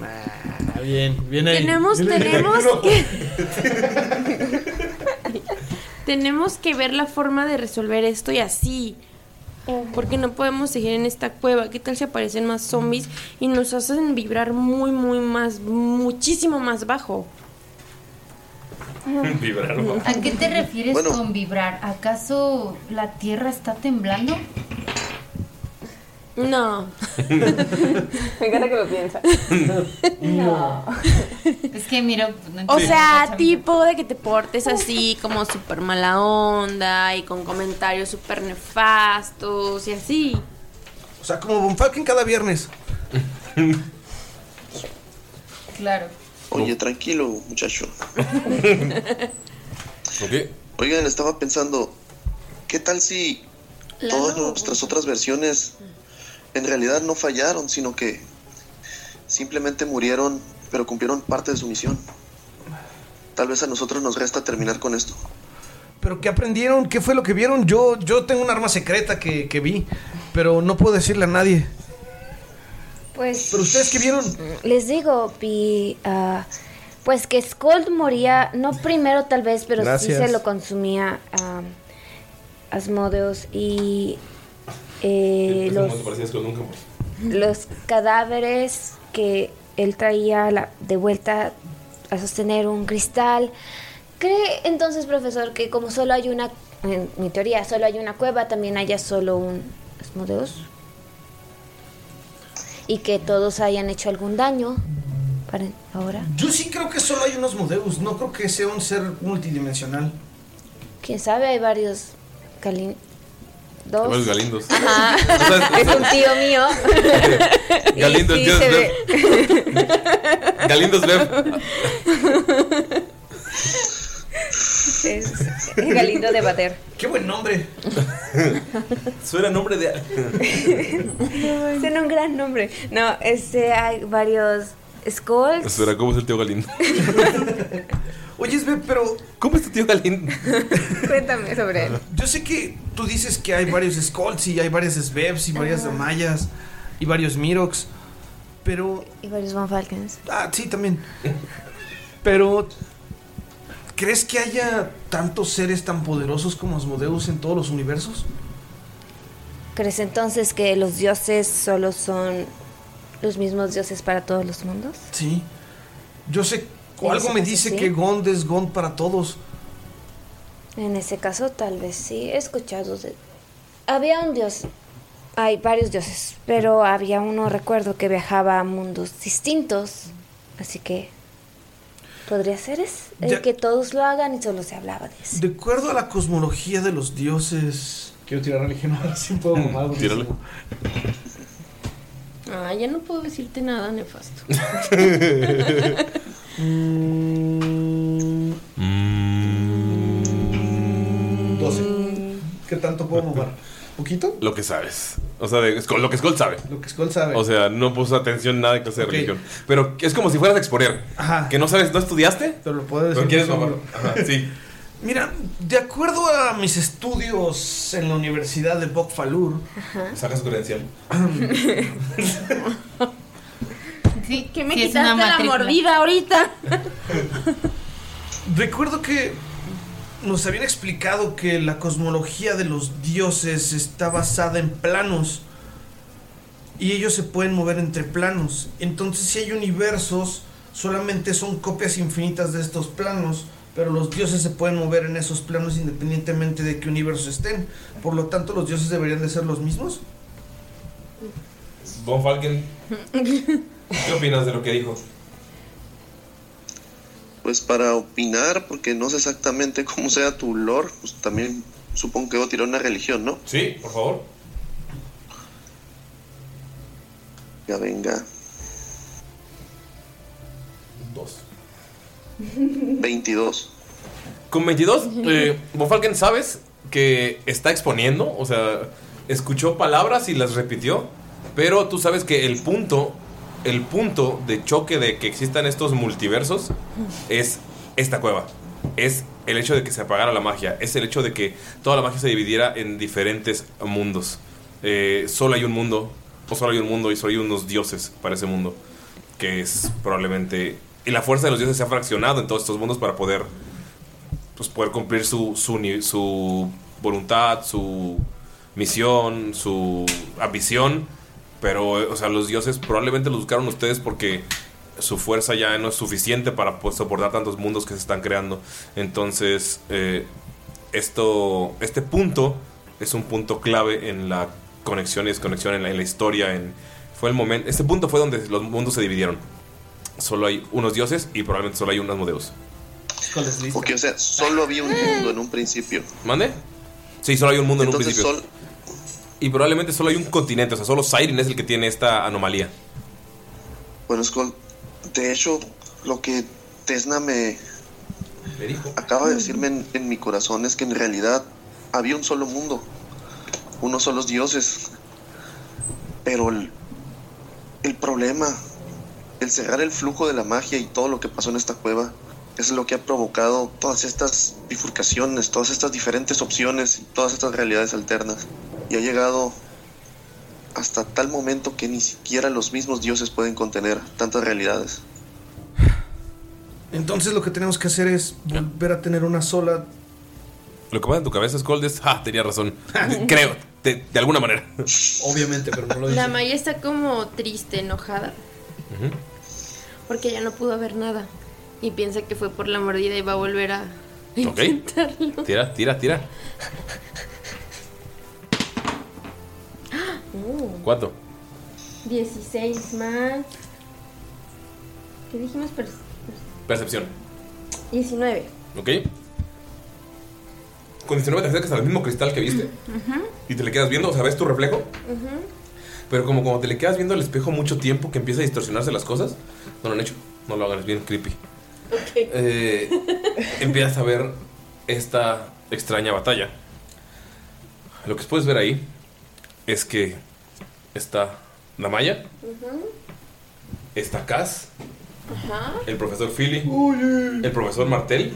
S3: Ah, bien, bien
S9: Tenemos,
S3: Bien ahí.
S9: tenemos
S3: No.
S9: que. tenemos que ver la forma de resolver esto y así. Porque no podemos seguir en esta cueva. ¿Qué tal si aparecen más zombies y nos hacen vibrar muy, muy más, muchísimo más bajo?
S4: Vibrar.
S8: ¿A qué te refieres con vibrar? ¿Acaso la tierra está temblando?
S9: No.
S5: Me encanta que lo piensa.
S8: No. Es que mira, no
S9: O
S8: entiendo.
S9: sea, tipo de que te portes así como súper mala onda y con comentarios súper nefastos y así.
S3: O sea, como Von Falken cada viernes.
S8: Claro.
S7: Oye, tranquilo, muchacho. Oigan, estaba pensando, ¿qué tal si
S9: La
S7: todas
S9: lobo.
S7: nuestras otras versiones en realidad no fallaron, sino que simplemente murieron, pero cumplieron parte de su misión? Tal vez a nosotros nos resta terminar con esto.
S3: ¿Pero qué aprendieron? ¿Qué fue lo que vieron? Yo, yo tengo un arma secreta que, que vi, pero no puedo decirle a nadie.
S15: Pues.
S3: ¿Pero ustedes qué vieron?
S6: Les digo, vi, ah, pues que Scold moría, no primero tal vez, pero
S3: Gracias.
S6: sí se lo consumía a Asmodeus y eh, los,
S4: No te parecías con nunca.
S6: los cadáveres que él traía la- de vuelta a sostener un cristal.
S8: ¿Cree entonces, profesor, que como solo hay una...
S6: En mi teoría, solo hay una cueva, también haya solo un Asmodeus. Y que todos hayan hecho algún daño. Para ahora.
S3: Yo sí creo que solo hay unos modeus, no creo que sea un ser multidimensional.
S6: Quién sabe, hay varios Galin. Dos.
S4: Los galindos.
S6: Ajá.
S8: Es un tío mío.
S4: Galindos,
S8: Y sí,
S4: Dios,
S8: se
S4: Dios.
S8: ve.
S4: Galindos, Bev.
S5: Es Galindo de Bater.
S3: Qué buen nombre.
S4: Suena nombre de.
S17: Tiene un gran nombre. No, este, hay varios Skulls.
S4: Espera, ¿cómo es el tío Galindo?
S3: Oye, Sveb, pero.
S4: ¿Cómo es tu tío Galindo?
S17: Cuéntame sobre él.
S3: Yo sé que tú dices que hay varios Skolts y hay varias Svebs y varias
S6: Ajá.
S3: Damayas y varios Mirox, pero.
S6: Y varios Van Falcons.
S3: Ah, sí, también. Pero. ¿Crees que haya tantos seres tan poderosos como Asmodeus en todos los universos?
S6: ¿Crees entonces que los dioses solo son los mismos dioses para todos los mundos?
S3: Sí. Yo sé. O
S6: En
S3: algo
S6: ese
S3: me
S6: caso,
S3: dice
S6: sí.
S3: que Gond es Gond para todos.
S6: En ese caso, tal vez sí. He escuchado de. Había un dios. Hay varios dioses, pero había uno, recuerdo, que viajaba a mundos distintos. Así que. ¿Podría ser es- el
S3: Ya-
S6: que todos lo hagan y solo se hablaba de eso?
S3: De acuerdo a la cosmología de los dioses. Quiero tirar religión ahora sí puedo mamar.
S4: Tírale.
S9: Ah, ya no puedo decirte nada nefasto.
S3: ¿Qué tanto puedo mamar? ¿Poquito?
S4: Lo que sabes. O sea, de Skull- lo que Skull sabe.
S3: Lo que Skull sabe.
S4: O sea, no puso atención nada de clase de religión. Pero es como si fueras a exponer. Que no sabes, no estudiaste.
S3: Pero lo puedes
S4: Pero
S3: decir
S4: quieres
S3: tú
S4: mamar.
S3: solo.
S4: Ajá, sí.
S3: Mira, de acuerdo a mis estudios en la Universidad de Bokfalur,
S4: Sacas credencial.
S5: Sí,
S9: que me
S5: sí es
S9: quitaste
S5: una
S9: la
S5: matrícula.
S9: mordida ahorita.
S3: recuerdo que nos habían explicado que la cosmología de los dioses está basada en planos y ellos se pueden mover entre planos. Entonces, si hay universos, solamente son copias infinitas de estos planos. Pero los dioses se pueden mover en esos planos independientemente de qué universo estén. Por lo tanto, los dioses deberían de ser los mismos.
S4: Von Falken, ¿qué opinas de lo que dijo?
S7: Pues para opinar, porque no sé exactamente cómo sea tu lore, pues también supongo que voy a tirar una religión, ¿no?
S4: Sí, por favor.
S7: Ya venga.
S4: Dos.
S7: 22.
S4: Con 22, eh, Bofalken, sabes que está exponiendo, o sea, escuchó palabras y las repitió, pero tú sabes que el punto, el punto de choque de que existan estos multiversos es esta cueva. Es el hecho de que se apagara la magia, es el hecho de que toda la magia se dividiera en diferentes mundos. Eh, solo hay un mundo, o solo hay un mundo y solo hay unos dioses para ese mundo, que es probablemente... Y la fuerza de los dioses se ha fraccionado en todos estos mundos para poder pues poder cumplir su, su, ni- su voluntad, su misión, su ambición. Pero, eh, o sea, los dioses probablemente los buscaron ustedes porque su fuerza ya no es suficiente para pues, soportar tantos mundos que se están creando. Entonces, eh, esto, este punto es un punto clave en la conexión y desconexión, en la, en la historia. En, fue el momento, este punto fue donde los mundos se dividieron. Solo hay unos dioses y probablemente solo hay unos modeos.
S7: Porque, o sea, solo había un mundo en un principio.
S4: ¿Mande? Sí, solo hay un mundo
S7: Entonces,
S4: en un principio. Y probablemente solo hay un continente, o sea, solo Siren es el que tiene esta anomalía.
S7: Bueno, Skull, de hecho, lo que Tesna me, acaba de decirme en, en mi corazón es que en realidad había un solo mundo, unos solos dioses. Pero el, el problema, el cerrar el flujo de la magia y todo lo que pasó en esta cueva, es lo que ha provocado todas estas bifurcaciones, todas estas diferentes opciones y todas estas realidades alternas. Y ha llegado hasta tal momento que ni siquiera los mismos dioses pueden contener tantas realidades.
S3: Entonces lo que tenemos que hacer es volver a tener una sola.
S4: Lo que pasa en tu cabeza, Scold, es, ah, tenía razón. Creo, de, de alguna manera.
S3: Obviamente, pero no lo
S9: La Maya está como triste, enojada, porque ya no pudo ver nada. Y piensa que fue por la mordida y va a volver a
S4: Ok.
S9: intentarlo.
S4: Tira, tira, tira.
S9: Uh,
S4: ¿Cuánto?
S9: 16 más. ¿Qué dijimos? Per-
S4: Percepción.
S9: 19.
S4: ¿Ok? Con 19 te acercas al mismo cristal que viste y te le quedas viendo, o sea, ves tu reflejo, pero como cuando te le quedas viendo al espejo mucho tiempo que empieza a distorsionarse las cosas, no lo han hecho, no lo hagan, es bien creepy. Eh, empiezas a ver esta extraña batalla. Lo que puedes ver ahí es que está la Maya,
S9: Ujú.
S4: está Cass,
S9: Ajá.
S4: el profesor Philly, el profesor Martel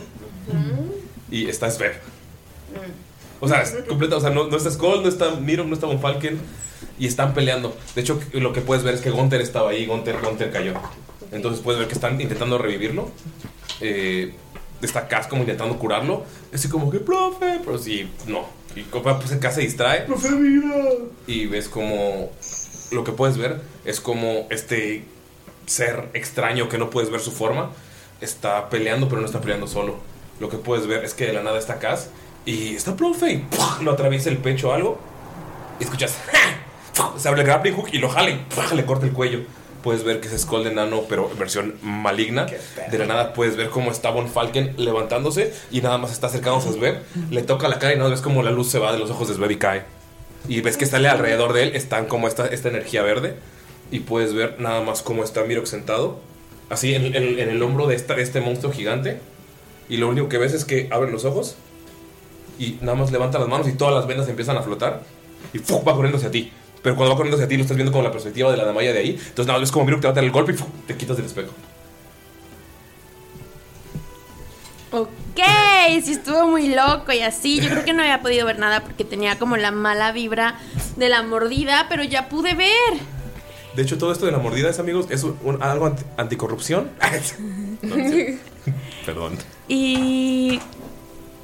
S4: y está Svev. O sea, es completa, o sea, no, no está Skull, no está Miro, no está Von Falken y están peleando. De hecho, lo que puedes ver es que Gunther estaba ahí, Gunther, Gunther cayó. Entonces puedes ver que están intentando revivirlo. Eh, está Cass como intentando curarlo. Así como que, profe, pero sí, no. Y como, pues, Cass se distrae
S3: ¡Profe, mira!
S4: y ves como lo que puedes ver es como este ser extraño que no puedes ver su forma está peleando pero no está peleando solo lo que puedes ver es que de la nada está Cass y está profe y ¡pua! lo atraviesa el pecho o algo y escuchas ¡ja! se abre el grappling hook y lo jala y ¡pua! le corta el cuello puedes ver que es Skull de Nano pero en versión maligna de la nada puedes ver cómo está Von Falken levantándose y nada más está acercándose a Sveb le toca la cara y nada más ves como la luz se va de los ojos de Sveb y cae y ves que está alrededor de él, están como esta, esta energía verde. Y puedes ver nada más cómo está Mirok sentado. Así en, en- en el hombro de, esta- de este monstruo gigante. Y lo único que ves es que abre los ojos. Y nada más levanta las manos y todas las venas empiezan a flotar. Y ¡fuc! va corriendo hacia ti. Pero cuando va corriendo hacia ti lo estás viendo con la perspectiva de la damaya de ahí. Entonces nada más ves como Mirok te va a dar el golpe y ¡fuc! te quitas del espejo.
S9: Ok, sí estuvo muy loco y así. Yo creo que no había podido ver nada porque tenía como la mala vibra de la mordida, pero ya pude ver.
S4: De hecho todo esto de la mordida es amigos es un- un- algo anti- anticorrupción. Perdón.
S9: y.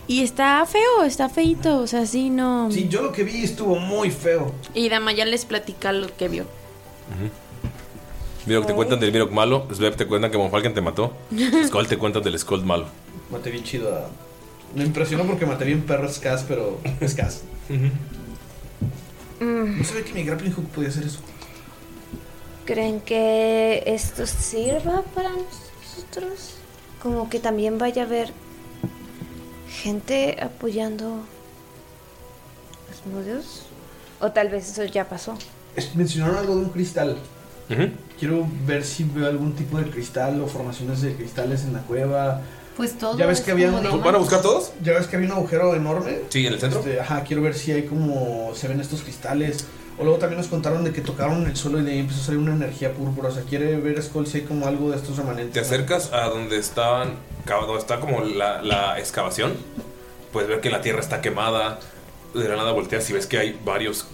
S9: Y está feo, está feito. O sea, sí, no.
S3: Sí, yo lo que vi estuvo muy feo.
S9: Y Dama ya les platica lo que vio.
S4: Mirok te cuentan del Mirok malo. Sveb te cuentan que Monfalken te mató. Skull te cuentan del Skull malo.
S3: Maté bien chido a. Me impresionó porque maté bien perro Skaz, pero. Skaz. No sabía que mi grappling hook podía hacer eso.
S13: ¿Creen que esto sirva para nosotros? Como que también vaya a haber gente apoyando a Asmodeus. O tal vez eso ya pasó.
S3: Es- Mencionaron algo de un cristal.
S4: Ujú.
S3: Quiero ver si veo algún tipo de cristal o formaciones de cristales en la cueva.
S8: Pues todo.
S3: Ya ves que había un...
S4: todos?
S3: Ya ves que había un agujero enorme.
S4: Sí, en el centro.
S3: Este, ajá, quiero ver si hay como se ven estos cristales. O luego también nos contaron de que tocaron el suelo y de ahí empezó a salir una energía púrpura. O sea, quiere ver Skull si hay como algo de estos remanentes.
S4: Te acercas a donde estaban, ca- donde está como la, la excavación. Puedes ver que la tierra está quemada. De la nada volteas y ves que hay varios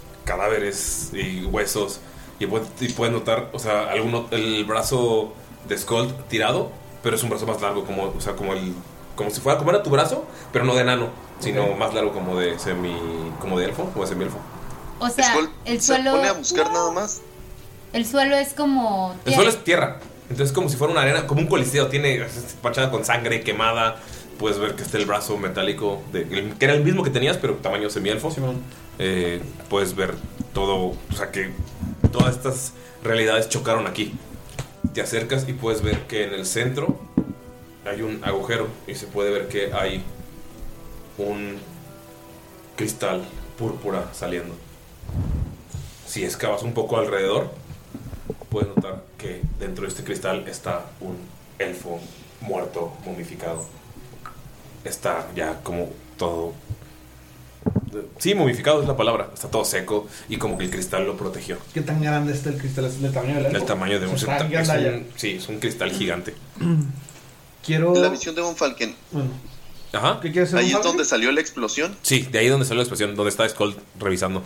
S4: cadáveres y huesos. Y puedes, y puedes notar, o sea, alguno, el brazo de Skull tirado, pero es un brazo más largo, como, o sea, como el, como si fuera como era tu brazo, pero no de enano, sino
S7: Ok.
S4: más largo como de semi, como de elfo o de semi elfo.
S8: O sea, el suelo.
S4: pone a buscar nada más.
S8: El suelo es como.
S4: El suelo es tierra. Entonces, como si fuera una arena, como un coliseo. Tiene es parchada con sangre quemada. Puedes ver que está el brazo metálico, de- el- que era el mismo que tenías, pero tamaño semielfo. Eh, puedes ver todo, o sea, que todas estas realidades chocaron aquí. Te acercas y puedes ver que en el centro hay un agujero y se puede ver que hay un cristal púrpura saliendo. Si excavas un poco alrededor, puedes notar que dentro de este cristal está un elfo muerto, momificado. Está ya como todo... Sí, momificado es la palabra. Está todo seco y como que el cristal lo protegió.
S3: ¿Qué tan grande está el cristal? ¿Es del tamaño del elfo?
S4: El tamaño de un...
S3: Es tan
S4: es
S3: grandalla.
S4: un- sí, es un cristal gigante.
S3: Quiero...
S7: La visión de Von Falken.
S4: Ajá.
S3: ¿Qué quieres
S7: Ahí es donde salió la explosión.
S4: Sí, de ahí donde salió la expresión, donde está Skull revisando.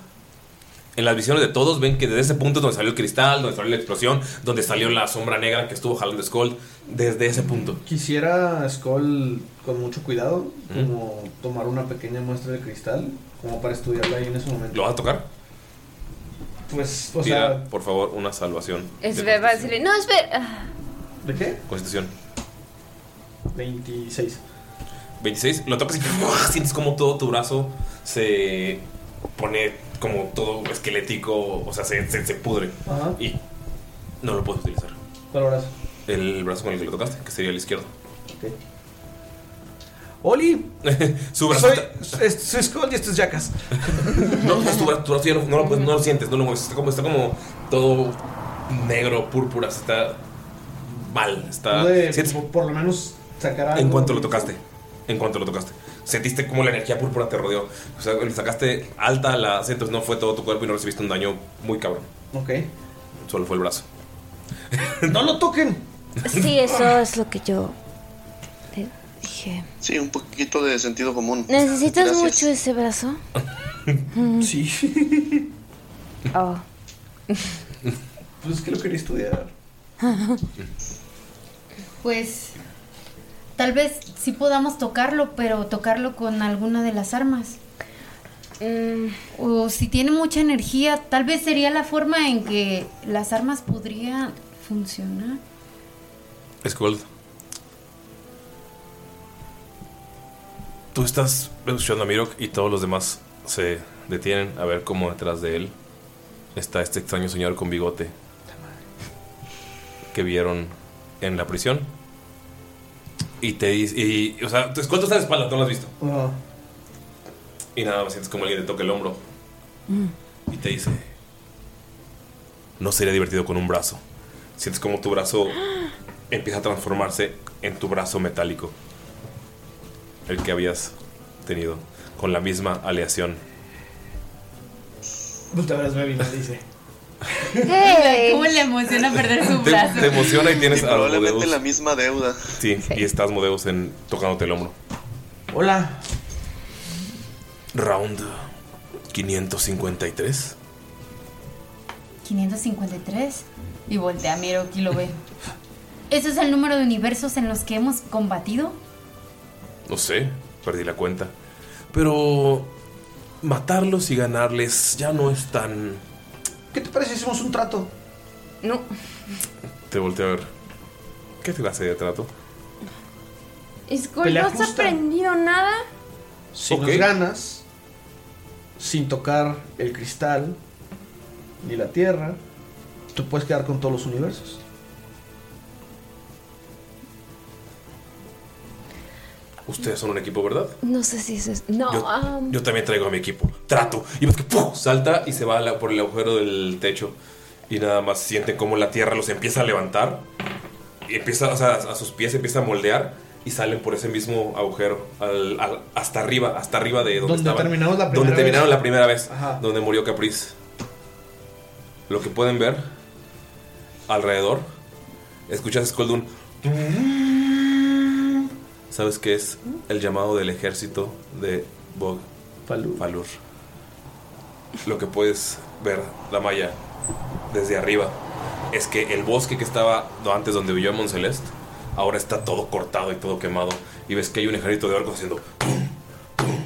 S4: En las visiones de todos ven que desde ese punto es donde salió el cristal, donde salió la explosión, donde salió la sombra negra que estuvo jalando Skull, desde ese punto.
S3: Quisiera Skull con mucho cuidado,
S4: Mm.
S3: como tomar una pequeña muestra de cristal, como para estudiarla ahí en ese momento.
S4: ¿Lo vas a tocar?
S3: Pues, o
S4: Tira,
S3: sea,
S4: por favor, una salvación.
S12: Es ver, va a decirle, no, espera. Ah.
S3: ¿de qué?
S4: Constitución.
S3: 26.
S4: 26, lo tocas y ¡buah! sientes como todo tu brazo se pone como todo esquelético, o sea, se, se- se pudre.
S3: Ajá.
S4: Y no lo puedes utilizar.
S3: ¿Cuál brazo?
S4: El brazo con el que lo tocaste, que sería el izquierdo.
S3: ¡Oli!
S4: Su brazo
S3: soy, es- soy Skull y esto es Jackass.
S4: No, es tu brazo, tu brazo ya no, no lo, puedes- no lo sientes, no lo mueves. Está como, está como todo negro, púrpura, está mal. Está,
S3: Pude,
S4: sientes-
S3: por, por lo menos sacar algo.
S4: en cuanto lo tocaste, en cuanto lo tocaste. Sentiste como la energía púrpura te rodeó. O sea, le sacaste alta la C, entonces no fue todo tu cuerpo y no recibiste un daño muy cabrón.
S3: Ok.
S4: Solo fue el brazo.
S3: ¡No lo toquen!
S13: Sí, eh. eso es lo que yo eh, dije.
S7: Sí, un poquito de sentido común.
S13: ¿Necesitas
S7: Gracias.
S13: mucho ese brazo?
S6: Mm.
S3: Sí.
S13: Oh.
S3: Pues es que lo quería estudiar.
S8: Pues. Tal vez sí podamos tocarlo, pero tocarlo con alguna de las armas. Mm. O si tiene mucha energía, tal vez sería la forma en que las armas podrían funcionar.
S4: Skull. Tú estás escuchando a Mirok y todos los demás se detienen a ver cómo detrás de él está este extraño señor con bigote que vieron en la prisión. Y te dice, y, o sea, tu Skull tú estás de espalda, no lo has visto.
S3: Ajá.
S4: Y nada más sientes como alguien te toca el hombro y te dice, no sería divertido con un brazo. Sientes como tu brazo empieza a transformarse en tu brazo metálico. El que habías tenido con la misma aleación.
S3: Pues te verás, Baby, le dice.
S8: ¿Cómo le emociona perder su
S4: Te,
S8: brazo?
S4: te emociona y tienes
S7: Y
S4: a
S7: probablemente
S4: Modeus.
S7: la misma deuda.
S4: Sí, y estás Modeus en, tocándote el hombro.
S3: Hola.
S4: Round 553.
S8: 553. Y voltea a Miro y lo ve. ¿Ese es el número de universos en los que hemos combatido?
S4: No sé, perdí la cuenta. Pero matarlos y ganarles ya no es tan...
S3: ¿Qué te parece si hacemos un trato?
S12: No.
S4: Te volteo a ver. ¿Qué clase de trato?
S12: Skull,
S3: Pelea
S12: ¿no has
S3: justa.
S12: aprendido nada?
S3: Si nos ganas, sin tocar el cristal ni la tierra, tú puedes quedar con todos los universos.
S4: Ustedes son un equipo, ¿verdad?
S13: No sé si eso es. No,
S4: Yo-
S6: ah.
S13: am,
S4: Yo también traigo a mi equipo. Trato. Y ves que ¡puf! salta y se va a la- por el agujero del techo. Y nada más sienten como la tierra los empieza a levantar. Y empieza, o sea, a sus pies se empieza a moldear. Y salen por ese mismo agujero. al- al- hasta arriba, hasta arriba de donde,
S3: Donde
S4: estaban.
S3: terminamos la primera
S4: Donde
S3: vez.
S4: terminaron la primera vez.
S3: Ajá.
S4: Donde murió Capriz. Lo que pueden ver alrededor. Escuchas Scold un ¿Sabes qué es? El llamado del ejército de Bog Falur. Lo que puedes ver, la malla, desde arriba, es que el bosque que estaba do- antes donde vivió Moncelest, ahora está todo cortado y todo quemado. Y ves que hay un ejército de orcos haciendo... tum, tum,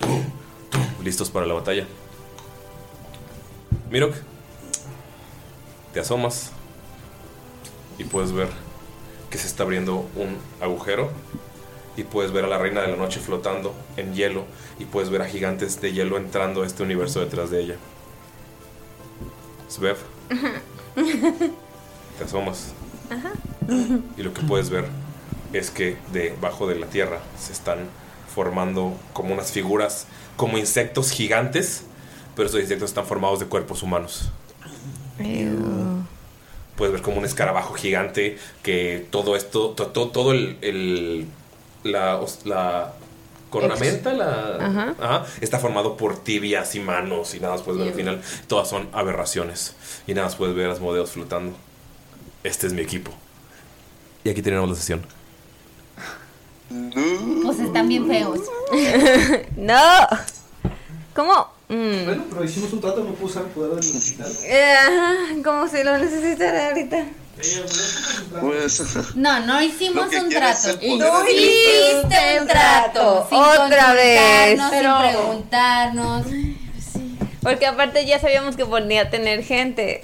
S4: tum, tum, listos para la batalla. Mirok, te asomas y puedes ver que se está abriendo un agujero y puedes ver a la reina de la noche flotando en hielo y puedes ver a gigantes de hielo entrando a este universo detrás de ella. Svev, te asomas
S9: Ajá.
S4: y lo que puedes ver es que debajo de la tierra se están formando como unas figuras, como insectos gigantes, pero esos insectos están formados de cuerpos humanos. Puedes ver como un escarabajo gigante que todo esto, to- to- todo el, el- la, os- la cornamenta, la,
S9: Ajá.
S4: ajá, está formado por tibias y manos y nada más puedes ver al
S9: Ew.
S4: final, todas son aberraciones y nada más puedes ver a los modelos flotando. Este es mi equipo. Y aquí terminamos la sesión.
S8: Pues están bien feos.
S12: no. ¿Cómo? Mm.
S3: Bueno, pero hicimos un trato, no puedo usar el poder del hospital.
S12: Eh, ajá, como si lo necesitara ahorita.
S7: Pues.
S8: No, no hicimos un trato.
S12: poder del
S8: hiciste un trato. Sin
S12: Otra vez.
S8: consultarnos,
S12: Pero-
S8: Sin preguntarnos.
S6: pues
S12: Porque aparte ya sabíamos que podía tener gente.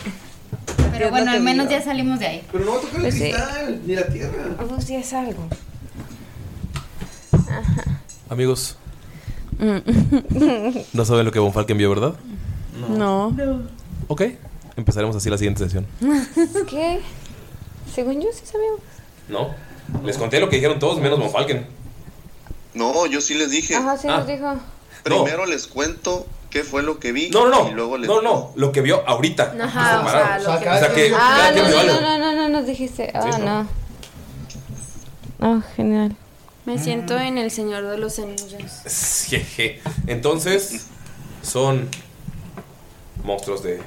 S8: Pero bueno, al menos ya salimos de ahí.
S3: Pero no va a tocar el
S12: Pues sí.
S3: cristal, ni la tierra.
S12: Pues sí es algo.
S4: Amigos, no saben lo que Von Falken vio, ¿verdad?
S12: No.
S4: Ok, empezaremos así la siguiente sesión.
S6: ¿Qué? Según yo sí sabemos.
S4: No, les conté lo que dijeron todos menos Von Falken.
S7: No, yo sí les dije.
S6: Ajá, sí
S4: Ah.
S6: nos dijo.
S7: Primero les cuento qué fue lo que vi.
S4: No, no, no.
S7: Y luego les...
S4: No, no, lo que vio ahorita.
S6: Ajá,
S4: Aquí
S6: o sea,
S4: separados.
S6: lo
S4: o
S6: que-
S4: sea, que
S6: Ah,
S4: cada
S6: no,
S4: quien vio
S6: no,
S4: algo.
S6: no, no, no, no, nos dijiste. Ah,
S12: Sí,
S6: no.
S12: no. Oh, genial.
S9: Me siento en el Señor de los Anillos.
S4: Jeje. Entonces, son monstruos de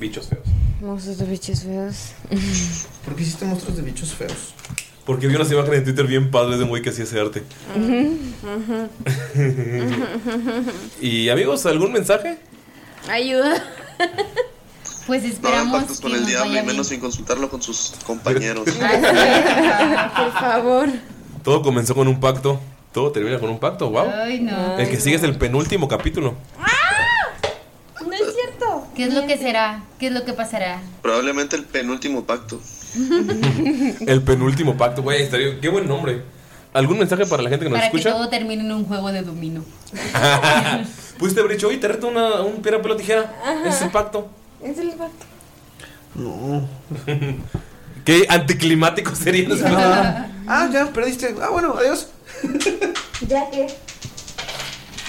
S4: bichos feos.
S6: Monstruos de bichos feos.
S3: ¿Por qué hiciste monstruos de bichos feos?
S4: Porque vi unas imágenes de Twitter bien padres de muy que hacía ese arte. y amigos, ¿algún mensaje?
S12: Ayuda.
S8: Pues
S7: No
S8: esperamos
S7: pactos con el diablo y menos sin consultarlo con sus compañeros.
S12: Por favor.
S4: Todo comenzó con un pacto. Todo termina con un pacto, wow.
S8: Ay, no.
S4: El que sigue es el penúltimo capítulo.
S8: ¡Ah! No es cierto. ¿Qué es lo que será? ¿Qué es lo que pasará?
S7: Probablemente el penúltimo pacto.
S4: El penúltimo pacto, güey. estaría- Qué buen nombre. ¿Algún mensaje para la gente que nos
S8: Para que
S4: escucha?
S8: todo termine en un juego de dominó.
S4: Pudiste haber dicho, oye, te reto una, un piedra, pelo, tijera.
S8: Ajá.
S4: Es el pacto.
S12: Es el pacto.
S4: No. Qué anticlimático sería.
S3: Ah, ya, perdiste. Ah, bueno, adiós.
S12: Ya que.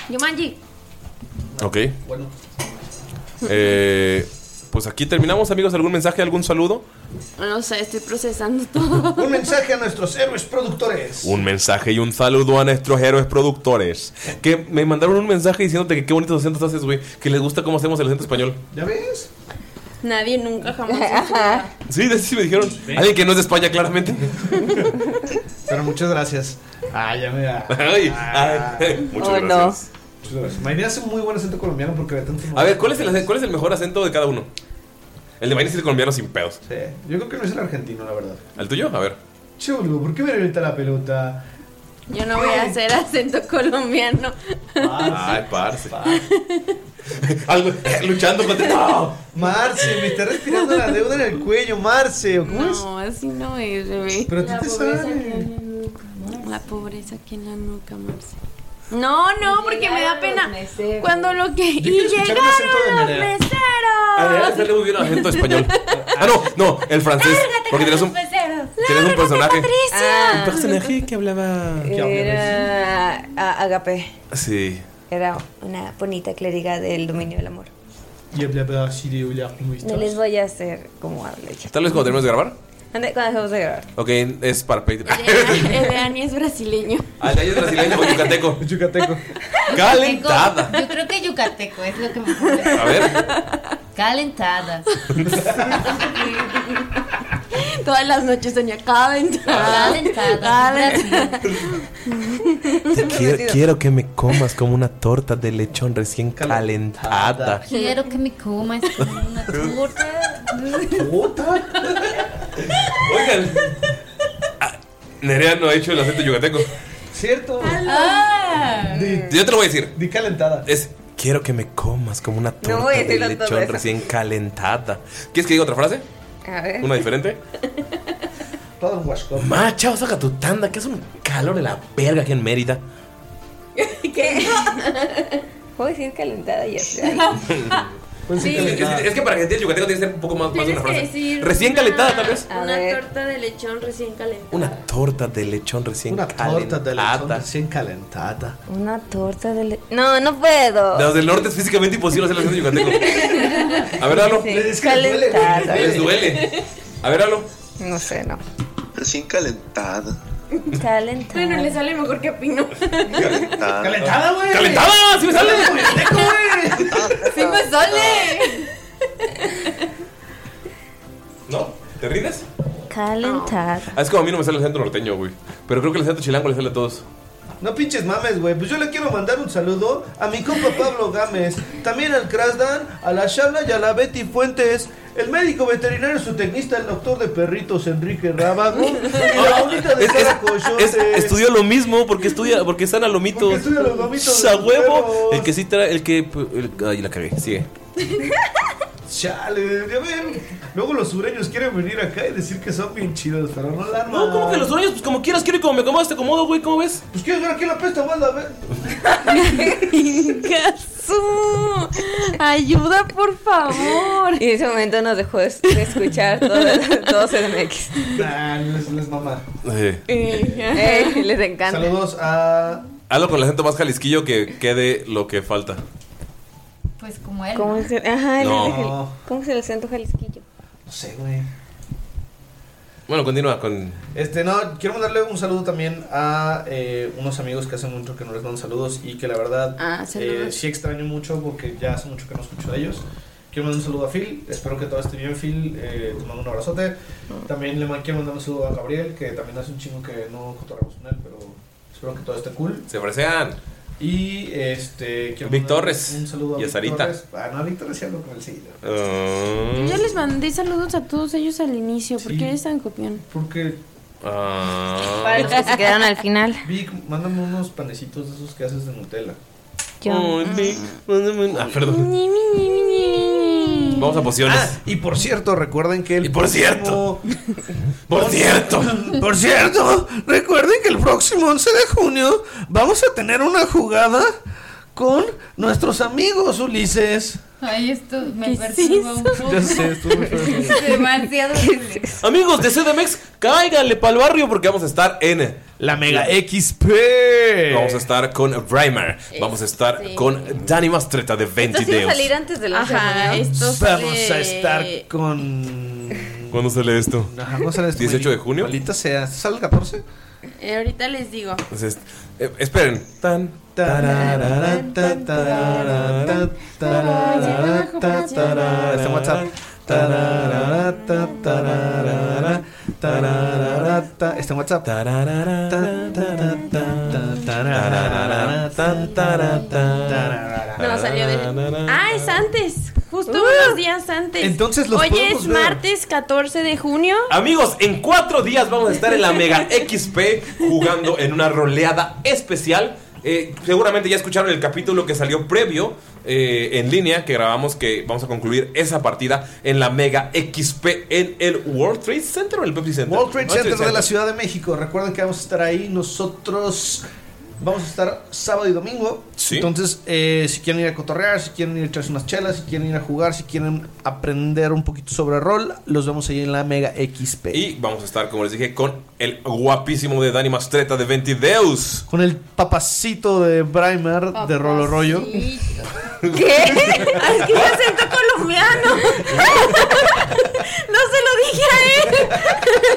S12: Yumanji.
S4: Ok. Eh, pues aquí terminamos, amigos. ¿Algún mensaje, algún saludo?
S9: No sé, estoy procesando todo.
S3: Un mensaje a nuestros héroes productores.
S4: Un mensaje y un saludo a nuestros héroes productores. Que me mandaron un mensaje diciéndote que qué bonitos acentos haces, güey. Que les gusta cómo hacemos el acento español.
S3: ¿Ya ves?
S9: Nadie nunca jamás.
S4: Sí, de- sí me dijeron. Alguien que no es de España, claramente.
S3: Pero muchas gracias. Ah, ya me da.
S4: Ay, ay, muchas Oh, no. gracias.
S3: Ah. Muchas gracias. Maynard hace un muy buen acento colombiano porque ve tanto.
S4: A ver, ¿cuál es el, acen- cuál es el mejor acento de cada uno? El de Maynard es el colombiano sin pedos.
S3: Yo creo que no es el argentino, la verdad.
S4: ¿El tuyo? A ver.
S3: Chulo, ¿por qué me revienta la pelota?
S9: Yo no voy a hacer acento colombiano.
S4: Ay, parce. Algo, eh, luchando contra. ¡No!
S3: Marce, me está respirando la deuda en el cuello, Marce. ¿o ¿Cómo es?
S9: No, así no es, bebé.
S3: Pero a ti La te pobreza sale. que
S9: La pobreza aquí en la nuca, Marce. No, no, porque me da pena. Cuando lo que. Y
S4: quiero escuchar un acento de
S9: llegaron los
S4: Nerea. A
S12: Ah.
S4: ver,
S9: meseros.
S4: sale muy bien el acento español. Ah, no, no, el francés. Porque tienes un,
S9: meseros.
S4: tienes un personaje.
S12: Patricia.
S4: Un personaje que hablaba.
S12: Era a- Agape.
S4: Sí.
S12: Era una bonita clériga del dominio del amor.
S3: pues. Y hablaba así de hola, ¿cómo estás?
S12: No les voy a hacer como hablo yo.
S4: Tal vez cuando terminemos de grabar.
S12: Ande, Cuando dejemos de grabar.
S4: Ok, es para Patreon.
S9: El de Ani es brasileño.
S4: Ah, ya es brasileño o yucateco.
S3: Yucateco.
S4: Calentada.
S8: Yo creo que yucateco es lo que me ocurre.
S4: A ver.
S8: Calentada.
S9: Todas las noches tenía cada ventana.
S8: Calentada.
S4: Quiero, quiero que me comas como una torta de lechón recién calentada.
S8: Quiero que me comas una torta.
S4: Oigan. Ah, Nerea no ha hecho el acento yucateco.
S3: ¿Cierto?
S8: Ah.
S4: Yo te lo voy a decir.
S3: Di calentada.
S4: Es quiero que me comas como una torta
S12: voy a
S4: de
S12: decirlo todo
S4: lechón
S12: eso.
S4: recién calentada. ¿Quieres que diga otra frase?
S12: A ver.
S4: ¿Una diferente?
S3: Todo un huasco.
S4: Ma, chao, saca tu tanda, que hace un calor de la verga aquí en Mérida.
S12: ¿Qué? Puedo decir calentada y así.
S4: Es,
S3: Pues
S4: que- es que- es que para gente el yucateco tiene que ser un poco más, más de una
S9: Tienes que
S4: frase.
S9: decir
S4: Recién
S9: una-
S4: calentada, tal vez.
S9: Una torta de lechón recién calentada.
S4: Una torta de lechón recién
S3: Una
S4: calentada.
S3: torta de lechón recién calentada.
S12: Una torta de... le- No, no puedo.
S4: Los del norte es físicamente imposible hacer el acento yucateco. A ver, Alo.
S12: Sí, calentada.
S4: Les duele. A ver, Alo.
S12: No sé, no.
S7: Recién calentada.
S12: Calentada. Bueno, le sale mejor que Pino.
S7: Calentada.
S3: Calentada, güey.
S4: Calentada, sí me sale.
S12: ¡Sí me sale!
S4: ¿No? ¿Te rindes?
S12: Calentada.
S4: Ah, es como a mí no me sale el acento norteño, güey. Pero creo que el acento chilango le sale a todos.
S3: No pinches mames, güey. Pues yo le quiero mandar un saludo a mi compa Pablo Gámez, también al Krasdan, a la Shabla y a la Betty Fuentes, el médico veterinario, su tecnista, el doctor de perritos Enrique Rábago, y la bonita
S4: Ah,
S3: de
S4: Es- es-
S3: Sara Coyote.
S4: Es- estudió lo mismo porque estudia porque están a lomitos.
S3: Porque estudia los lomitos de
S4: ¡A
S3: los
S4: huevo!
S3: perros.
S4: El que sí trae el que el- ay la cagué, sigue.
S3: Chale, ya ven. Luego los sureños quieren venir acá y decir que son bien chidos, pero no la arman.
S4: No, ¿cómo que los sureños? Pues como quieras, quiero y como me acomodas, te acomodo, güey, ¿cómo ves?
S3: Pues quieres ver aquí la pesta, manda, a ver.
S12: ¡Gasú! ¡Ayuda, por favor! Y en ese momento nos dejó es- de escuchar todos todo CDMX.
S3: Nah, no les, les mama.
S12: Eh, les encanta.
S3: Saludos a.
S4: Hazlo con el acento más jalisquillo que quede lo que falta.
S8: Pues como él.
S12: ¿Cómo se, ajá, el-
S4: No.
S12: el- ¿Cómo se le siento Jalisquillo?
S3: No sé, güey.
S4: Bueno, continúa con.
S3: Este, no, quiero mandarle un saludo también a eh, unos amigos que hace mucho que no les mando saludos y que la verdad
S12: Ah, saludos.
S3: eh, sí extraño mucho porque ya hace mucho que no escucho de ellos. Quiero mandar un saludo a Phil, espero que todo esté bien, Phil. eh, te mando un abrazote.
S12: Oh.
S3: También le man- quiero mandar un saludo a Gabriel, que también hace un chingo que no cotorramos con él, pero espero que todo esté cool.
S4: Se fresean.
S3: Y este, quiero
S4: Vic
S3: mandar
S4: Torres
S3: un saludo a
S4: y a
S3: Vic
S4: Sarita.
S3: Torres. Ah, no, a Vic Torres sí hablo con él seguido.
S4: Ah.
S9: Yo les mandé saludos a todos ellos al inicio. ¿Por qué eres tan copión?
S3: Porque
S4: Ah.
S12: Ahorita se quedaron al final.
S3: Vic, mándame unos panecitos de esos que haces de Nutella.
S4: Ay, Vic, mándame un- Ah, perdón. Vamos a pociones.
S3: Ah, y por cierto, recuerden que el
S4: Y por cierto. Por cierto.
S3: Por cierto, recuerden que el próximo 11 de junio vamos a tener una jugada con nuestros amigos Ulises.
S8: Ay, esto me perturba un poco. Demasiado.
S4: Amigos de CDMX, cáiganle para el barrio porque vamos a estar en
S3: la Mega XP.
S4: Vamos a estar con Reimer. Vamos a estar con Dani Mastreta de
S12: Esto sí va a
S4: Ventideos.
S12: salir antes de la
S9: Ajá, esto
S3: Vamos
S9: sale-
S3: a estar con.
S4: ¿Cuándo sale esto?
S3: Ajá, ¿Cómo sale esto?
S4: 18 de junio.
S3: Maldita sea, ¿sale el 14?
S9: Eh, ahorita les digo.
S4: Entonces, eh, esperen. Tan, tarararán, tan, tarararán, tarararán, tan, tarararán.
S3: Está en WhatsApp. Tararara, ta, tararara, tararara, ta. Está en WhatsApp.
S4: Tararara, ta, ta, ta, tararara, tan, tararara, tararara.
S9: No, salió de. Ah, es antes. Justo unos días antes.
S4: Entonces los
S9: Hoy
S4: podemos
S9: es
S4: ver.
S9: martes 14 de junio.
S4: Amigos, en cuatro días vamos a estar en la Mega XP jugando en una roleada especial. Eh, seguramente ya escucharon el capítulo que salió previo eh, en línea que grabamos que vamos a concluir esa partida en la Mega XP en el World Trade Center o el Pepsi Center.
S3: World Trade Center de la Ciudad de México. Recuerden que vamos a estar ahí. Nosotros vamos a estar sábado y domingo. Entonces, eh, si quieren ir a cotorrear, si quieren ir a echarse unas chelas, si quieren ir a jugar, si quieren aprender un poquito sobre rol, los vemos ahí en la Mega XP.
S4: Y vamos a estar, como les dije, con el guapísimo de Dani Mastreta de Ventideus.
S3: Con el papacito de Brimer de Rolo Rollo.
S5: ¿Qué? Es que es acento colombiano. No se lo dije a él.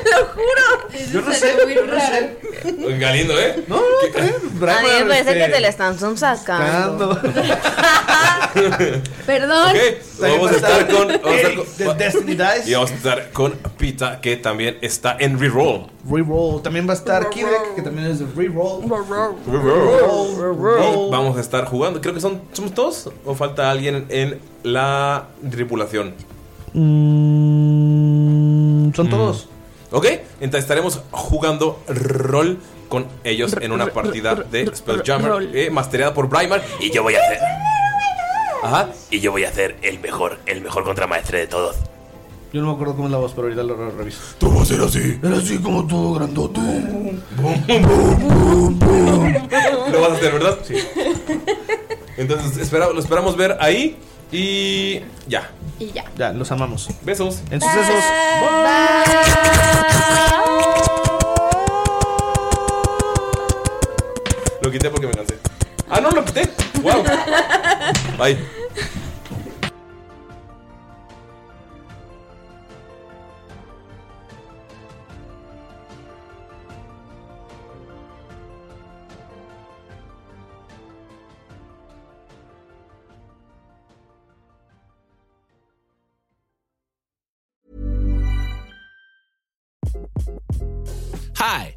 S5: Lo juro.
S3: Yo no sé,
S5: Muy raro.
S4: Galindo, ¿eh?
S3: No,
S5: A mí me parece
S3: este,
S5: que te la están
S4: sacando.
S5: sacando. Perdón.
S3: Este,
S4: Vamos a estar con. vamos a estar con-
S3: Destiny Dice.
S4: y vamos a estar con Pita, que también está en Reroll.
S3: Reroll. También va a estar Kidek, que también es de Reroll.
S4: Reroll.
S3: Reroll.
S4: Y vamos a estar jugando. Creo que son, somos todos. ¿O falta alguien en la tripulación?
S3: Mm, Son todos.
S4: Ok, entonces estaremos jugando rol con ellos en una partida de Spelljammer eh, masterada por Brymar y yo voy a hacer Ajá, y yo voy a hacer el mejor, el mejor contramaestre de todos.
S3: Yo no me acuerdo cómo es la voz, pero ahorita lo re- reviso. Tú vas a ser así. Era así como todo grandote.
S4: Lo vas a hacer, ¿verdad? Sí. Entonces, espera- lo esperamos ver ahí y ya.
S18: Y ya.
S3: Ya, los amamos.
S4: Besos.
S3: En sucesos.
S4: Lo quité porque me cansé. Ah, no, lo quité. Wow. Bye.
S19: Hi,